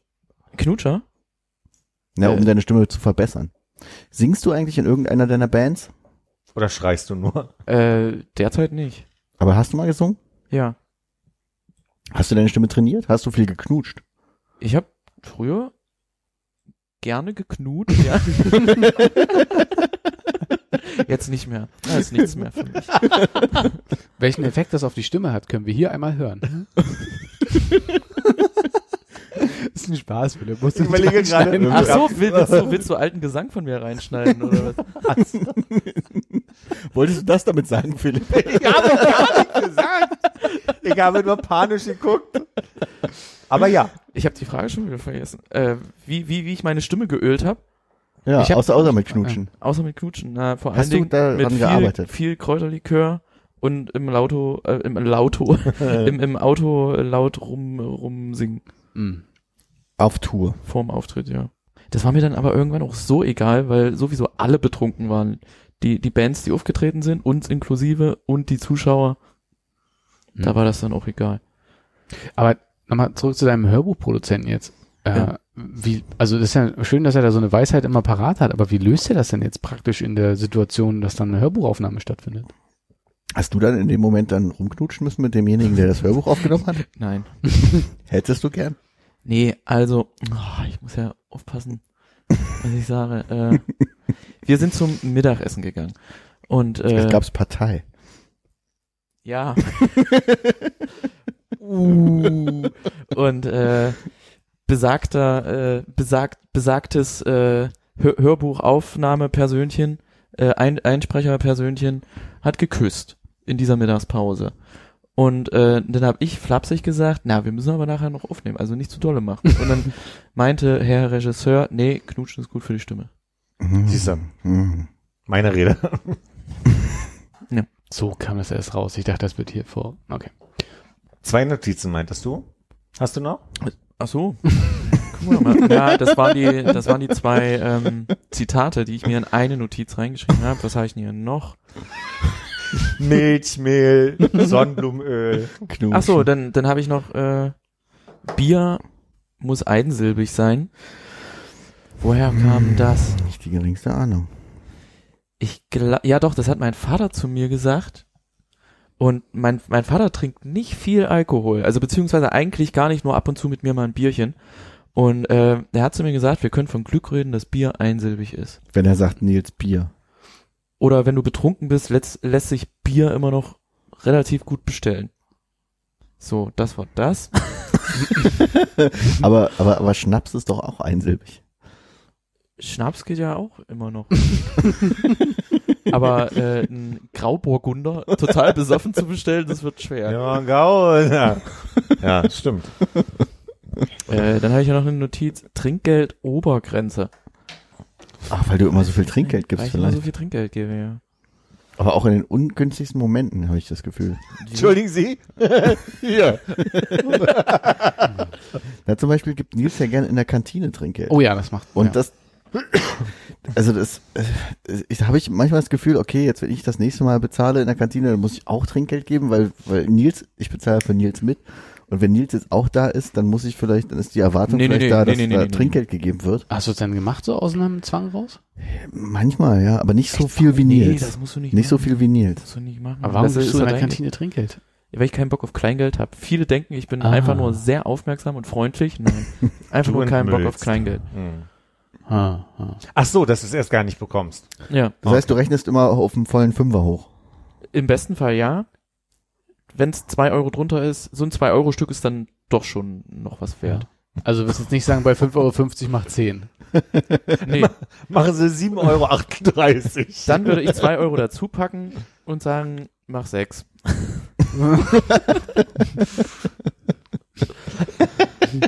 B: Knutscher?
C: Na, um
B: Äh.
C: deine Stimme zu verbessern. Singst du eigentlich in irgendeiner deiner Bands?
D: Oder schreist du nur?
B: Äh, derzeit nicht.
C: Aber hast du mal gesungen?
B: Ja.
C: Hast du deine Stimme trainiert? Hast du viel geknutscht?
B: Ich habe früher gerne geknutscht, ja. Jetzt nicht mehr. Da ist nichts mehr für mich.
E: Welchen Effekt das auf die Stimme hat, können wir hier einmal hören.
D: Mhm.
E: ist ein Spaß, Philipp. Musst du
D: Ich überlege
E: nicht reinschneiden.
D: gerade-
B: Ach so, will, willst, du, willst du alten Gesang von mir reinschneiden oder was?
C: Wolltest du das damit sagen, Philipp?
D: Ich habe gar nicht gesagt. Ich habe nur panisch geguckt. Aber ja,
B: Ich habe die Frage schon wieder vergessen. Äh, wie, wie, wie ich meine Stimme geölt habe,
C: Ja,
E: Ich hab-
C: außer, außer mit Knutschen.
B: außer mit Knutschen. Na, vor
C: Hast du
B: allen Dingen
C: daran
B: mit viel,
C: gearbeitet?
B: viel Kräuterlikör und im Lauto, äh, im Lauto, im, im Auto laut rum, rumsingen
E: Hm.
C: Auf Tour.
B: vorm Auftritt, ja. Das war mir dann aber irgendwann auch so egal, weil sowieso alle betrunken waren. Die, die Bands, die aufgetreten sind, uns inklusive und die Zuschauer. Da
E: Hm.
B: war das dann auch egal.
E: Aber nochmal zurück zu deinem Hörbuchproduzenten jetzt. Äh,
B: Ja.
E: wie, also das ist ja schön, dass er da so eine Weisheit immer parat hat, aber wie löst er das denn jetzt praktisch in der Situation, dass dann eine Hörbuchaufnahme stattfindet?
C: Hast du dann in dem Moment dann rumknutschen müssen mit demjenigen, der das Hörbuch aufgenommen hat?
B: Nein.
C: Hättest du gern?
B: Nee, also, ah, ich muss ja aufpassen, was ich sage. Äh, wir sind zum Mittagessen gegangen. Und äh,
C: Es gab's Partei.
B: Ja. uh. Und äh, besagter, äh, besagt, besagtes äh, Hör Hörbuchaufnahmepersönchen äh, ein Einsprecherpersönchen hat geküsst in dieser Mittagspause. Und äh, dann habe ich flapsig gesagt, na, wir müssen aber nachher noch aufnehmen, also nicht zu dolle machen. Und dann meinte Herr Regisseur, nee, knutschen ist gut für die Stimme.
D: Siehst du,
C: Mhm.
D: meine Rede.
E: So kam das erst raus. Ich dachte, das wird hier vor. Okay.
D: Zwei Notizen meintest du? Hast du noch?
B: Ach so. Guck mal, ja, das waren die, das waren die zwei ähm, Zitate, die ich mir in eine Notiz reingeschrieben habe. Was habe ich denn hier noch?
D: Milchmehl, Sonnenblumenöl.
B: Ach so, dann, dann habe ich noch äh, Bier muss einsilbig sein. Woher kam das?
C: Nicht die geringste Ahnung.
B: Ich gla- ja doch, das hat mein Vater zu mir gesagt. Und mein, mein Vater trinkt nicht viel Alkohol, also beziehungsweise eigentlich gar nicht, nur ab und zu mit mir mal ein Bierchen. Und äh, er hat zu mir gesagt, wir können von Glück reden, dass Bier einsilbig ist.
C: Wenn er sagt Nils Bier.
B: Oder wenn du betrunken bist, lässt, lässt sich Bier immer noch relativ gut bestellen. So, das war das.
C: aber, aber, aber Schnaps ist doch auch einsilbig.
B: Schnaps geht ja auch immer noch. Aber äh, ein Grauburgunder total besoffen zu bestellen, das wird schwer.
D: Ja, Gaul. Ja. ja, stimmt.
B: Äh, dann habe ich ja noch eine Notiz: Trinkgeld Obergrenze.
C: Ach, weil du immer so viel Trinkgeld
B: Weil
C: gibst
B: ich immer
C: vielleicht.
B: so viel Trinkgeld gebe, ja.
C: aber auch in den ungünstigsten Momenten habe ich das Gefühl.
D: Entschuldigen Sie? Hier.
C: Na, zum Beispiel gibt Nils ja gerne in der Kantine Trinkgeld.
E: Oh ja, das macht.
C: Und
E: ja.
C: das, also das, äh, ich habe ich manchmal das Gefühl, okay, jetzt wenn ich das nächste Mal bezahle in der Kantine, dann muss ich auch Trinkgeld geben, weil, weil Nils, ich bezahle für Nils mit. Und wenn Nils jetzt auch da ist, dann muss ich vielleicht, dann ist die Erwartung
B: Nee, nee, nee,
C: vielleicht da,
B: nee,
C: dass
B: nee, nee,
C: da
B: nee, nee.
C: Trinkgeld gegeben wird.
E: Hast du es dann gemacht, so aus einem Zwang raus?
C: Manchmal, ja, aber nicht so viel wie
B: Nee,
C: Nils.
B: das musst du nicht
C: nicht so
B: machen.
C: viel wie Nils.
B: Musst du nicht machen.
E: Mhm. Aber warum
B: Das
E: gibst du in
B: halt
E: der
B: eigentlich-
E: Kantine Trinkgeld?
B: Weil ich keinen Bock auf Kleingeld habe. Viele denken, ich bin
E: Ah.
B: einfach nur sehr aufmerksam und freundlich. Nein. Einfach
D: Du
B: nur keinen Bock auf
D: entmüllst.
B: Kleingeld.
D: Hm.
E: Ah, ah.
D: Ach so, dass du es erst gar nicht bekommst.
B: Ja.
C: Das heißt, du rechnest immer auf einen vollen Fünfer hoch.
B: Im besten Fall ja. Wenn es 2 Euro drunter ist, so ein 2-Euro-Stück ist dann doch schon noch was wert.
E: Also wirst jetzt nicht sagen, bei 5,50 Euro macht 10.
B: Nee,
D: Machen Sie 7,38
B: dann würde ich 2 Euro dazu packen und sagen, mach 6.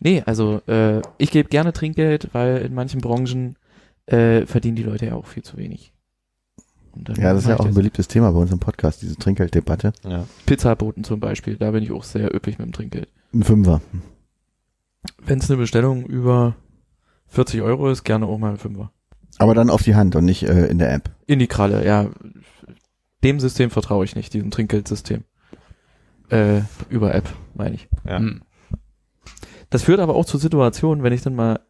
B: nee, also äh, ich gebe gerne Trinkgeld, weil in manchen Branchen äh, verdienen die Leute ja auch viel zu wenig. Und dann
C: Ja, das ist ja
B: reicht
C: auch ein
B: es.
C: beliebtes Thema bei uns im Podcast, diese Trinkgelddebatte.
D: Euro. Ja.
B: Pizzaboten zum Beispiel, da bin ich auch sehr üppig mit dem Trinkgeld.
C: Ein Fünfer.
B: Wenn es eine Bestellung über 40 Euro ist, gerne auch mal ein Fünfer.
C: Aber dann auf die Hand und nicht äh, in der App.
B: In die Kralle, ja. Dem System vertraue ich nicht, diesem Trinkgeldsystem. Äh, über App, meine ich.
D: Ja.
E: Hm.
B: Das führt aber auch zu Situationen, wenn ich dann mal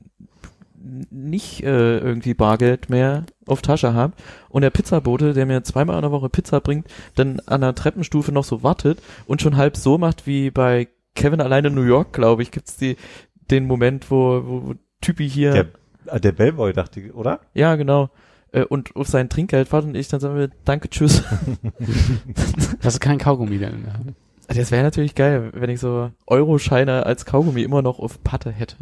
B: n- nicht äh, irgendwie Bargeld mehr auf Tasche habe und der Pizzabote, der mir zweimal in der Woche Pizza bringt, dann an der Treppenstufe noch so wartet und schon halb so macht wie bei Kevin alleine in New York, glaube ich, gibt's die den Moment, wo, wo, wo Typi hier
D: Der, ah, der Bellboy dachte, ich, oder?
B: ja, genau. Äh, und auf sein Trinkgeld warten und ich dann sage, danke, tschüss.
E: Hast du keinen Kaugummi denn in der Hand?
B: Das Also wäre natürlich geil, wenn ich so Euroscheine als Kaugummi immer noch auf Patte hätte.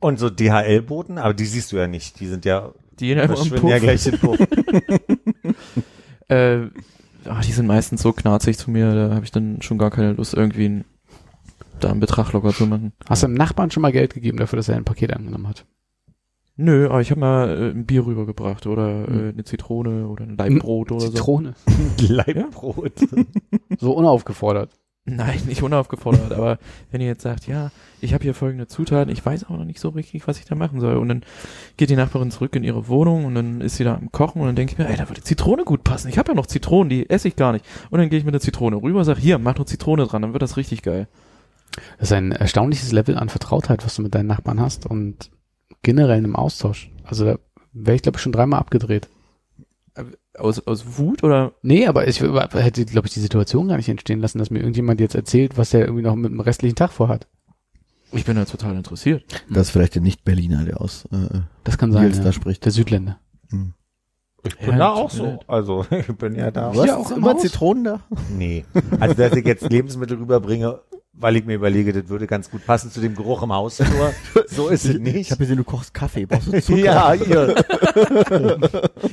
D: Und so DHL-Boten, aber die siehst du ja nicht. Die sind ja,
B: Die gehen einfach im
D: verschwinden ja
B: Puff.
D: gleich in Puff.
B: äh, ach, die sind meistens so knarzig zu mir, da habe ich dann schon gar keine Lust, irgendwie einen, da einen Betrag locker zu machen.
E: Hast du dem Nachbarn schon mal Geld gegeben dafür, dass er ein Paket angenommen hat?
B: Nö, aber ich habe mal äh, ein Bier rübergebracht oder
E: Hm.
B: äh, eine Zitrone oder ein Leibbrot
D: Hm,
B: oder so.
E: Zitrone.
D: Leibbrot.
E: So unaufgefordert.
B: Nein, nicht unaufgefordert, aber wenn ihr jetzt sagt, ja, ich habe hier folgende Zutaten, ich weiß aber noch nicht so richtig, was ich da machen soll. Und dann geht die Nachbarin zurück in ihre Wohnung und dann ist sie da am Kochen und dann denke ich mir, ey, da würde Zitrone gut passen. Ich habe ja noch Zitronen, die esse ich gar nicht. Und dann gehe ich mit der Zitrone rüber und sage, hier, mach noch Zitrone dran, dann wird das richtig geil.
E: Das ist ein erstaunliches Level an Vertrautheit, was du mit deinen Nachbarn hast und generell im Austausch. Also da wäre ich, glaube ich, schon dreimal abgedreht.
B: Aus, aus Wut oder?
E: Nee, aber ich w- hätte, glaube ich, die Situation gar nicht entstehen lassen, dass mir irgendjemand jetzt erzählt, was er irgendwie noch mit dem restlichen Tag vorhat.
B: Ich bin da total interessiert.
C: Das ist vielleicht der Nicht-Berliner, der aus äh,
E: Das kann sein.
C: Nils da
E: Ja.
C: spricht.
E: Der Südländer.
D: Ich
B: Ja, halt,
D: bin da auch
B: tut mir
D: so. Also, ich bin ja da.
E: Was? Ja, auch im Haus.
C: Zitronen da?
D: Nee. Also, dass ich jetzt Lebensmittel rüberbringe, weil ich mir überlege, das würde ganz gut passen zu dem Geruch im Hausflur. So ist es
C: Ich
D: nicht.
C: habe gesehen, du kochst Kaffee. Brauchst du Zucker?
D: Ja, hier.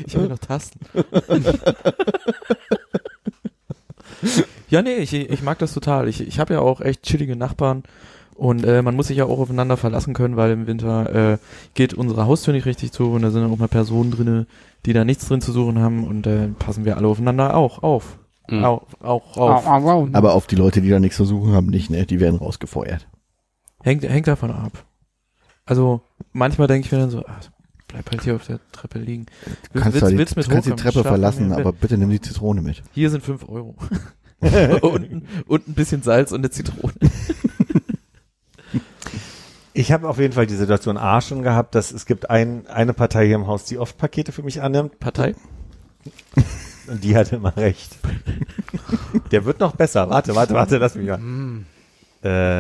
B: Ich will noch Tasten. ja, nee, ich, ich mag das total. Ich, ich habe ja auch echt chillige Nachbarn und äh, man muss sich ja auch aufeinander verlassen können, weil im Winter äh, geht unsere Haustür nicht richtig zu und da sind auch mal Personen drinne, die da nichts drin zu suchen haben und äh, passen wir alle aufeinander auch auf.
E: Mhm.
B: Auch, auch auf.
E: Au, au, au.
C: Aber auf die Leute, die da nichts zu suchen haben, nicht, ne? Die werden rausgefeuert.
B: Hängt, hängt davon ab. Also manchmal denke ich mir dann so, ach, bleib halt hier auf der Treppe liegen.
C: Du kannst, da die,
B: willst mit
C: du kannst die
B: hochkommen?
C: Treppe
B: Schlaf mit
C: verlassen,
B: mir im
C: aber bitte nimm die Zitrone mit.
B: Hier sind fünf Euro. und, und ein bisschen Salz und eine Zitrone.
D: Ich habe auf jeden Fall die Situation A schon gehabt, dass es gibt ein, eine Partei hier im Haus, die oft Pakete für mich annimmt
B: Partei?
D: und die hatte immer recht. Der wird noch besser. Warte, warte, warte, lass mich mal.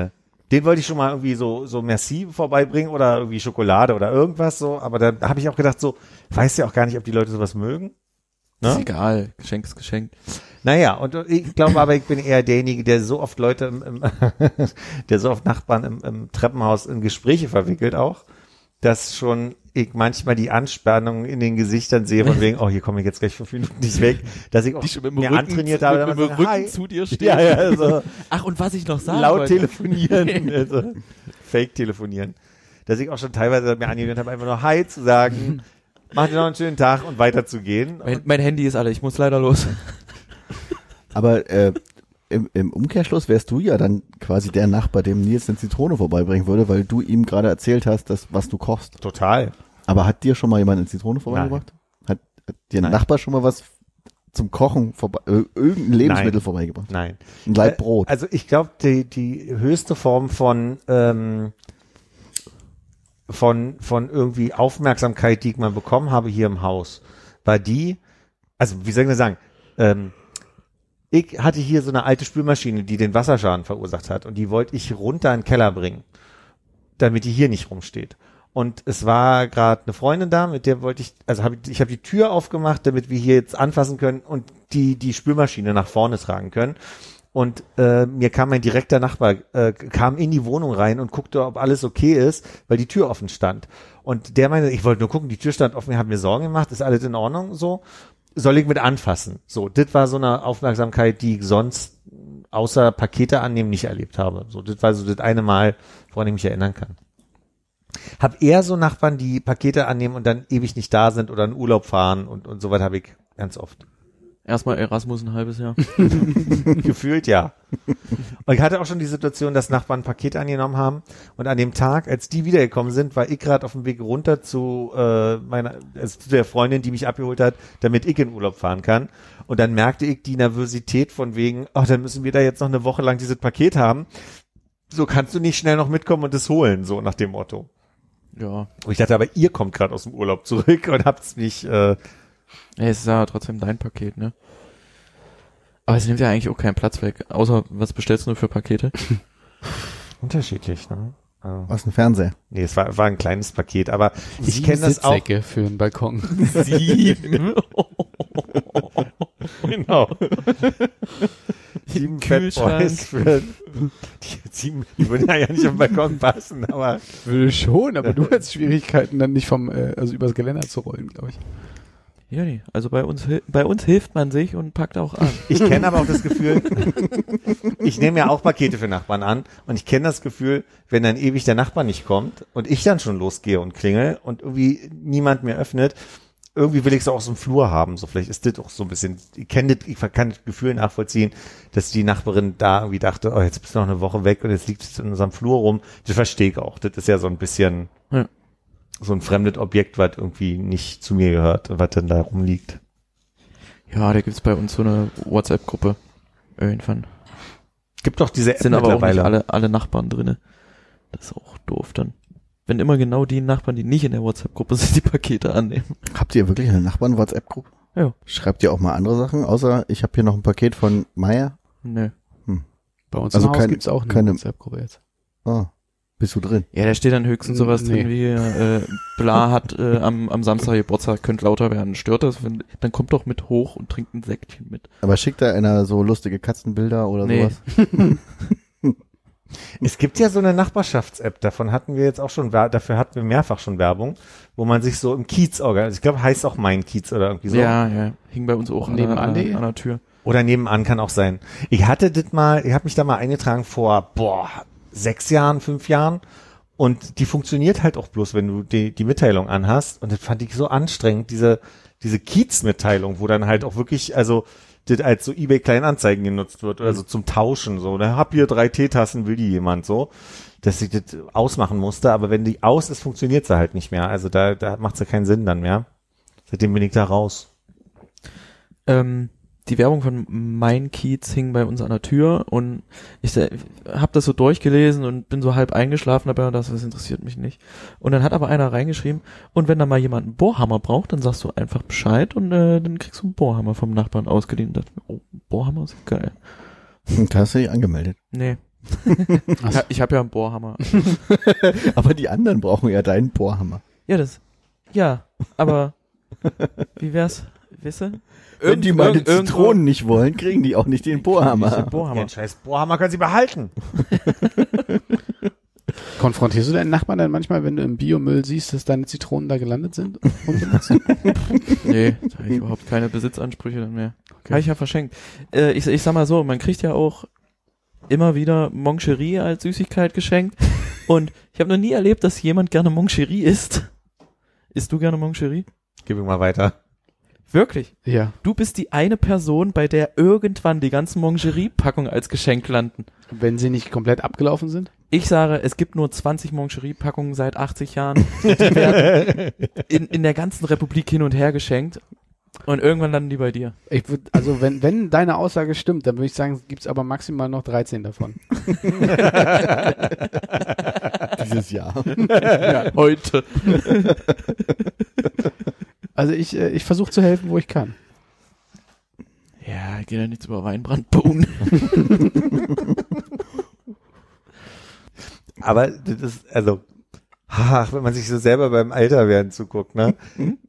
D: Äh, den wollte ich schon mal irgendwie so, so Merci vorbeibringen oder irgendwie Schokolade oder irgendwas so, aber da habe ich auch gedacht so, weiß ja auch gar nicht, ob die Leute sowas mögen.
B: Ist
D: Ne?
B: egal. Geschenk ist Geschenk.
D: Naja, und ich glaube aber, ich bin eher derjenige, der so oft Leute, im, im der so oft Nachbarn im, im Treppenhaus in Gespräche verwickelt auch, dass schon ich manchmal die Anspannung in den Gesichtern sehe, von wegen, oh, hier komme ich jetzt gleich fünf Minuten nicht weg, dass ich auch mir antrainiert habe,
B: mit,
D: dass
B: mit dem
D: man sagt,
B: Rücken
D: "Hi."
B: zu dir stehen.
D: ja, ja,
B: also.
D: so
B: Ach, und was ich noch sagen
D: laut
B: wollte.
D: telefonieren, also Fake telefonieren, dass ich auch schon teilweise mir angewöhnt habe, einfach nur Hi zu sagen, mach dir noch einen schönen Tag und weiterzugehen.
B: Mein, mein Handy ist alle, ich muss leider los.
C: Aber äh, im, im Umkehrschluss wärst du ja dann quasi der Nachbar, dem Nils eine Zitrone vorbeibringen würde, weil du ihm gerade erzählt hast, dass, was du kochst.
D: Total.
C: Aber hat dir schon mal jemand eine Zitrone vorbeigebracht? Hat, hat dir ein
D: Nein.
C: Nachbar schon mal was zum Kochen vorbei, äh, irgendein Lebensmittel
D: Nein.
C: vorbeigebracht?
D: Nein.
C: Ein Leib Brot.
D: Äh, Also ich glaube, die, die höchste Form von, ähm, von, von irgendwie Aufmerksamkeit, die ich mal bekommen habe hier im Haus, war die, also wie soll ich das sagen, ähm, ich hatte hier so eine alte Spülmaschine, die den Wasserschaden verursacht hat und die wollte ich runter in den Keller bringen, damit die hier nicht rumsteht. Und es war gerade eine Freundin da, mit der wollte ich, also habe ich, ich habe die Tür aufgemacht, damit wir hier jetzt anfassen können und die die Spülmaschine nach vorne tragen können. Und äh, mir kam mein direkter Nachbar, äh, kam in die Wohnung rein und guckte, ob alles okay ist, weil die Tür offen stand. Und der meinte, ich wollte nur gucken, die Tür stand offen, hat mir Sorgen gemacht, ist alles in Ordnung so? Soll ich mit anfassen? So, das war so eine Aufmerksamkeit, die ich sonst außer Pakete annehmen nicht erlebt habe. So, das war so das eine Mal, woran ich mich erinnern kann. Hab eher so Nachbarn, die Pakete annehmen und dann ewig nicht da sind oder in Urlaub fahren und, und so weit habe ich ganz oft.
B: Erstmal Erasmus ein halbes Jahr.
D: Gefühlt ja. Und ich hatte auch schon die Situation, dass Nachbarn ein Paket angenommen haben und an dem Tag, als die wiedergekommen sind, war ich gerade auf dem Weg runter zu äh, meiner also zu der Freundin, die mich abgeholt hat, damit ich in Urlaub fahren kann. Und dann merkte ich die Nervosität von wegen, ach, dann müssen wir da jetzt noch eine Woche lang dieses Paket haben. So kannst du nicht schnell noch mitkommen und es holen, so nach dem Motto.
B: Ja.
D: Und ich dachte, aber ihr kommt gerade aus dem Urlaub zurück und habt's nicht. Äh,
B: Ey, es ist ja trotzdem dein Paket, ne? Aber es nimmt ja eigentlich auch keinen Platz weg. Außer, was bestellst du nur für Pakete?
D: Unterschiedlich, ne? Also,
C: Aus dem Fernseher.
D: nee, es war, war ein kleines Paket, aber ich
E: Sieben
D: kenne das auch.
E: Sitzsäcke für den Balkon.
B: Sieben.
D: Genau. sieben Fat
B: Kühlschrank.
D: Boys für die, sieben, die würden ja nicht auf den Balkon passen, aber
E: Würde schon, aber du hättest Schwierigkeiten, dann nicht vom, äh, also übers Geländer zu rollen, glaube ich.
B: Ja, nee. Also bei uns, hil- bei uns hilft man sich und packt auch an.
D: ich kenne aber auch das Gefühl, ich nehme ja auch Pakete für Nachbarn an und ich kenne das Gefühl, wenn dann ewig der Nachbar nicht kommt und ich dann schon losgehe und klingel und irgendwie niemand mehr öffnet, irgendwie will ich es auch aus dem Flur haben, so vielleicht ist das auch so ein bisschen, ich kenne das, ich kann das Gefühl nachvollziehen, dass die Nachbarin da irgendwie dachte, oh, jetzt bist du noch eine Woche weg und jetzt liegt es in unserem Flur rum, das verstehe ich auch, das ist ja so ein bisschen,
B: Ja.
D: so ein fremdes Objekt, was irgendwie nicht zu mir gehört, was denn da rumliegt.
B: Ja, da gibt's bei uns so eine WhatsApp-Gruppe. Irgendwann.
D: Gibt doch diese App
B: Sind aber auch nicht
D: mittlerweile.
B: alle, alle Nachbarn drinne. Das ist auch doof dann. Wenn immer genau die Nachbarn, die nicht in der WhatsApp-Gruppe sind, die Pakete annehmen.
C: Habt ihr wirklich eine Nachbarn-WhatsApp-Gruppe?
B: Ja.
C: Schreibt ihr auch mal andere Sachen, außer ich habe hier noch ein Paket von Meier.
B: Nö.
E: Bei uns
C: Also
E: im Haus
C: keine-
E: gibt's auch eine
C: keine-
E: WhatsApp-Gruppe jetzt.
C: Ah, bist du drin?
B: Ja, da steht dann höchstens sowas drin
E: Nee.
B: wie, äh, Bla hat äh, am, am Samstag Geburtstag, könnt lauter werden. Stört das? Wenn, dann kommt doch mit hoch und trinkt ein Säckchen mit.
C: Aber schickt da einer so lustige Katzenbilder oder
B: Nee.
C: sowas?
D: Es gibt ja so eine Nachbarschafts-App, davon hatten wir jetzt auch schon, wer- dafür hatten wir mehrfach schon Werbung, wo man sich so im Kiez organisiert. Ich glaube, heißt auch mein Kiez oder irgendwie so.
B: Ja, ja. Hing bei uns auch an, der-
E: Nebenan
B: an,
E: die?
B: der- an der Tür.
D: Oder nebenan kann auch sein. Ich hatte das mal, ich habe mich da mal eingetragen vor, boah, sechs Jahren, fünf Jahren. Und die funktioniert halt auch bloß, wenn du die, die Mitteilung anhast. Und das fand ich so anstrengend, diese, diese Kiez-Mitteilung, wo dann halt auch wirklich, also, das als so eBay Kleinanzeigen genutzt wird oder so zum Tauschen, so. Da hab hier drei Teetassen, will die jemand, so. Dass ich das ausmachen musste. Aber wenn die aus ist, funktioniert sie halt nicht mehr. Also da, da macht's ja keinen Sinn dann mehr. Seitdem bin ich da raus.
B: ähm, die Werbung von Mein Kiez hing bei uns an der Tür und ich habe das so durchgelesen und bin so halb eingeschlafen dabei und das, das interessiert mich nicht. Und dann hat aber einer reingeschrieben und wenn da mal jemand einen Bohrhammer braucht, dann sagst du einfach Bescheid und äh, dann kriegst du einen Bohrhammer vom Nachbarn ausgeliehen. Und dachte mir, oh, Bohrhammer ist geil.
C: Da hast du dich angemeldet.
B: Nee. Ja, ich habe ja einen Bohrhammer.
C: Aber die anderen brauchen ja deinen Bohrhammer.
B: Ja, das. Ja, aber wie wär's? Wisse?
C: Wenn die meine Zitronen nicht wollen, kriegen die auch nicht den Bohrhammer.
B: Bohrhammer.
D: Den scheiß Bohrhammer können sie behalten.
E: Konfrontierst du deinen Nachbarn dann manchmal, wenn du im Biomüll siehst, dass deine Zitronen da gelandet sind? Und benutzt?
B: Nee, da habe ich überhaupt keine Besitzansprüche dann mehr. Habe ich ja verschenkt. Äh, ich, ich sag mal so, man kriegt ja auch immer wieder Moncherie als Süßigkeit geschenkt. Und ich habe noch nie erlebt, dass jemand gerne Moncherie isst. Isst du gerne Moncherie?
D: Gib ihm mal weiter.
B: Wirklich.
E: ja.
B: Du bist die eine Person, bei der irgendwann die ganzen Moncherie-Packungen als Geschenk landen.
E: Wenn sie nicht komplett abgelaufen sind?
B: Ich sage, es gibt nur 20 Moncherie-Packungen seit 80 Jahren. Die werden in, in der ganzen Republik hin und her geschenkt. Und irgendwann landen die bei dir.
E: Ich würd, also wenn, wenn deine Aussage stimmt, dann würde ich sagen, gibt's aber maximal noch 13 davon.
C: Dieses Jahr.
B: heute.
E: Also ich, äh, ich versuche zu helfen, wo ich kann.
B: Ja, geht ja nichts über Weinbrandbohnen.
D: Aber das ist, also, ach, wenn man sich so selber beim Älterwerden zuguckt, ne?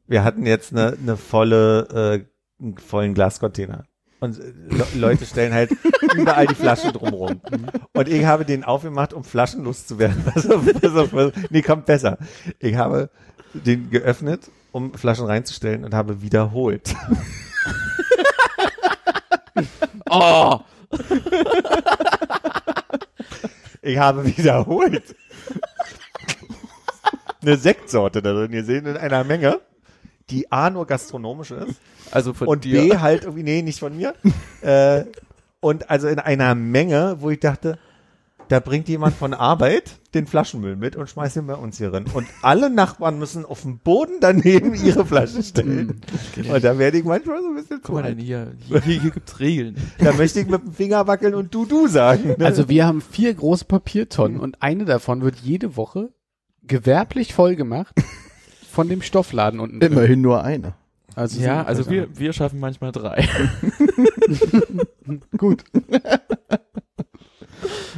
D: Wir hatten jetzt eine, eine volle, äh, einen vollen Glascontainer. Und äh, Le Leute stellen halt überall die Flaschen drumrum. Und ich habe den aufgemacht, um flaschenlos zu werden. Also, also, nee, kommt besser. Ich habe den geöffnet, um Flaschen reinzustellen und habe wiederholt.
B: Oh!
D: Ich habe wiederholt. Eine Sektsorte da drin, ihr seht in einer Menge, die A nur gastronomische ist
B: Also von
D: und
B: dir.
D: B halt irgendwie, nee, nicht von mir. äh, und also in einer Menge, wo ich dachte, da bringt jemand von Arbeit den Flaschenmüll mit und schmeißt ihn bei uns hier rein. Und alle Nachbarn müssen auf dem Boden daneben ihre Flaschen
B: Mhm.
E: Mhm.
D: stellen. Und da werde ich manchmal so ein bisschen
B: Guck mal denn
D: zu.
B: hier. Hier, hier, hier gibt's Regeln.
D: Da möchte ich mit dem Finger wackeln und du du sagen. ne?
E: Also wir haben vier große
B: Mhm.
E: Papiertonnen und eine davon wird jede Woche gewerblich voll gemacht von dem Stoffladen unten. drin.
C: Immerhin nur einer.
E: Also
B: Ja,
E: sind-
B: also wir, wir schaffen manchmal drei.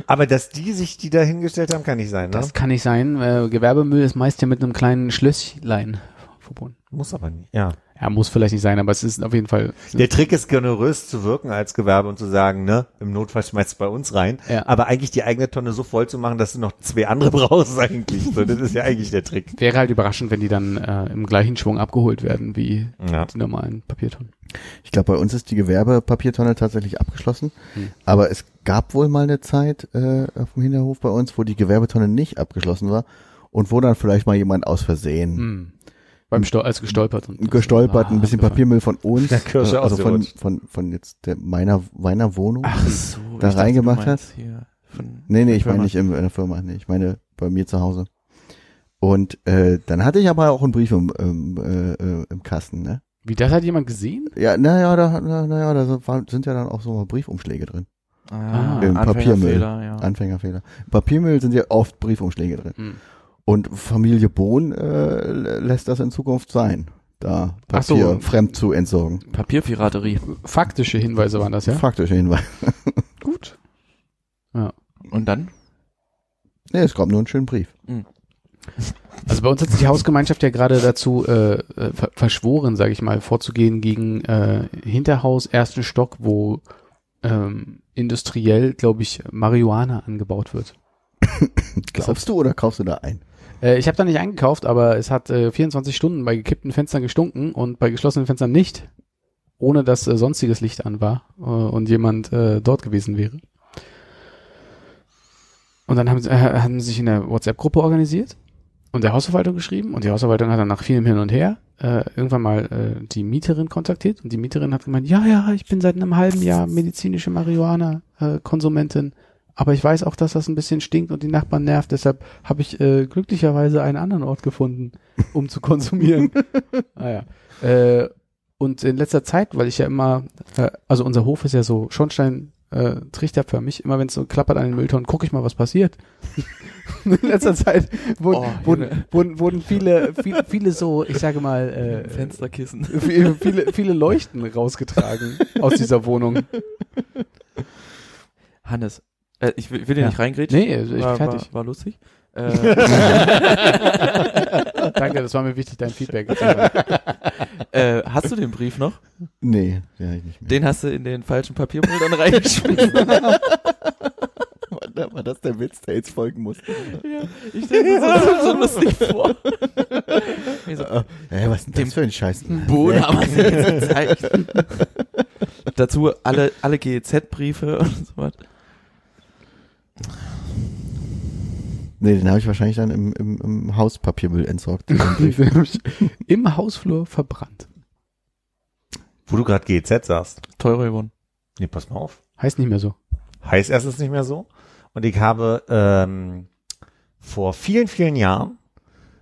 D: Aber dass die sich die da hingestellt haben, kann nicht sein. Ne?
E: Das kann nicht sein. Äh, Gewerbemüll ist meist ja mit einem kleinen Schlösslein verbunden.
D: muss aber nicht. Ja.
E: Ja, muss vielleicht nicht sein, aber es ist auf jeden Fall.
D: Der Trick ist, generös zu wirken als Gewerbe und zu sagen, ne, im Notfall schmeißt es bei uns rein.
E: Ja.
D: Aber eigentlich die eigene Tonne so voll zu machen, dass du noch zwei andere brauchst eigentlich. So, das ist ja eigentlich der Trick.
E: Wäre halt überraschend, wenn die dann äh, im gleichen Schwung abgeholt werden wie
D: Ja.
E: die normalen Papiertonnen.
C: Ich glaube, bei uns ist die Gewerbepapiertonne tatsächlich abgeschlossen. Aber es gab wohl mal eine Zeit äh, auf dem Hinterhof bei uns, wo die Gewerbetonne nicht abgeschlossen war und wo dann vielleicht mal jemand aus Versehen
E: Hm. Beim Stol als gestolpert und
C: gestolpert, ein
E: Ah,
C: bisschen
E: abgefahren.
C: Papiermüll von uns,
D: Der Kirsche
C: äh, also von,
D: ausgerutscht.
C: von, von jetzt der, meiner, meiner Wohnung.
B: so. ich
C: Da
B: dachte,
C: reingemacht
B: du meinst Hier von
C: Nee, nee, ich
B: Firma.
C: meine nicht in der Firma, nee, ich meine bei mir zu Hause. Und äh, dann hatte ich aber auch einen Brief im, im, äh, äh, im Kasten, ne?
E: Wie das hat jemand gesehen?
C: Ja, naja, da, na, naja, da sind- waren- sind ja dann auch so mal Briefumschläge drin.
B: ah,
C: Im Papiermüll.
B: Anfängerfehler, Ja.
C: Anfängerfehler. Papiermüll sind ja oft Briefumschläge drin.
E: Hm.
C: Und Familie Bohn äh, lässt das in Zukunft sein, da
E: Ach so.
C: Papier fremd zu entsorgen.
B: Papierpiraterie.
E: Faktische Hinweise waren das, ja?
C: Faktischer Hinweis.
E: Gut.
B: Und dann?
C: Nee, es gab nur einen schönen Brief.
E: Also bei uns hat sich die Hausgemeinschaft ja gerade dazu äh, äh, ver verschworen, sage ich mal, vorzugehen gegen äh, Hinterhaus, ersten Stock, wo ähm, industriell, glaube ich, Marihuana angebaut wird.
C: Glaubst du oder kaufst du da ein?
E: Äh, ich habe da nicht eingekauft, aber es hat äh, 24 Stunden bei gekippten Fenstern gestunken und bei geschlossenen Fenstern nicht, ohne dass äh, sonstiges Licht an war äh, und jemand äh, dort gewesen wäre. Und dann haben sie, äh, haben sie sich in der WhatsApp-Gruppe organisiert und der Hausverwaltung geschrieben und die Hausverwaltung hat dann nach vielem Hin und Her äh, irgendwann mal äh, die Mieterin kontaktiert und die Mieterin hat gemeint, ja, ja, ich bin seit einem halben Jahr medizinische Marihuana-Konsumentin, aber ich weiß auch, dass das ein bisschen stinkt und die Nachbarn nervt, deshalb habe ich äh, glücklicherweise einen anderen Ort gefunden, um zu konsumieren. naja. Äh, und in letzter Zeit, weil ich ja immer, äh, also unser Hof ist ja so Schornstein, äh, trichterförmig, immer wenn es so klappert an den Mülltonnen, gucke ich mal, was passiert. in letzter Zeit wurden,
B: Oh,
E: wurden,
B: Junge.
E: wurden, wurden viele, viele, viele so, ich sage mal, äh,
B: Fensterkissen.
E: viele, viele- viele Leuchten rausgetragen aus dieser Wohnung.
B: Hannes, äh, ich will, ich will dir
E: Ja.
B: nicht reingrätschen.
E: Nee, ich bin
B: war,
E: fertig.
B: War, war lustig. Äh,
E: Danke, das war mir wichtig, dein Feedback. zu hören.
B: äh, hast du den Brief noch?
C: Nee, ja, ich nicht mehr.
B: Den hast du in den falschen Papierbildern reingeschmissen.
C: War das der Witz, der jetzt folgen muss?
B: Ich stelle mir das so, so lustig vor.
C: Äh, äh, was ist denn
B: Dem- Hm.
C: das für ein Scheiß?
B: Boden haben wir sie jetzt gezeigt. Dazu alle, alle GEZ-Briefe und so was.
C: Nee, den habe ich wahrscheinlich dann im, im, im Hauspapiermüll entsorgt. den Brief.
E: Im Hausflur verbrannt.
D: Wo du gerade GZ sagst.
B: Teure Yvonne.
D: Nee, pass mal auf.
E: Heißt nicht mehr so.
D: Heißt erstens nicht mehr so. Und ich habe ähm, vor vielen, vielen Jahren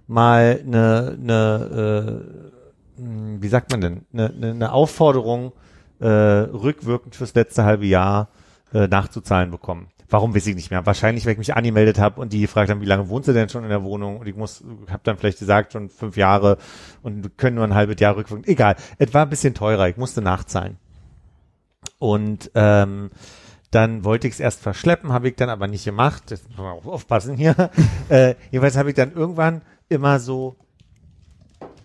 D: mal eine, eine äh, mh, wie sagt man denn, eine, eine, eine Aufforderung äh, rückwirkend fürs letzte halbe Jahr äh, nachzuzahlen bekommen. Warum weiß ich nicht mehr. Wahrscheinlich, weil ich mich angemeldet habe und die gefragt haben, wie lange wohnst du denn schon in der Wohnung? Und ich muss, habe dann vielleicht gesagt, schon fünf Jahre und wir können nur ein halbes Jahr rückwirkend. Egal, es war ein bisschen teurer, ich musste nachzahlen. Und ähm, dann wollte ich es erst verschleppen, habe ich dann aber nicht gemacht. Jetzt muss man auch aufpassen hier. äh, jedenfalls habe ich dann irgendwann immer so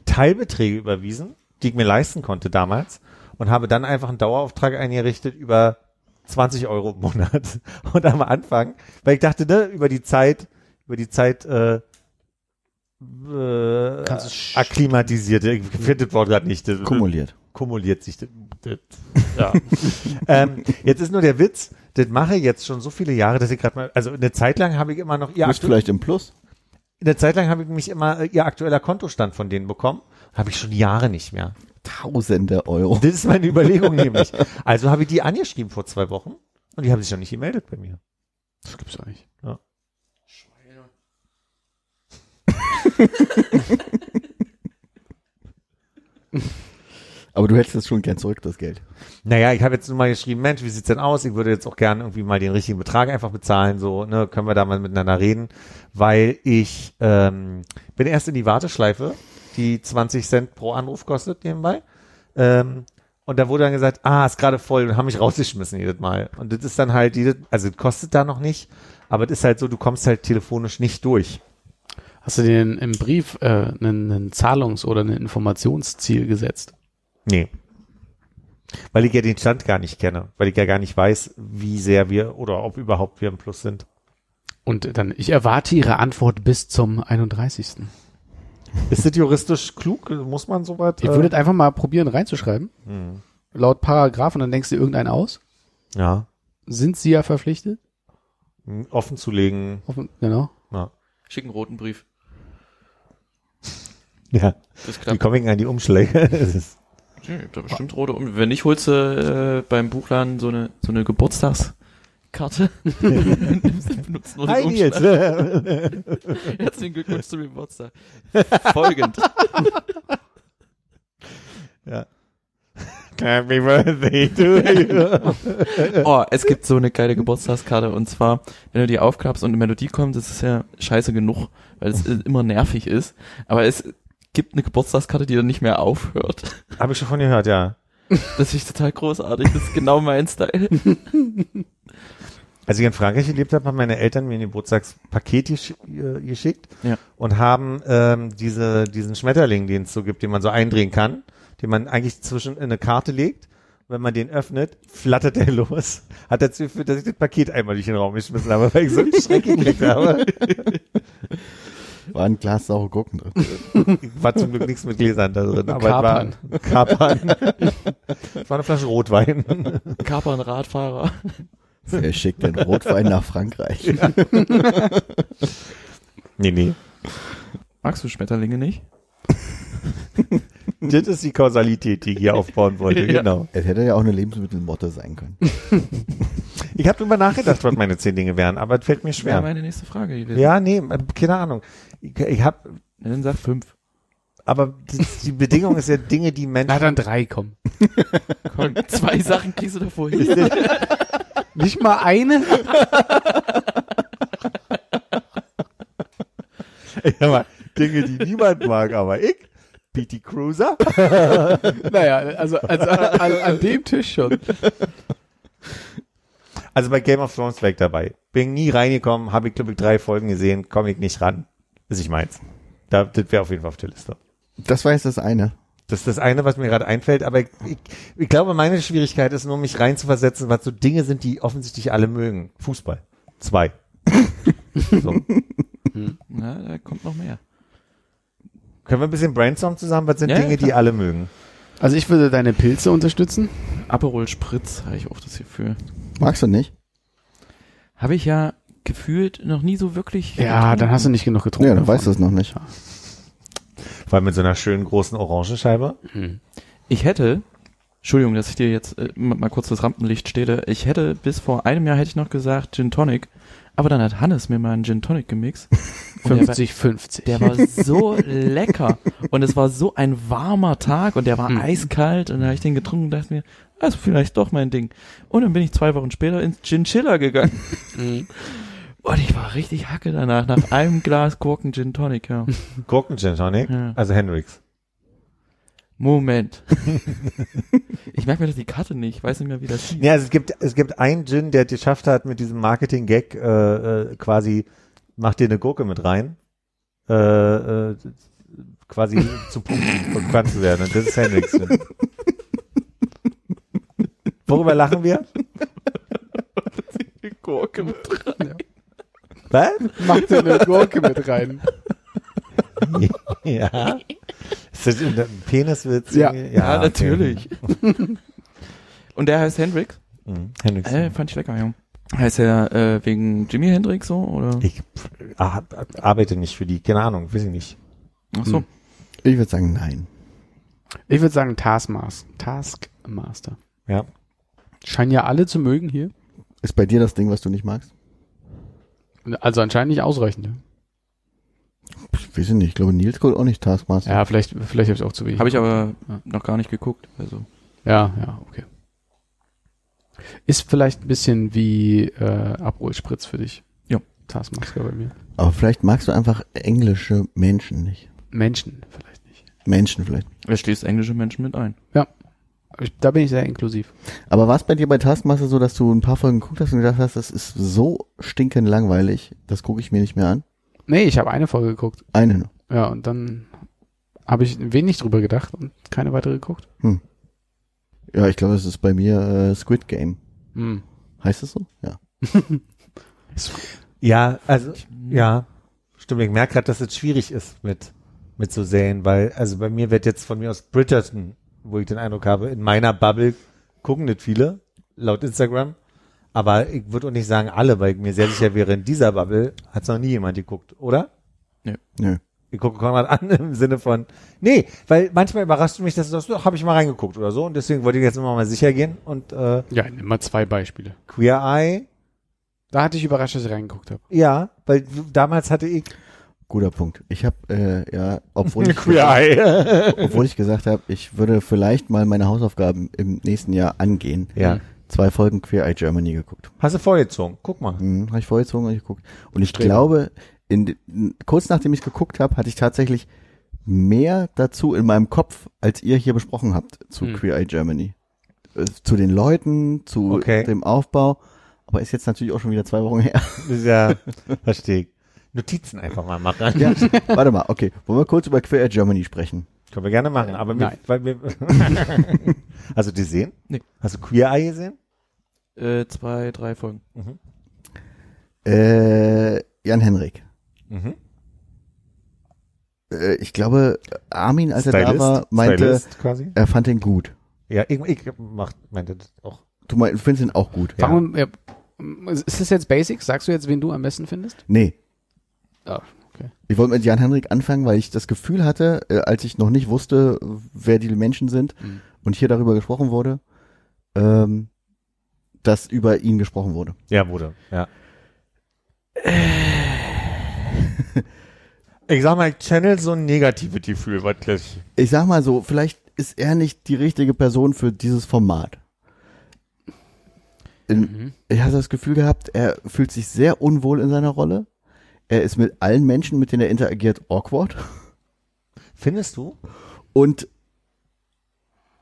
D: Teilbeträge überwiesen, die ich mir leisten konnte damals und habe dann einfach einen Dauerauftrag eingerichtet über 20 Euro im Monat. Und am Anfang, weil ich dachte, ne, über die Zeit, über die Zeit äh, äh,
E: Kannst du sch-
D: akklimatisierte, ich finde das Äh, Wort gerade nicht. Das-
C: Kumuliert.
D: kumuliert sich das. das ja. ähm, jetzt ist nur der Witz, das mache ich jetzt schon so viele Jahre, dass ich gerade mal, also eine Zeit lang habe ich immer noch ihr
C: Du bist
D: aktu-
C: vielleicht im Plus.
D: eine Zeit lang habe ich mich immer äh, ihr aktueller Kontostand von denen bekommen, habe ich schon Jahre nicht mehr.
C: Tausende Euro.
D: Das ist meine Überlegung nämlich. Also habe ich die angeschrieben vor zwei Wochen und die haben sich noch nicht gemeldet bei mir.
E: Das gibt's doch nicht.
C: Aber du hättest das schon gern zurück, das Geld.
D: Naja, ich habe jetzt nur mal geschrieben, Mensch, wie sieht's denn aus? Ich würde jetzt auch gerne irgendwie mal den richtigen Betrag einfach bezahlen, so, ne, können wir da mal miteinander reden, weil ich ähm, bin erst in die Warteschleife, die 20 Cent pro Anruf kostet nebenbei. Ähm, und da wurde dann gesagt, ah, ist gerade voll und haben mich rausgeschmissen jedes Mal. Und das ist dann halt, jedes, also das kostet da noch nicht, aber das ist halt so, du kommst halt telefonisch nicht durch.
E: Hast du dir denn im Brief äh, einen, einen Zahlungs- oder ein Informationsziel gesetzt?
D: Nee. Weil ich ja den Stand gar nicht kenne, weil ich ja gar nicht weiß, wie sehr wir oder ob überhaupt wir im Plus sind.
E: Und dann, ich erwarte Ihre Antwort bis zum 31.
D: Ist das juristisch klug? Muss man äh, sowas?
E: Ihr würdet einfach mal probieren reinzuschreiben,
D: Mhm.
E: laut Paragraph, und dann denkst du irgendeinen aus.
D: ja.
E: Sind Sie ja verpflichtet?
D: hm, Offen zu legen.
E: Offen- Genau.
B: Schick einen roten Brief.
D: Ja.
B: Das
D: Die
B: klappt.
D: kommen an die Umschläge. Es ist-
B: Ja, gibt da bestimmt rote. Und wenn nicht, holst du äh, beim Buchladen so eine, so eine Geburtstagskarte. Nimmst du- benutzt nur den
D: Hi,
B: Umschlag.
D: Nils. Äh,
B: Herzlichen Glückwunsch zum Geburtstag. Folgend.
D: Happy birthday to you.
B: Oh, es gibt so eine geile Geburtstagskarte und zwar, wenn du die aufklappst und eine Melodie kommt, das ist ja scheiße genug, weil es immer nervig ist. Aber es gibt eine Geburtstagskarte, die dann nicht mehr aufhört.
D: Habe ich schon von gehört, ja.
B: Das finde ich total großartig. Das ist genau mein Style.
D: Als ich in Frankreich gelebt habe, haben meine Eltern mir ein Geburtstagspaket gesch äh, geschickt
B: Ja.
D: und haben ähm, diese, diesen Schmetterling, den es so gibt, den man so eindrehen kann, den man eigentlich zwischen in eine Karte legt wenn man den öffnet, flattert er los. Hat dazu geführt, dass ich das Paket einmal durch den Raum geschmissen habe, weil ich so einen Schreck gekriegt habe.
C: War ein Glas saure Gurken drin.
D: War zum Glück nichts mit Gläsern da drin, aber
E: Kapern.
D: es war Kapern. es war eine Flasche Rotwein.
B: Kapern Radfahrer.
C: Er schickt den Rotwein nach Frankreich.
D: Nee, nee.
B: Magst du Schmetterlinge nicht?
D: Das ist die Kausalität, die ich hier aufbauen wollte,
B: Ja.
D: genau.
C: Es hätte ja auch eine Lebensmittelmotte sein können.
D: Ich habe drüber nachgedacht, was meine zehn Dinge wären, aber es fällt mir
B: Wäre
D: schwer.
B: meine nächste Frage gewesen.
D: Ja, nee, äh, keine Ahnung. Ich, ich habe,
B: Na, Dann sag fünf.
D: aber die, die Bedingung ist ja Dinge, die Menschen
E: Na dann drei, komm.
B: Komm, zwei Sachen kriegst du davor hin.
E: Nicht mal eine?
D: Ja, aber Dinge, die niemand mag, aber ich. PT Cruiser?
E: Naja, also, also an, an, an dem Tisch schon.
D: Also bei Game of Thrones weg dabei. Bin nie reingekommen, habe ich glaube ich drei Folgen gesehen, komme ich nicht ran. Ist ich meins. Da, das wäre auf jeden Fall auf der Liste.
C: Das war jetzt das eine.
D: Das ist das eine, was mir gerade einfällt, aber ich, ich, ich glaube, meine Schwierigkeit ist nur, mich reinzuversetzen, was so Dinge sind, die offensichtlich alle mögen. Fußball. Zwei. so.
B: Na, da kommt noch mehr.
D: Können wir ein bisschen brainstormen zusammen? Was sind
B: Ja, ja,
D: Dinge, die alle mögen?
E: Also ich würde deine Pilze unterstützen.
B: Aperol Spritz habe ich auch das Gefühl.
C: Magst du nicht?
B: Habe ich ja gefühlt noch nie so wirklich.
E: Ja, dann hast du nicht genug getrunken.
C: ja, dann weißt du es noch nicht.
D: Vor allem mit so einer schönen großen Orangenscheibe.
E: Hm.
B: Ich hätte, Entschuldigung, dass ich dir jetzt äh, m- mal kurz das Rampenlicht stehle. Ich hätte bis vor einem Jahr hätte ich noch gesagt Gin Tonic, aber dann hat Hannes mir mal einen Gin Tonic gemixt. Und der war-
E: 50, 50.
B: Der war so lecker und es war so ein warmer Tag und der war
E: Mhm.
B: eiskalt und da habe ich den getrunken und dachte mir, das ist vielleicht doch mein Ding. Und dann bin ich zwei Wochen später ins Gin Chiller gegangen
E: Mhm.
B: und ich war richtig hacke danach, nach einem Glas Gurken Gin Tonic. Ja.
D: Gurken Gin Tonic.
B: Mhm. Ja.
D: Also Hendrix.
B: Moment. Ich merke mir das die Karte nicht, ich weiß nicht mehr, wie das hieß.
D: Ja, also es gibt, es gibt einen Gin, der es geschafft hat, mit diesem Marketing-Gag äh, äh, quasi, mach dir eine Gurke mit rein, äh, äh, quasi zu punkten und Quatsch zu werden. Und das ist Hendrix. Gin. Worüber lachen wir?
B: Gurke mit
D: Was?
E: Mach dir eine Gurke mit rein.
D: ja. Ist das ein Peniswitz?
E: Ja.
B: Ja, natürlich. Und der heißt Hendrix.
D: Okay. Mhm. Hendrix.
B: Äh, fand ich lecker, ja. Heißt er äh, wegen Jimi Hendrix so? Oder?
D: Ich pff, ar- arbeite nicht für die, keine Ahnung, weiß ich nicht.
B: Ach so.
G: Hm.
C: Ich würde sagen, nein.
E: Ich würde sagen Taskmaster. Taskmaster.
D: Ja.
E: Scheinen ja alle zu mögen hier.
C: Ist bei dir das Ding, was du nicht magst?
E: Also anscheinend nicht ausreichend.
C: Ich weiß nicht. Ich glaube, Nils Gold auch nicht Taskmaster.
E: Ja, vielleicht, vielleicht habe ich auch zu wenig.
B: Habe ich aber
E: Ja.
B: noch gar nicht geguckt. Also.
E: Ja, ja, okay. Ist vielleicht ein bisschen wie äh, Abholspritz für dich.
B: Ja.
E: Taskmaster bei mir.
C: Aber vielleicht magst du einfach englische Menschen nicht.
E: Menschen vielleicht nicht.
C: Menschen vielleicht.
B: Er schließt englische Menschen mit ein.
E: Ich, da bin ich sehr inklusiv.
C: Aber war es bei dir bei Taskmaster so, dass du ein paar Folgen geguckt hast und gedacht hast, das ist so stinkend langweilig, das gucke ich mir nicht mehr an?
E: Nee, ich habe eine Folge geguckt.
C: Eine nur.
E: Ja, und dann habe ich wenig drüber gedacht und keine weitere geguckt.
C: Ja, ich glaube, es ist bei mir äh, Squid Game.
E: Hm.
C: Heißt es so? Ja.
D: Ja, also Ja, stimmt. Ich merke gerade, dass es schwierig ist mit, mit so Serien, weil, also bei mir wird jetzt von mir aus Bridgerton, wo ich den Eindruck habe, in meiner Bubble gucken nicht viele, laut Instagram. Aber ich würde auch nicht sagen alle, weil ich mir sehr sicher wäre, in dieser Bubble hat es noch nie jemand geguckt, oder?
C: Nö.
D: Ich gucke Konrad an im Sinne von, nee, weil manchmal überrascht mich, dass du das, habe ich mal reingeguckt oder so und deswegen wollte ich jetzt immer mal sicher gehen und äh,
E: Ja, nimm mal zwei Beispiele.
D: Queer Eye,
E: Da hatte ich überrascht, dass ich reingeguckt habe.
D: ja, weil damals hatte ich
C: Guter Punkt. Ich habe, äh, ja, obwohl ich,
D: Eye.
C: obwohl ich gesagt habe, ich würde vielleicht mal meine Hausaufgaben im nächsten Jahr angehen.
D: ja.
C: Zwei Folgen Queer Eye Germany geguckt.
D: Hast du vorgezogen, guck mal.
C: Hm, habe ich vorgezogen und geguckt. Und ich
E: Streber.
C: glaube, in, de- n- kurz nachdem ich geguckt habe, hatte ich tatsächlich mehr dazu in meinem Kopf, als ihr hier besprochen habt zu
E: Hm.
C: Queer Eye Germany. Äh, Zu den Leuten, zu
D: Okay.
C: dem Aufbau. Aber ist jetzt natürlich auch schon wieder zwei Wochen her.
D: Ja, verstehe ich. Notizen einfach mal machen.
C: Ja, warte mal, okay. Wollen wir kurz über Queer Eye Germany sprechen?
D: Können wir gerne machen, aber mir,
E: nein.
D: weil mir Hast du die gesehen?
B: Nee.
D: Hast du Queer Eye gesehen?
B: Äh, zwei, drei Folgen.
C: Äh, Jan Henrik.
D: Mhm.
C: Äh, ich glaube, Armin, als er da
D: Stylist?
C: war, meinte,
D: Stylist quasi?
C: er fand ihn gut.
D: Ja, ich, ich mach, meinte das auch.
C: Du mein, findest ihn auch gut. Ja.
E: Fangen wir, ja, ist das jetzt Basic? Sagst du jetzt, wen du am besten findest?
C: Nee.
E: Ah, okay.
C: Ich wollte mit Jan Henrik anfangen, weil ich das Gefühl hatte, äh, als ich noch nicht wusste, wer die Menschen sind
E: Mhm.
C: und hier darüber gesprochen wurde, ähm, dass über ihn gesprochen wurde.
D: Ja, wurde. Ja. Ich sag mal, ich channel so ein Negativity-Gefühl, was gleich.
C: Ich sag mal so, vielleicht ist er nicht die richtige Person für dieses Format. In,
E: Mhm.
C: Ich hatte das Gefühl gehabt, er fühlt sich sehr unwohl in seiner Rolle. Er ist mit allen Menschen, mit denen er interagiert, awkward.
D: Findest du?
C: Und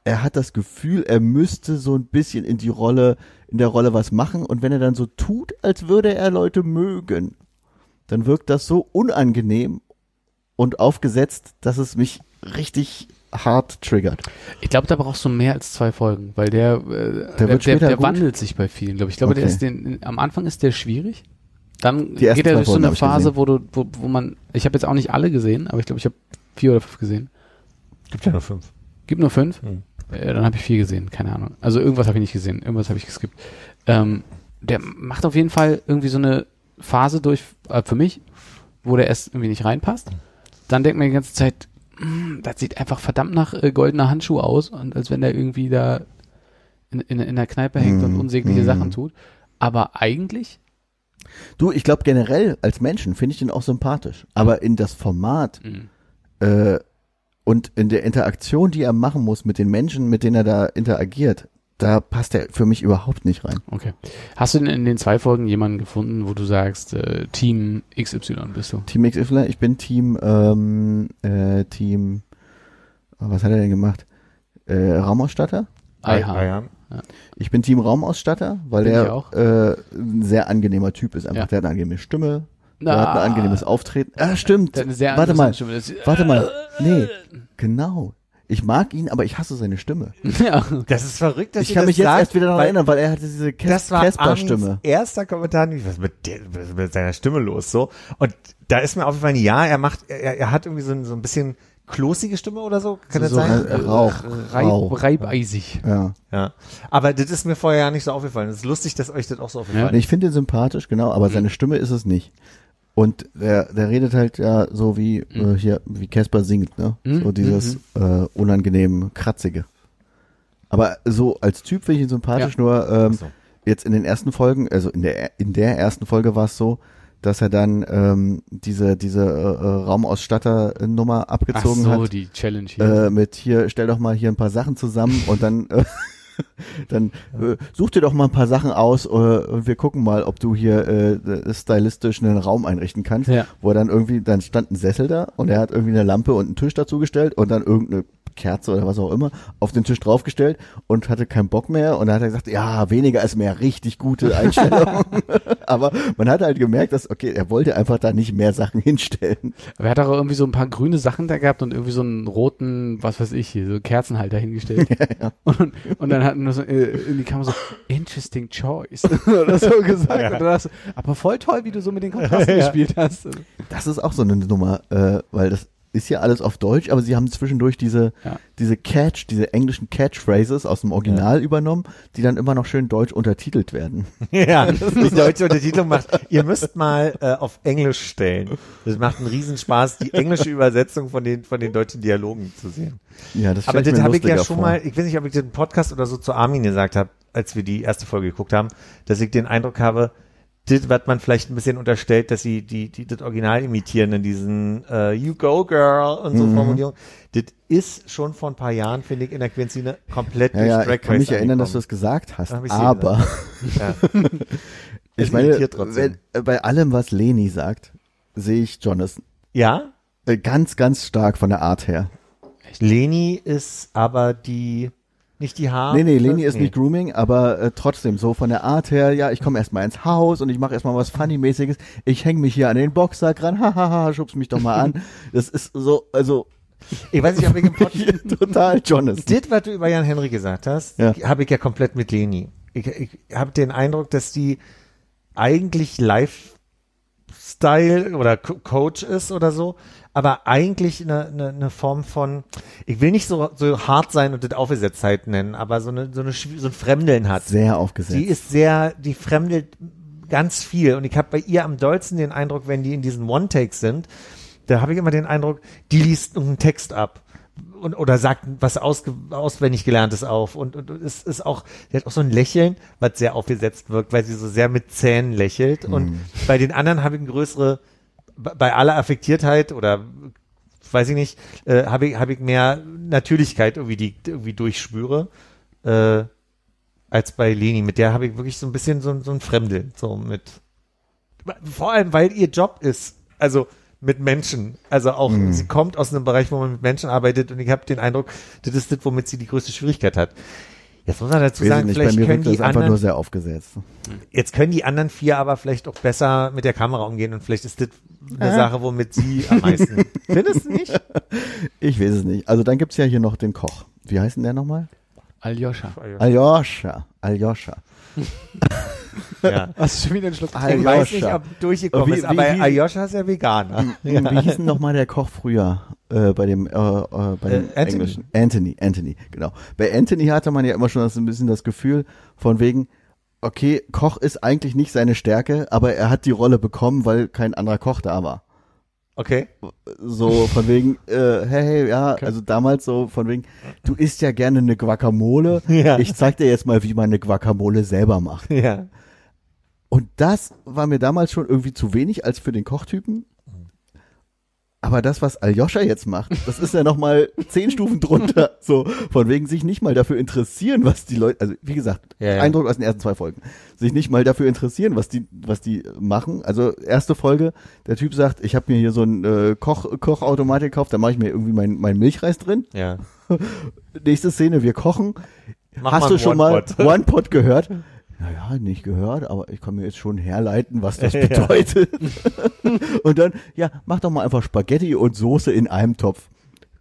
C: er hat das Gefühl, er müsste so ein bisschen in die Rolle, in der Rolle was machen. Und wenn er dann so tut, als würde er Leute mögen, dann wirkt das so unangenehm und aufgesetzt, dass es mich richtig hart triggert.
E: Ich glaube, da brauchst du mehr als zwei Folgen, weil der, äh, der, der,
C: später
E: der
C: gut.
E: wandelt sich bei vielen, glaube ich. Ich glaube, der
C: Okay.
E: ist den, am Anfang ist der schwierig. Dann
C: Die ersten
E: geht er
C: zwei
E: durch so
C: Folgen
E: eine
C: hab ich
E: Phase,
C: gesehen.
E: wo du, wo, wo man, ich habe jetzt auch nicht alle gesehen, aber ich glaube, ich habe vier oder fünf gesehen.
D: Gibt ja nur fünf.
E: Gibt nur fünf?
C: Hm.
D: Mhm.
E: Äh, dann habe ich vier gesehen, keine Ahnung. Also irgendwas habe ich nicht gesehen, irgendwas habe ich geskippt. Ähm, der macht auf jeden Fall irgendwie so eine Phase durch, äh, für mich, wo der erst irgendwie nicht reinpasst. Dann denkt man die ganze Zeit, "Mm, das sieht einfach verdammt nach äh, goldener Handschuh aus und als wenn der irgendwie da in, in, in der Kneipe hängt und
C: Mhm,
E: unsägliche
C: mhm.
E: Sachen tut. Aber eigentlich,
C: Du, ich glaube generell als Menschen finde ich den auch sympathisch. Aber in das Format
E: hm.
C: äh, und in der Interaktion, die er machen muss mit den Menschen, mit denen er da interagiert, da passt er für mich überhaupt nicht rein.
E: okay. Hast du denn in den zwei Folgen jemanden gefunden, wo du sagst, äh, Team XY bist du?
C: Team XY, ich bin Team, ähm, äh, Team, oh, was hat er denn gemacht? Äh, Raumausstatter?
E: Aha.
D: Bayern.
C: Ich bin Team Raumausstatter, weil
E: Bin ich
C: er
E: auch.
C: äh, ein sehr angenehmer Typ ist. Einfach,
E: Ja.
C: der hat eine angenehme Stimme,
E: Na,
C: der hat ein angenehmes Auftreten. Ah, stimmt.
E: Das ist eine sehr
C: Warte mal,
E: interessante Stimme. Das ist-
C: warte mal.
D: Äh.
C: Nee, genau. Ich mag ihn, aber ich hasse seine Stimme.
E: Ja.
D: Das ist verrückt, dass
C: ich
D: ihr
C: kann
D: das
C: mich jetzt
D: sagt,
C: erst wieder daran
D: weil
C: erinnern, weil er hatte diese Kes-
D: Das war
C: Casper-Stimme.
D: Armin's erster Kommentar, was ist mit, der, was ist mit seiner Stimme los so. Und da ist mir aufgefallen, ja, er macht, er, er hat irgendwie so ein, so ein bisschen klosige Stimme oder so, kann das
C: So halt.
D: sein?
C: Ra- Äh, Rauch. Rauch.
E: äh, Reib, reibeisig.
C: Ja.
D: Ja. Aber das ist mir vorher ja nicht so aufgefallen. Es ist lustig, dass euch das auch so
E: ne?
D: aufgefallen
C: Nee, ich finde ihn sympathisch, genau,
D: Mhm.
C: aber seine Stimme ist es nicht. Und der, der redet halt ja so wie
D: Mhm.
C: äh, hier, wie Casper singt, ne?
E: Mhm,
C: So dieses äh, unangenehm kratzige. Aber so als Typ finde ich ihn sympathisch, nur ähm,
D: Ach so.
C: jetzt in den ersten Folgen, also in der in der ersten Folge war es so, dass er dann ähm, diese diese äh, äh, Raumausstatter-Nummer
E: Ach
C: abgezogen
E: so,
C: hat.
E: die Challenge hier.
C: äh, mit hier, stell doch mal hier ein paar Sachen zusammen und dann, äh, dann äh, such dir doch mal ein paar Sachen aus äh, und wir gucken mal, ob du hier äh, stylistisch einen Raum einrichten kannst.
E: Ja.
C: Wo er dann irgendwie, dann stand ein Sessel da und er hat irgendwie eine Lampe und einen Tisch dazugestellt und dann irgendeine Kerze oder was auch immer auf den Tisch draufgestellt und hatte keinen Bock mehr und dann hat er gesagt, ja, weniger ist mehr, richtig gute Einstellung. Aber man hat halt gemerkt, dass, okay, er wollte einfach da nicht mehr Sachen hinstellen.
E: Aber er hat auch irgendwie so ein paar grüne Sachen da gehabt und irgendwie so einen roten, was weiß ich, hier, so Kerzenhalter hingestellt. Und, und dann hatten wir so, äh, in die Kamera so, interesting choice. oder so gesagt. Und dann hast du, aber voll toll, wie du so mit den Kontrasten gespielt hast.
C: Das ist auch so eine Nummer, äh, weil das ist ja alles auf Deutsch, aber sie haben zwischendurch diese,
E: Ja.
C: diese Catch, diese englischen Catchphrases aus dem Original übernommen, die dann immer noch schön deutsch untertitelt werden.
D: Ja, die deutsche Untertitlung macht, ihr müsst mal äh, auf Englisch stellen. Das macht einen Riesenspaß, die englische Übersetzung von den, von den deutschen Dialogen zu sehen.
C: Ja, das
D: Aber
C: stell
D: das
C: mir
D: habe ich ja
C: lustiger
D: schon
C: vor.
D: mal, ich weiß nicht, ob ich den Podcast oder so zu Armin gesagt habe, als wir die erste Folge geguckt haben, dass ich den Eindruck habe, das wird man vielleicht ein bisschen unterstellt, dass sie die, die das Original imitieren in diesen äh, You Go Girl und so
C: Mhm.
D: Formulierung. Das ist schon vor ein paar Jahren, finde ich, in der Quinzine komplett
C: Ja, ja,
D: durch
C: ich kann mich erinnern, dass du das
D: angekommen.
C: gesagt hast,
D: Hab ich sie
C: aber
D: Ja.
C: ich
D: Es
C: meine,
D: irritiert trotzdem.
C: wenn, äh, bei allem, was Leni sagt, sehe ich Jonathan
D: ja?
C: äh, ganz, ganz stark von der Art her.
D: Leni ist aber die, nicht die Haare.
C: Nee, nee, Leni ist nicht Grooming, aber äh, trotzdem so von der Art her, ja, ich komme erstmal ins Haus und ich mache erstmal was Funny-mäßiges. Ich hänge mich hier an den Boxsack ran, hahaha, schubst mich doch mal an. Das ist so, also
D: Ich weiß nicht, ob ich im Podcast.
C: Total, Jonas.
D: Das, was du über Jan Henry gesagt hast,
C: Ja.
D: habe ich ja komplett mit Leni. Ich, ich habe den Eindruck, dass die eigentlich Lifestyle oder Co Coach ist oder so, aber eigentlich eine, eine, eine Form von, ich will nicht so, so hart sein und das Aufgesetztheit nennen, aber so, eine, so, eine, Schw- so ein Fremdeln hat.
C: Sehr aufgesetzt.
D: Die ist sehr, die fremdelt ganz viel. Und ich habe bei ihr am dollsten den Eindruck, wenn die in diesen One-Takes sind, da habe ich immer den Eindruck, die liest einen Text ab. Und, oder sagt was ausge, auswendig gelerntes auf und, und und es ist auch sie hat auch so ein Lächeln was sehr aufgesetzt wirkt weil sie so sehr mit Zähnen lächelt und bei den anderen habe ich eine größere bei- bei aller Affektiertheit oder weiß ich nicht äh, habe ich habe ich mehr Natürlichkeit irgendwie die ich irgendwie durchspüre äh, als bei Leni. Mit der habe ich wirklich so ein bisschen so, so ein Fremdel. So mit. Vor allem, weil ihr Job ist. Also mit Menschen. Also auch,
C: Mhm.
D: sie kommt aus einem Bereich, wo man mit Menschen arbeitet und ich habe den Eindruck, das ist das, womit sie die größte Schwierigkeit hat. Jetzt muss man dazu
C: Weiß ich
D: sagen,
C: nicht, bei
D: vielleicht
C: mir
D: können
C: wirkt
D: die
C: das einfach nur
D: anderen,
C: sehr aufgesetzt.
D: jetzt können die anderen vier aber vielleicht auch besser mit der Kamera umgehen und vielleicht ist das eine Sache, womit sie am meisten. Findest du nicht?
C: Ich weiß es nicht. Also dann gibt's ja hier noch den Koch. Wie heißt denn der nochmal?
E: Aljoscha.
C: Aljoscha. Aljoscha.
D: Ja.
E: Hast du schon wieder einen Schluck?
D: Ah, Ich weiß nicht, ob durchgekommen
C: Wie-
D: ist, aber
C: wie- Hm. wie-
D: Ayosha ist ja Veganer.
C: Wie hieß denn nochmal der Koch früher? Äh, bei dem, äh, äh, bei dem
D: Anthony.
C: Englischen. Anthony, Anthony, genau. Bei Anthony hatte man ja immer schon das, ein bisschen das Gefühl von wegen, okay, Koch ist eigentlich nicht seine Stärke, aber er hat die Rolle bekommen, weil kein anderer Koch da war.
D: Okay.
C: So von wegen, äh, hey, hey, ja, also damals so von wegen, du isst ja gerne eine Guacamole.
D: Ja.
C: Ich zeig dir jetzt mal, wie man eine Guacamole selber macht.
D: Ja.
C: Und das war mir damals schon irgendwie zu wenig als für den Kochtypen. Aber das, was Aljoscha jetzt macht, das ist ja nochmal zehn Stufen drunter. So, von wegen sich nicht mal dafür interessieren, was die Leute, also wie gesagt,
D: Ja, ja.
C: Eindruck aus den ersten zwei Folgen, sich nicht mal dafür interessieren, was die, was die machen. Also erste Folge, der Typ sagt, ich habe mir hier so einen äh, Koch, Kochautomat gekauft, da mache ich mir irgendwie meinen mein Milchreis drin.
D: Ja.
C: Nächste Szene, wir kochen.
D: Mach
C: Hast
D: mal
C: du
D: einen
C: schon mal
D: One-Pot.
C: One Pot gehört? Naja, nicht gehört, aber ich kann mir jetzt schon herleiten, was das bedeutet. und dann, ja, mach doch mal einfach Spaghetti und Soße in einem Topf.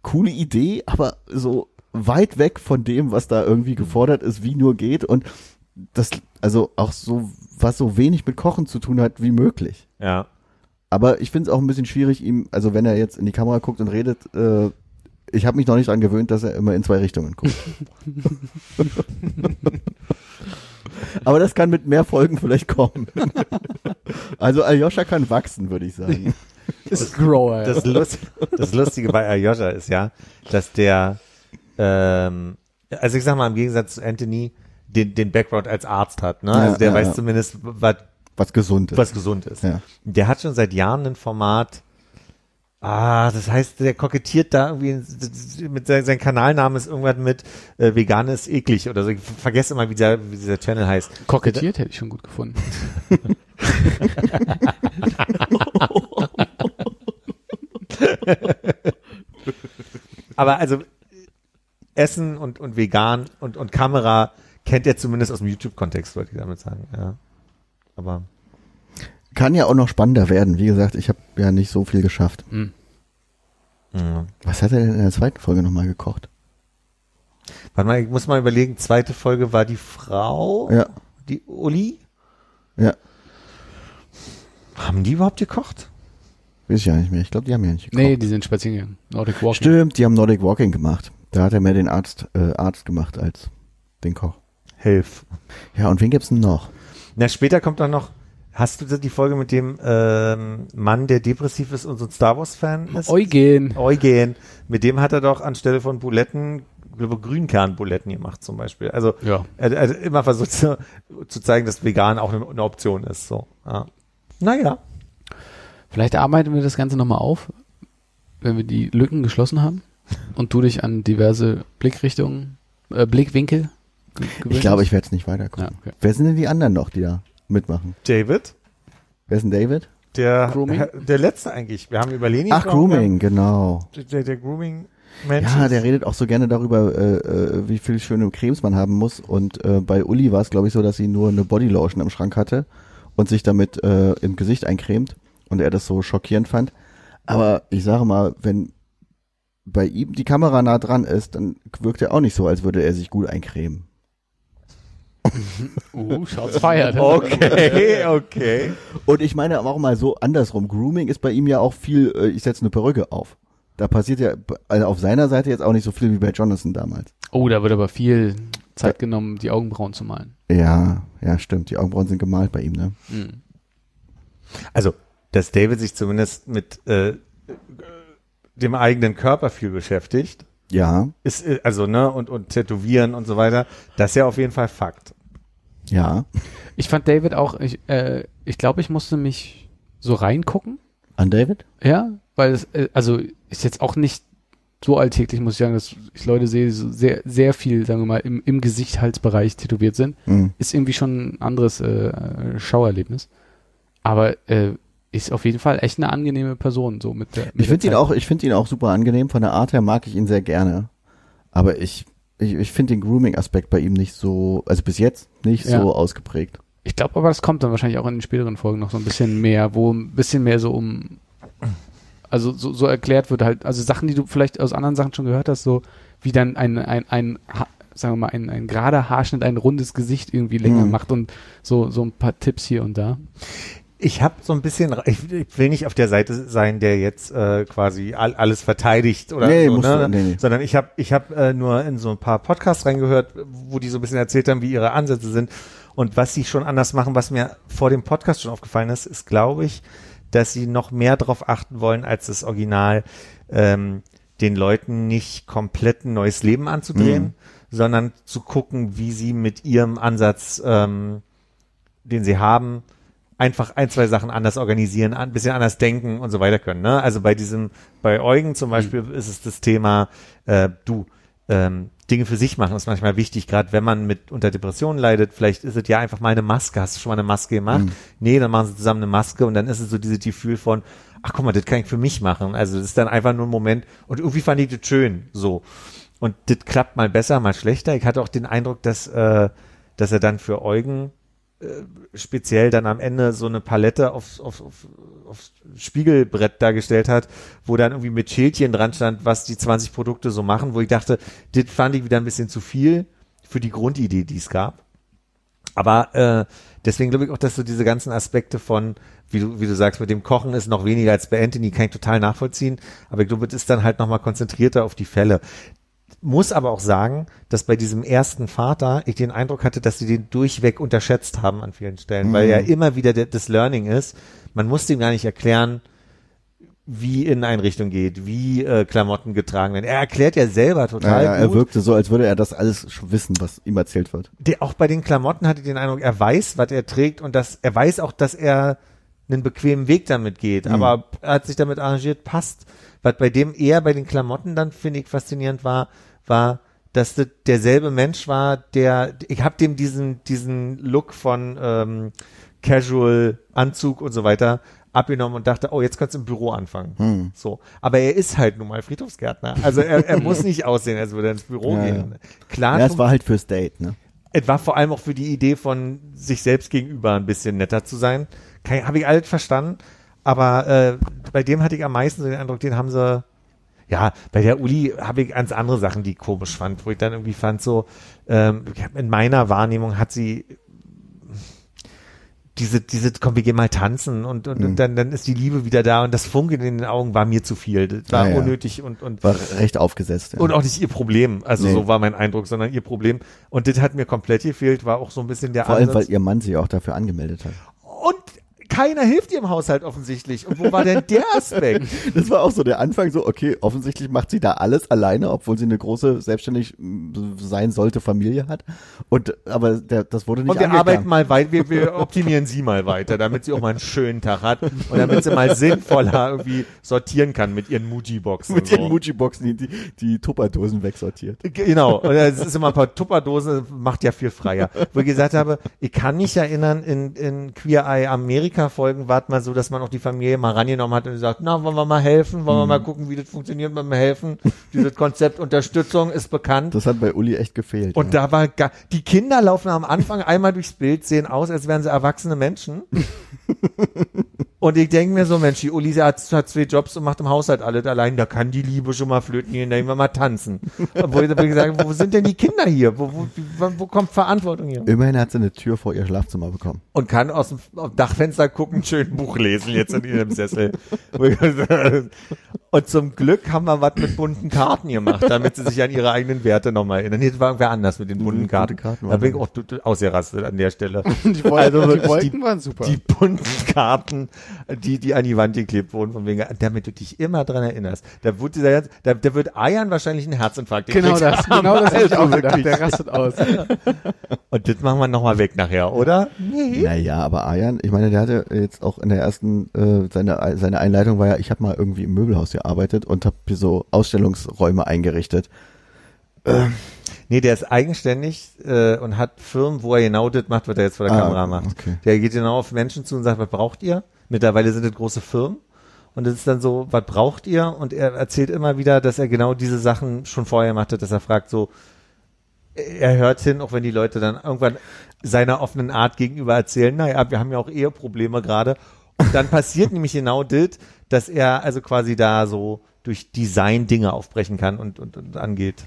C: Coole Idee, aber so weit weg von dem, was da irgendwie gefordert ist, wie nur geht und das, also auch so, was so wenig mit Kochen zu tun hat, wie möglich.
D: Ja.
C: Aber ich finde es auch ein bisschen schwierig, ihm, also wenn er jetzt in die Kamera guckt und redet, äh, ich habe mich noch nicht daran gewöhnt, dass er immer in zwei Richtungen guckt. Aber das kann mit mehr Folgen vielleicht kommen. also Aljoscha kann wachsen, würde ich sagen.
E: Ist Grower.
D: Das, Lust, das Lustige bei Ayosha ist ja, dass der, ähm, also ich sag mal, im Gegensatz zu Anthony, den, den Background als Arzt hat. Ne?
C: Ja,
D: also der
C: ja,
D: weiß
C: ja.
D: zumindest, was,
C: Was Gesundes.
D: was gesund ist.
C: Ja.
D: Der hat schon seit Jahren ein Format, ah, das heißt, der kokettiert da irgendwie, mit sein, sein Kanalname ist irgendwas mit äh, vegan ist eklig oder so. Ich vergesse immer, wie dieser, wie dieser Channel heißt.
E: Kokettiert hätte ich schon gut gefunden.
D: Aber also äh, Essen und, und vegan und, und Kamera kennt er zumindest aus dem YouTube-Kontext, wollte ich damit sagen. Ja. Aber
C: Kann ja auch noch spannender werden. Wie gesagt, ich habe ja nicht so viel geschafft.
D: ja.
C: Was hat er denn in der zweiten Folge nochmal gekocht?
D: warte mal, ich muss mal überlegen, zweite Folge war die Frau,
C: Ja,
D: die Uli.
C: ja.
D: Haben die überhaupt gekocht?
C: Weiß ich ja nicht mehr. Ich glaube, die haben ja nicht gekocht.
E: Nee, die sind spazieren gegangen. Nordic Walking.
C: Stimmt, die haben Nordic Walking gemacht. Da hat er mehr den Arzt, äh, Arzt gemacht als den Koch.
D: Hilf.
C: Ja, und wen gibt's denn noch?
D: Na, später kommt dann noch, hast du die Folge mit dem ähm, Mann, der depressiv ist und so ein Star Wars-Fan ist?
E: Eugen.
D: Eugen. Mit dem hat er doch anstelle von Buletten, glaube Grünkernbuletten gemacht zum Beispiel. Also
E: Ja.
D: Er, er hat immer versucht zu, zu zeigen, dass vegan auch eine, eine Option ist. So. Ja. Naja.
E: Vielleicht arbeiten wir das Ganze nochmal auf, wenn wir die Lücken geschlossen haben und du dich an diverse Blickrichtungen, äh, Blickwinkel ge- gewöhnt
C: Ich glaube,
E: hast.
C: ich werde es nicht weiterkommen.
E: Ja, okay.
C: Wer sind denn die anderen noch, die da mitmachen?
D: David,
C: Wer ist denn David?
D: der,
E: Grooming?
D: der letzte eigentlich. Wir haben über Leni
C: Ach,
D: gesprochen,
C: Grooming, genau.
D: Der, der, der Grooming-Mensch.
C: Ja,
D: ist-
C: der redet auch so gerne darüber, äh, äh, wie viel schöne Cremes man haben muss. Und äh, bei Uli war es, glaube ich, so, dass sie nur eine Bodylotion im Schrank hatte und sich damit äh, im Gesicht eincremt und er das so schockierend fand. Aber ich sage mal, wenn bei ihm die Kamera nah dran ist, dann wirkt er auch nicht so, als würde er sich gut eincremen.
E: Uh, Shots fired.
D: Okay, okay.
C: Und ich meine aber auch mal so andersrum. Grooming ist bei ihm ja auch viel, äh, ich setze eine Perücke auf. Da passiert ja b- also auf seiner Seite jetzt auch nicht so viel wie bei Jonathan damals.
E: Oh, da wird aber viel Zeit genommen, die Augenbrauen zu malen.
C: Ja, ja, stimmt. Die Augenbrauen sind gemalt bei ihm, ne?
E: Hm.
D: Also, dass David sich zumindest mit äh, dem eigenen Körper viel beschäftigt,
C: Ja,
D: ist äh, also ne und und Tätowieren und so weiter, das ist ja auf jeden Fall Fakt.
C: ja.
E: Ich fand David auch, ich, äh, ich glaube, ich musste mich so reingucken.
C: An David?
E: Ja, weil es, äh, also ist jetzt auch nicht so alltäglich, muss ich sagen, dass ich Leute sehe, die so sehr, sehr viel, sagen wir mal, im, im Gesicht, Halsbereich tätowiert sind.
C: Mhm.
E: Ist irgendwie schon ein anderes äh, Schauerlebnis. Aber äh, ist auf jeden Fall echt eine angenehme Person, so mit der. Mit
C: Ich finde
E: der
C: ihn
E: Zeit.
C: auch, ich finde ihn auch super angenehm. Von der Art her mag ich ihn sehr gerne. Aber ich, ich, ich finde den Grooming-Aspekt bei ihm nicht so, also bis jetzt nicht
E: Ja.
C: so ausgeprägt.
E: Ich glaube aber, das kommt dann wahrscheinlich auch in den späteren Folgen noch so ein bisschen mehr, wo ein bisschen mehr so um, also so, so erklärt wird halt, also Sachen, die du vielleicht aus anderen Sachen schon gehört hast, so wie dann ein, ein, ein Ha- sagen wir mal, ein, ein gerader Haarschnitt, ein rundes Gesicht irgendwie länger
C: Mhm.
E: macht und so, so ein paar Tipps hier und da.
D: Ich habe so ein bisschen, ich, ich will nicht auf der Seite sein, der jetzt äh, quasi all, alles verteidigt oder
C: Nee,
D: so,
C: musst
D: ne?
C: du- nee, nee.
D: sondern ich habe ich hab, äh, nur in so ein paar Podcasts reingehört, wo die so ein bisschen erzählt haben, wie ihre Ansätze sind und was sie schon anders machen. Was mir vor dem Podcast schon aufgefallen ist, ist, glaube ich, dass sie noch mehr darauf achten wollen, als das Original ähm, den Leuten nicht komplett ein neues Leben anzudrehen, sondern zu gucken, wie sie mit ihrem Ansatz, ähm, den sie haben, einfach ein, zwei Sachen anders organisieren, ein bisschen anders denken und so weiter können. Ne? Also bei diesem, bei Eugen zum Beispiel ist es das Thema, äh, du, ähm, Dinge für sich machen ist manchmal wichtig, gerade wenn man mit unter Depressionen leidet, vielleicht ist es ja einfach mal eine Maske. Hast du schon mal eine Maske gemacht? Nee, dann machen sie zusammen eine Maske und dann ist es so dieses Gefühl von, ach guck mal, das kann ich für mich machen. Also das ist dann einfach nur ein Moment und irgendwie fand ich das schön so. Und das klappt mal besser, mal schlechter. Ich hatte auch den Eindruck, dass, äh, dass er dann für Eugen äh, speziell dann am Ende so eine Palette aufs, auf, auf, aufs Spiegelbrett dargestellt hat, wo dann irgendwie mit Schildchen dran stand, was die 20 Produkte so machen, wo ich dachte, das fand ich wieder ein bisschen zu viel für die Grundidee, die es gab. Aber äh, deswegen glaube ich auch, dass du diese ganzen Aspekte von, wie du, wie du sagst, mit dem Kochen ist noch weniger als bei Anthony, kann ich total nachvollziehen. Aber ich glaube, das ist dann halt nochmal konzentrierter auf die Fälle. Muss aber auch sagen, dass bei diesem ersten Vater ich den Eindruck hatte, dass sie den durchweg unterschätzt haben an vielen Stellen,
C: Mhm.
D: weil ja immer wieder de- das Learning ist. Man muss dem gar nicht erklären, wie Inneneinrichtung geht, wie äh, Klamotten getragen werden. Er erklärt ja selber total
C: Ja, ja,
D: gut.
C: er wirkte so, als würde er das alles schon wissen, was ihm erzählt wird.
D: Der, auch bei den Klamotten hatte ich den Eindruck, er weiß, was er trägt und dass er weiß auch, dass er einen bequemen Weg damit geht.
C: Mhm.
D: Aber er hat sich damit arrangiert, passt. Was bei dem eher bei den Klamotten dann finde ich faszinierend war, war, dass das derselbe Mensch war, der ich habe dem diesen diesen Look von ähm, Casual Anzug und so weiter abgenommen und dachte, oh, jetzt kannst du im Büro anfangen.
C: Mhm.
D: So, aber er ist halt nun mal Friedhofsgärtner. Also er, er muss nicht aussehen, als würde er ins Büro
C: Ja,
D: gehen. Klar,
C: Ja,
D: fun-
C: es war halt fürs Date, ne?
D: es war vor allem auch für die Idee von sich selbst gegenüber ein bisschen netter zu sein. Habe ich alles verstanden, aber äh, bei dem hatte ich am meisten so den Eindruck, den haben sie. Ja, bei der Uli habe ich ganz andere Sachen, die ich komisch fand, wo ich dann irgendwie fand, so, ähm, ich hab- in meiner Wahrnehmung hat sie diese, diese, komm, wir gehen mal tanzen und, und,
C: Mhm.
D: und dann, dann ist die Liebe wieder da und das Funkeln in den Augen war mir zu viel. Das war
C: Ja, ja.
D: unnötig und, und
C: War recht aufgesetzt. Ja.
D: und auch nicht ihr Problem, also
C: Nee.
D: so war mein Eindruck, sondern ihr Problem. Und das hat mir komplett gefehlt, war auch so ein bisschen der
C: Vor allem,
D: Ansatz.
C: weil ihr Mann sich auch dafür angemeldet hat.
D: Und keiner hilft ihr im Haushalt offensichtlich. Und wo war denn der Aspekt?
C: Das war auch so der Anfang, so, okay, offensichtlich macht sie da alles alleine, obwohl sie eine große, selbstständig m, sein sollte, Familie hat. Und, aber der, das wurde nicht
D: Und wir
C: angegangen.
D: arbeiten mal weiter, wir, wir optimieren sie mal weiter, damit sie auch mal einen schönen Tag hat und damit sie mal sinnvoller irgendwie sortieren kann mit ihren Muji-Boxen.
C: mit
D: so.
C: ihren Muji-Boxen die, die, die Tupperdosen wegsortiert.
D: Genau, und es ist immer ein paar Tupperdosen, macht ja viel freier. Wo ich gesagt habe, ich kann mich erinnern, in, in Queer Eye Amerika Folgen war es mal so, dass man auch die Familie mal rangenommen hat und gesagt, na, wollen wir mal helfen, wollen wir mal gucken, wie das funktioniert mit dem Helfen. Dieses Konzept Unterstützung ist bekannt.
C: Das hat bei Uli echt gefehlt.
D: Und
C: ja.
D: da war gar, die Kinder laufen am Anfang einmal durchs Bild, sehen aus, als wären sie erwachsene Menschen. Und ich denke mir so, Mensch, die Uli sie hat, hat zwei Jobs und macht im Haushalt alles allein. Da kann die Liebe schon mal flöten gehen, da gehen wir mal tanzen. Obwohl ich dabei gesagt habe, wo sind denn die Kinder hier? Wo, wo, wo kommt Verantwortung hier?
C: Immerhin hat sie eine Tür vor ihr Schlafzimmer bekommen.
D: Und kann aus dem aus dem Dachfenster gucken, schön Buch lesen jetzt in ihrem Sessel. Und zum Glück haben wir was mit bunten Karten gemacht, damit sie sich an ihre eigenen Werte nochmal erinnern. Jetzt war irgendwer anders mit den bunten
C: bunte
D: Karten.
C: Karten
D: da
C: waren
D: bin ich
C: wir.
D: auch tut- ausgerastet an der Stelle.
E: Die Wolken,
D: Also wirklich,
E: die Wolken
D: die-
E: waren super.
D: Die bunten Karten, die, die an die Wand geklebt wurden, von wegen, damit du dich immer dran erinnerst. Da wird dieser, ganze- da, da wird Ayan wahrscheinlich einen Herzinfarkt
E: genau
D: gekriegt
E: das,
D: haben.
E: genau das hätte ich auch
D: Also
E: gedacht.
D: wirklich.
E: Der rastet aus.
D: Und das machen wir nochmal weg nachher, oder? Nee.
C: Naja, aber Ayan, ich meine, der hatte jetzt auch in der ersten, äh, seine, seine Einleitung war ja, ich habe mal irgendwie im Möbelhaus gearbeitet und habe hier so Ausstellungsräume eingerichtet.
D: Nee, der ist eigenständig äh, und hat Firmen, wo er genau das macht, was er jetzt vor der
C: Ah,
D: Kamera macht.
C: okay.
D: Der geht genau auf Menschen zu und sagt, was braucht ihr? Mittlerweile sind das große Firmen. Und das ist dann so, was braucht ihr? Und er erzählt immer wieder, dass er genau diese Sachen schon vorher gemacht hat, dass er fragt so, äh, er hört hin, auch wenn die Leute dann irgendwann seiner offenen Art gegenüber erzählen, naja, wir haben ja auch Eheprobleme gerade. Und dann passiert nämlich genau das, dass er also quasi da so durch Design Dinge aufbrechen kann und, und, und angeht.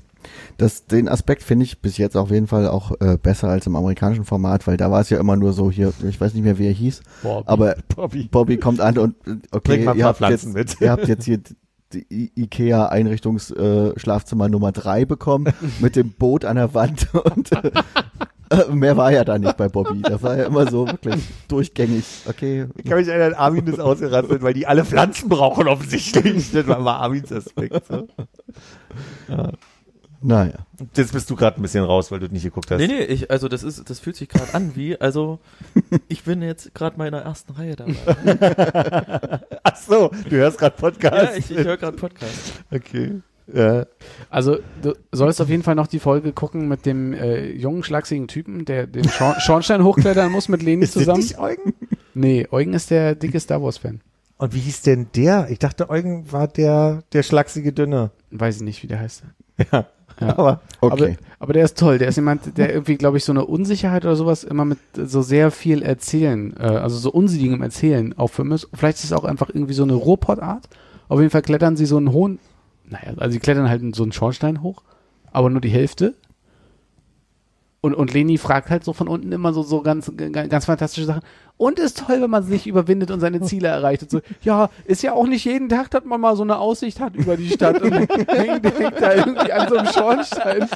C: Das, den Aspekt finde ich bis jetzt auf jeden Fall auch äh, besser als im amerikanischen Format, weil da war es ja immer nur so hier, ich weiß nicht mehr, wie er hieß,
E: Boah,
C: aber
D: Bobby.
C: Bobby kommt an und äh, okay,
D: Bring mal ein
C: ihr
D: paar
C: habt, jetzt,
D: Pflanzen mit.
C: ihr habt jetzt hier die I- Ikea Einrichtungs äh, Schlafzimmer Nummer drei bekommen mit dem Boot an der Wand und äh, äh, mehr war ja da nicht bei Bobby. Das war ja immer so wirklich durchgängig. Okay,
D: Ich kann mich erinnern, Armin ist ausgerastet, weil die alle Pflanzen brauchen offensichtlich. Das war mal Armins Aspekt. So.
C: naja.
D: Jetzt bist du gerade ein bisschen raus, weil du nicht geguckt hast.
G: Nee, nee, ich, also das ist, das fühlt sich gerade an wie, also ich bin jetzt gerade mal in der ersten Reihe dabei.
D: Ach so, du hörst gerade Podcast.
G: Ja, ich, ich höre gerade Podcast.
D: okay. Äh, Ja.
E: Also du sollst auf jeden Fall noch die Folge gucken mit dem äh, jungen, schlagsigen Typen, der den Schor Schornstein hochklettern muss mit Leni
D: Ist das
E: zusammen.
D: nicht Eugen?
E: Nee, Eugen ist der dicke Star Wars-Fan.
D: Und wie hieß denn der? Ich dachte, Eugen war der, der schlachsige Dünne.
E: Weiß ich nicht, wie der heißt.
D: Ja.
E: Ja.
D: Aber
C: Okay.
E: Aber, aber der ist toll. Der ist jemand, der irgendwie, glaube ich, so eine Unsicherheit oder sowas immer mit so sehr viel Erzählen, äh, also so unsinnigem Erzählen auffüllen muss. Vielleicht ist es auch einfach irgendwie so eine Ruhrpottart. Auf jeden Fall klettern sie so einen hohen, naja, also sie klettern halt so einen Schornstein hoch, aber nur die Hälfte. Und, und Leni fragt halt so von unten immer so, so ganz, ganz, ganz fantastische Sachen. Und ist toll, wenn man sich überwindet und seine Ziele erreicht. Und so, ja, ist ja auch nicht jeden Tag, dass man mal so eine Aussicht hat über die Stadt und hängt, hängt da irgendwie an so einem Schornstein.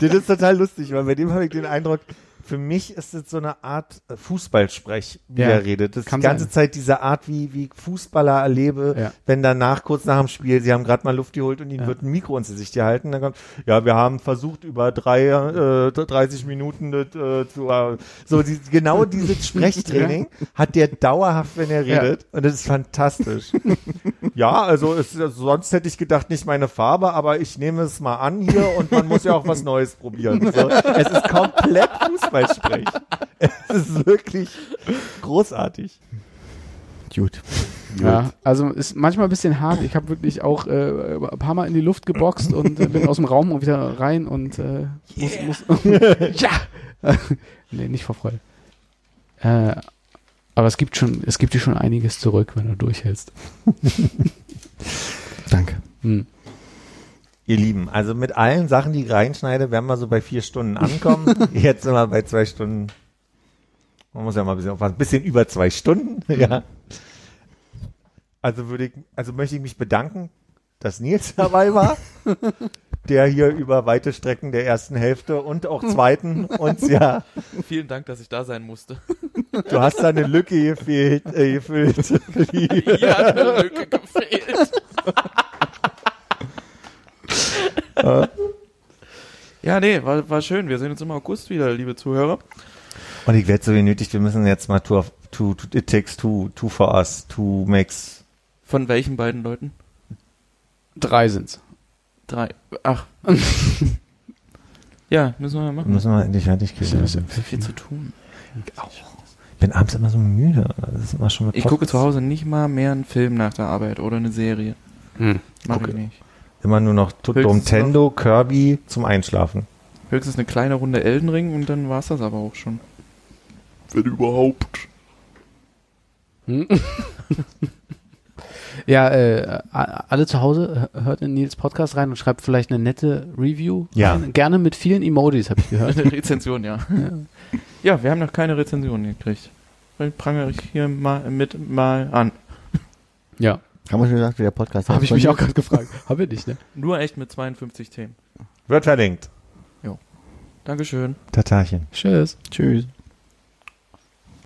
D: das ist total lustig, weil bei dem habe ich den Eindruck, für mich ist das so eine Art äh, Fußballsprech, wie
E: Ja,
D: er redet. Das ist
E: kann
D: die ganze
E: sein.
D: Zeit diese Art, wie, wie ich Fußballer erlebe,
E: Ja.
D: wenn danach, kurz nach dem Spiel, sie haben gerade mal Luft geholt und ihnen
E: Ja.
D: wird ein Mikro ins Gesicht gehalten. Dann kommt, ja, wir haben versucht, über drei, äh, 30 Minuten das, äh, zu, äh, so die, genau dieses Sprechtraining hat der dauerhaft, wenn er
E: Ja.
D: redet. Und das ist fantastisch. Ja, also es, sonst hätte ich gedacht, nicht meine Farbe, aber ich nehme es mal an hier und man muss ja auch was Neues probieren. So, es ist komplett Fußballsprech. Es ist wirklich großartig.
C: Gut.
E: Ja, also ist manchmal ein bisschen hart. Ich habe wirklich auch äh, ein paar Mal in die Luft geboxt und äh, bin aus dem Raum und wieder rein und äh, muss, muss ja, nee, nicht vor Freude. Äh, aber es gibt schon, es gibt dir schon einiges zurück, wenn du durchhältst.
C: Danke.
E: Hm.
D: Ihr Lieben, also mit allen Sachen, die ich reinschneide, werden wir so bei vier Stunden ankommen. Jetzt sind wir bei zwei Stunden. Man muss ja mal ein bisschen aufpassen. Ein bisschen über zwei Stunden, ja. Also würde ich, also möchte ich mich bedanken, dass Nils dabei war, der hier über weite Strecken der ersten Hälfte und auch zweiten uns ja,
G: Vielen Dank, dass ich da sein musste.
D: du hast da eine Lücke gefehlt, äh, gefüllt.
G: Ihr hat eine Lücke gefehlt. ja, nee, war, war schön. Wir sehen uns im August wieder, liebe Zuhörer.
D: Und ich werde so genötigt, wir müssen jetzt mal two, two, two, it takes two, two for us, two makes.
G: Von welchen beiden Leuten?
E: Drei sind's.
G: Drei. Ach. ja, müssen wir mal machen.
D: Müssen wir endlich fertig kriegen.
G: So viel zu tun.
D: Ich bin abends immer so müde. Das ist immer schon mit
G: Ich gucke
D: Podcasts.
G: zu Hause nicht mal mehr einen Film nach der Arbeit oder eine Serie.
E: Hm.
G: Mach
D: Gucke.
G: ich nicht.
D: Immer nur noch Tut-
G: Höchstens
D: Nintendo, Kirby zum Einschlafen.
G: Höchstens eine kleine Runde Elden Ring und dann war's das aber auch schon.
F: Wenn überhaupt.
E: ja, äh, a- alle zu Hause h- hört in Nils Podcast rein und schreibt vielleicht eine nette Review.
D: Ja.
E: rein. Gerne mit vielen Emojis, habe ich gehört.
B: Eine Rezension, ja. Ja, wir haben noch keine Rezension gekriegt. Dann prangere ich hier mal mit mal an.
E: ja.
C: Haben wir schon gesagt, wie der Podcast
E: Habe
C: heißt
E: ich
C: bei
E: mich
C: dir?
E: auch gerade gefragt. Haben wir nicht, ne?
B: Nur echt mit 52 Themen.
D: Wird verlinkt.
B: Dankeschön.
D: Tatarchen.
E: Tschüss.
C: Tschüss.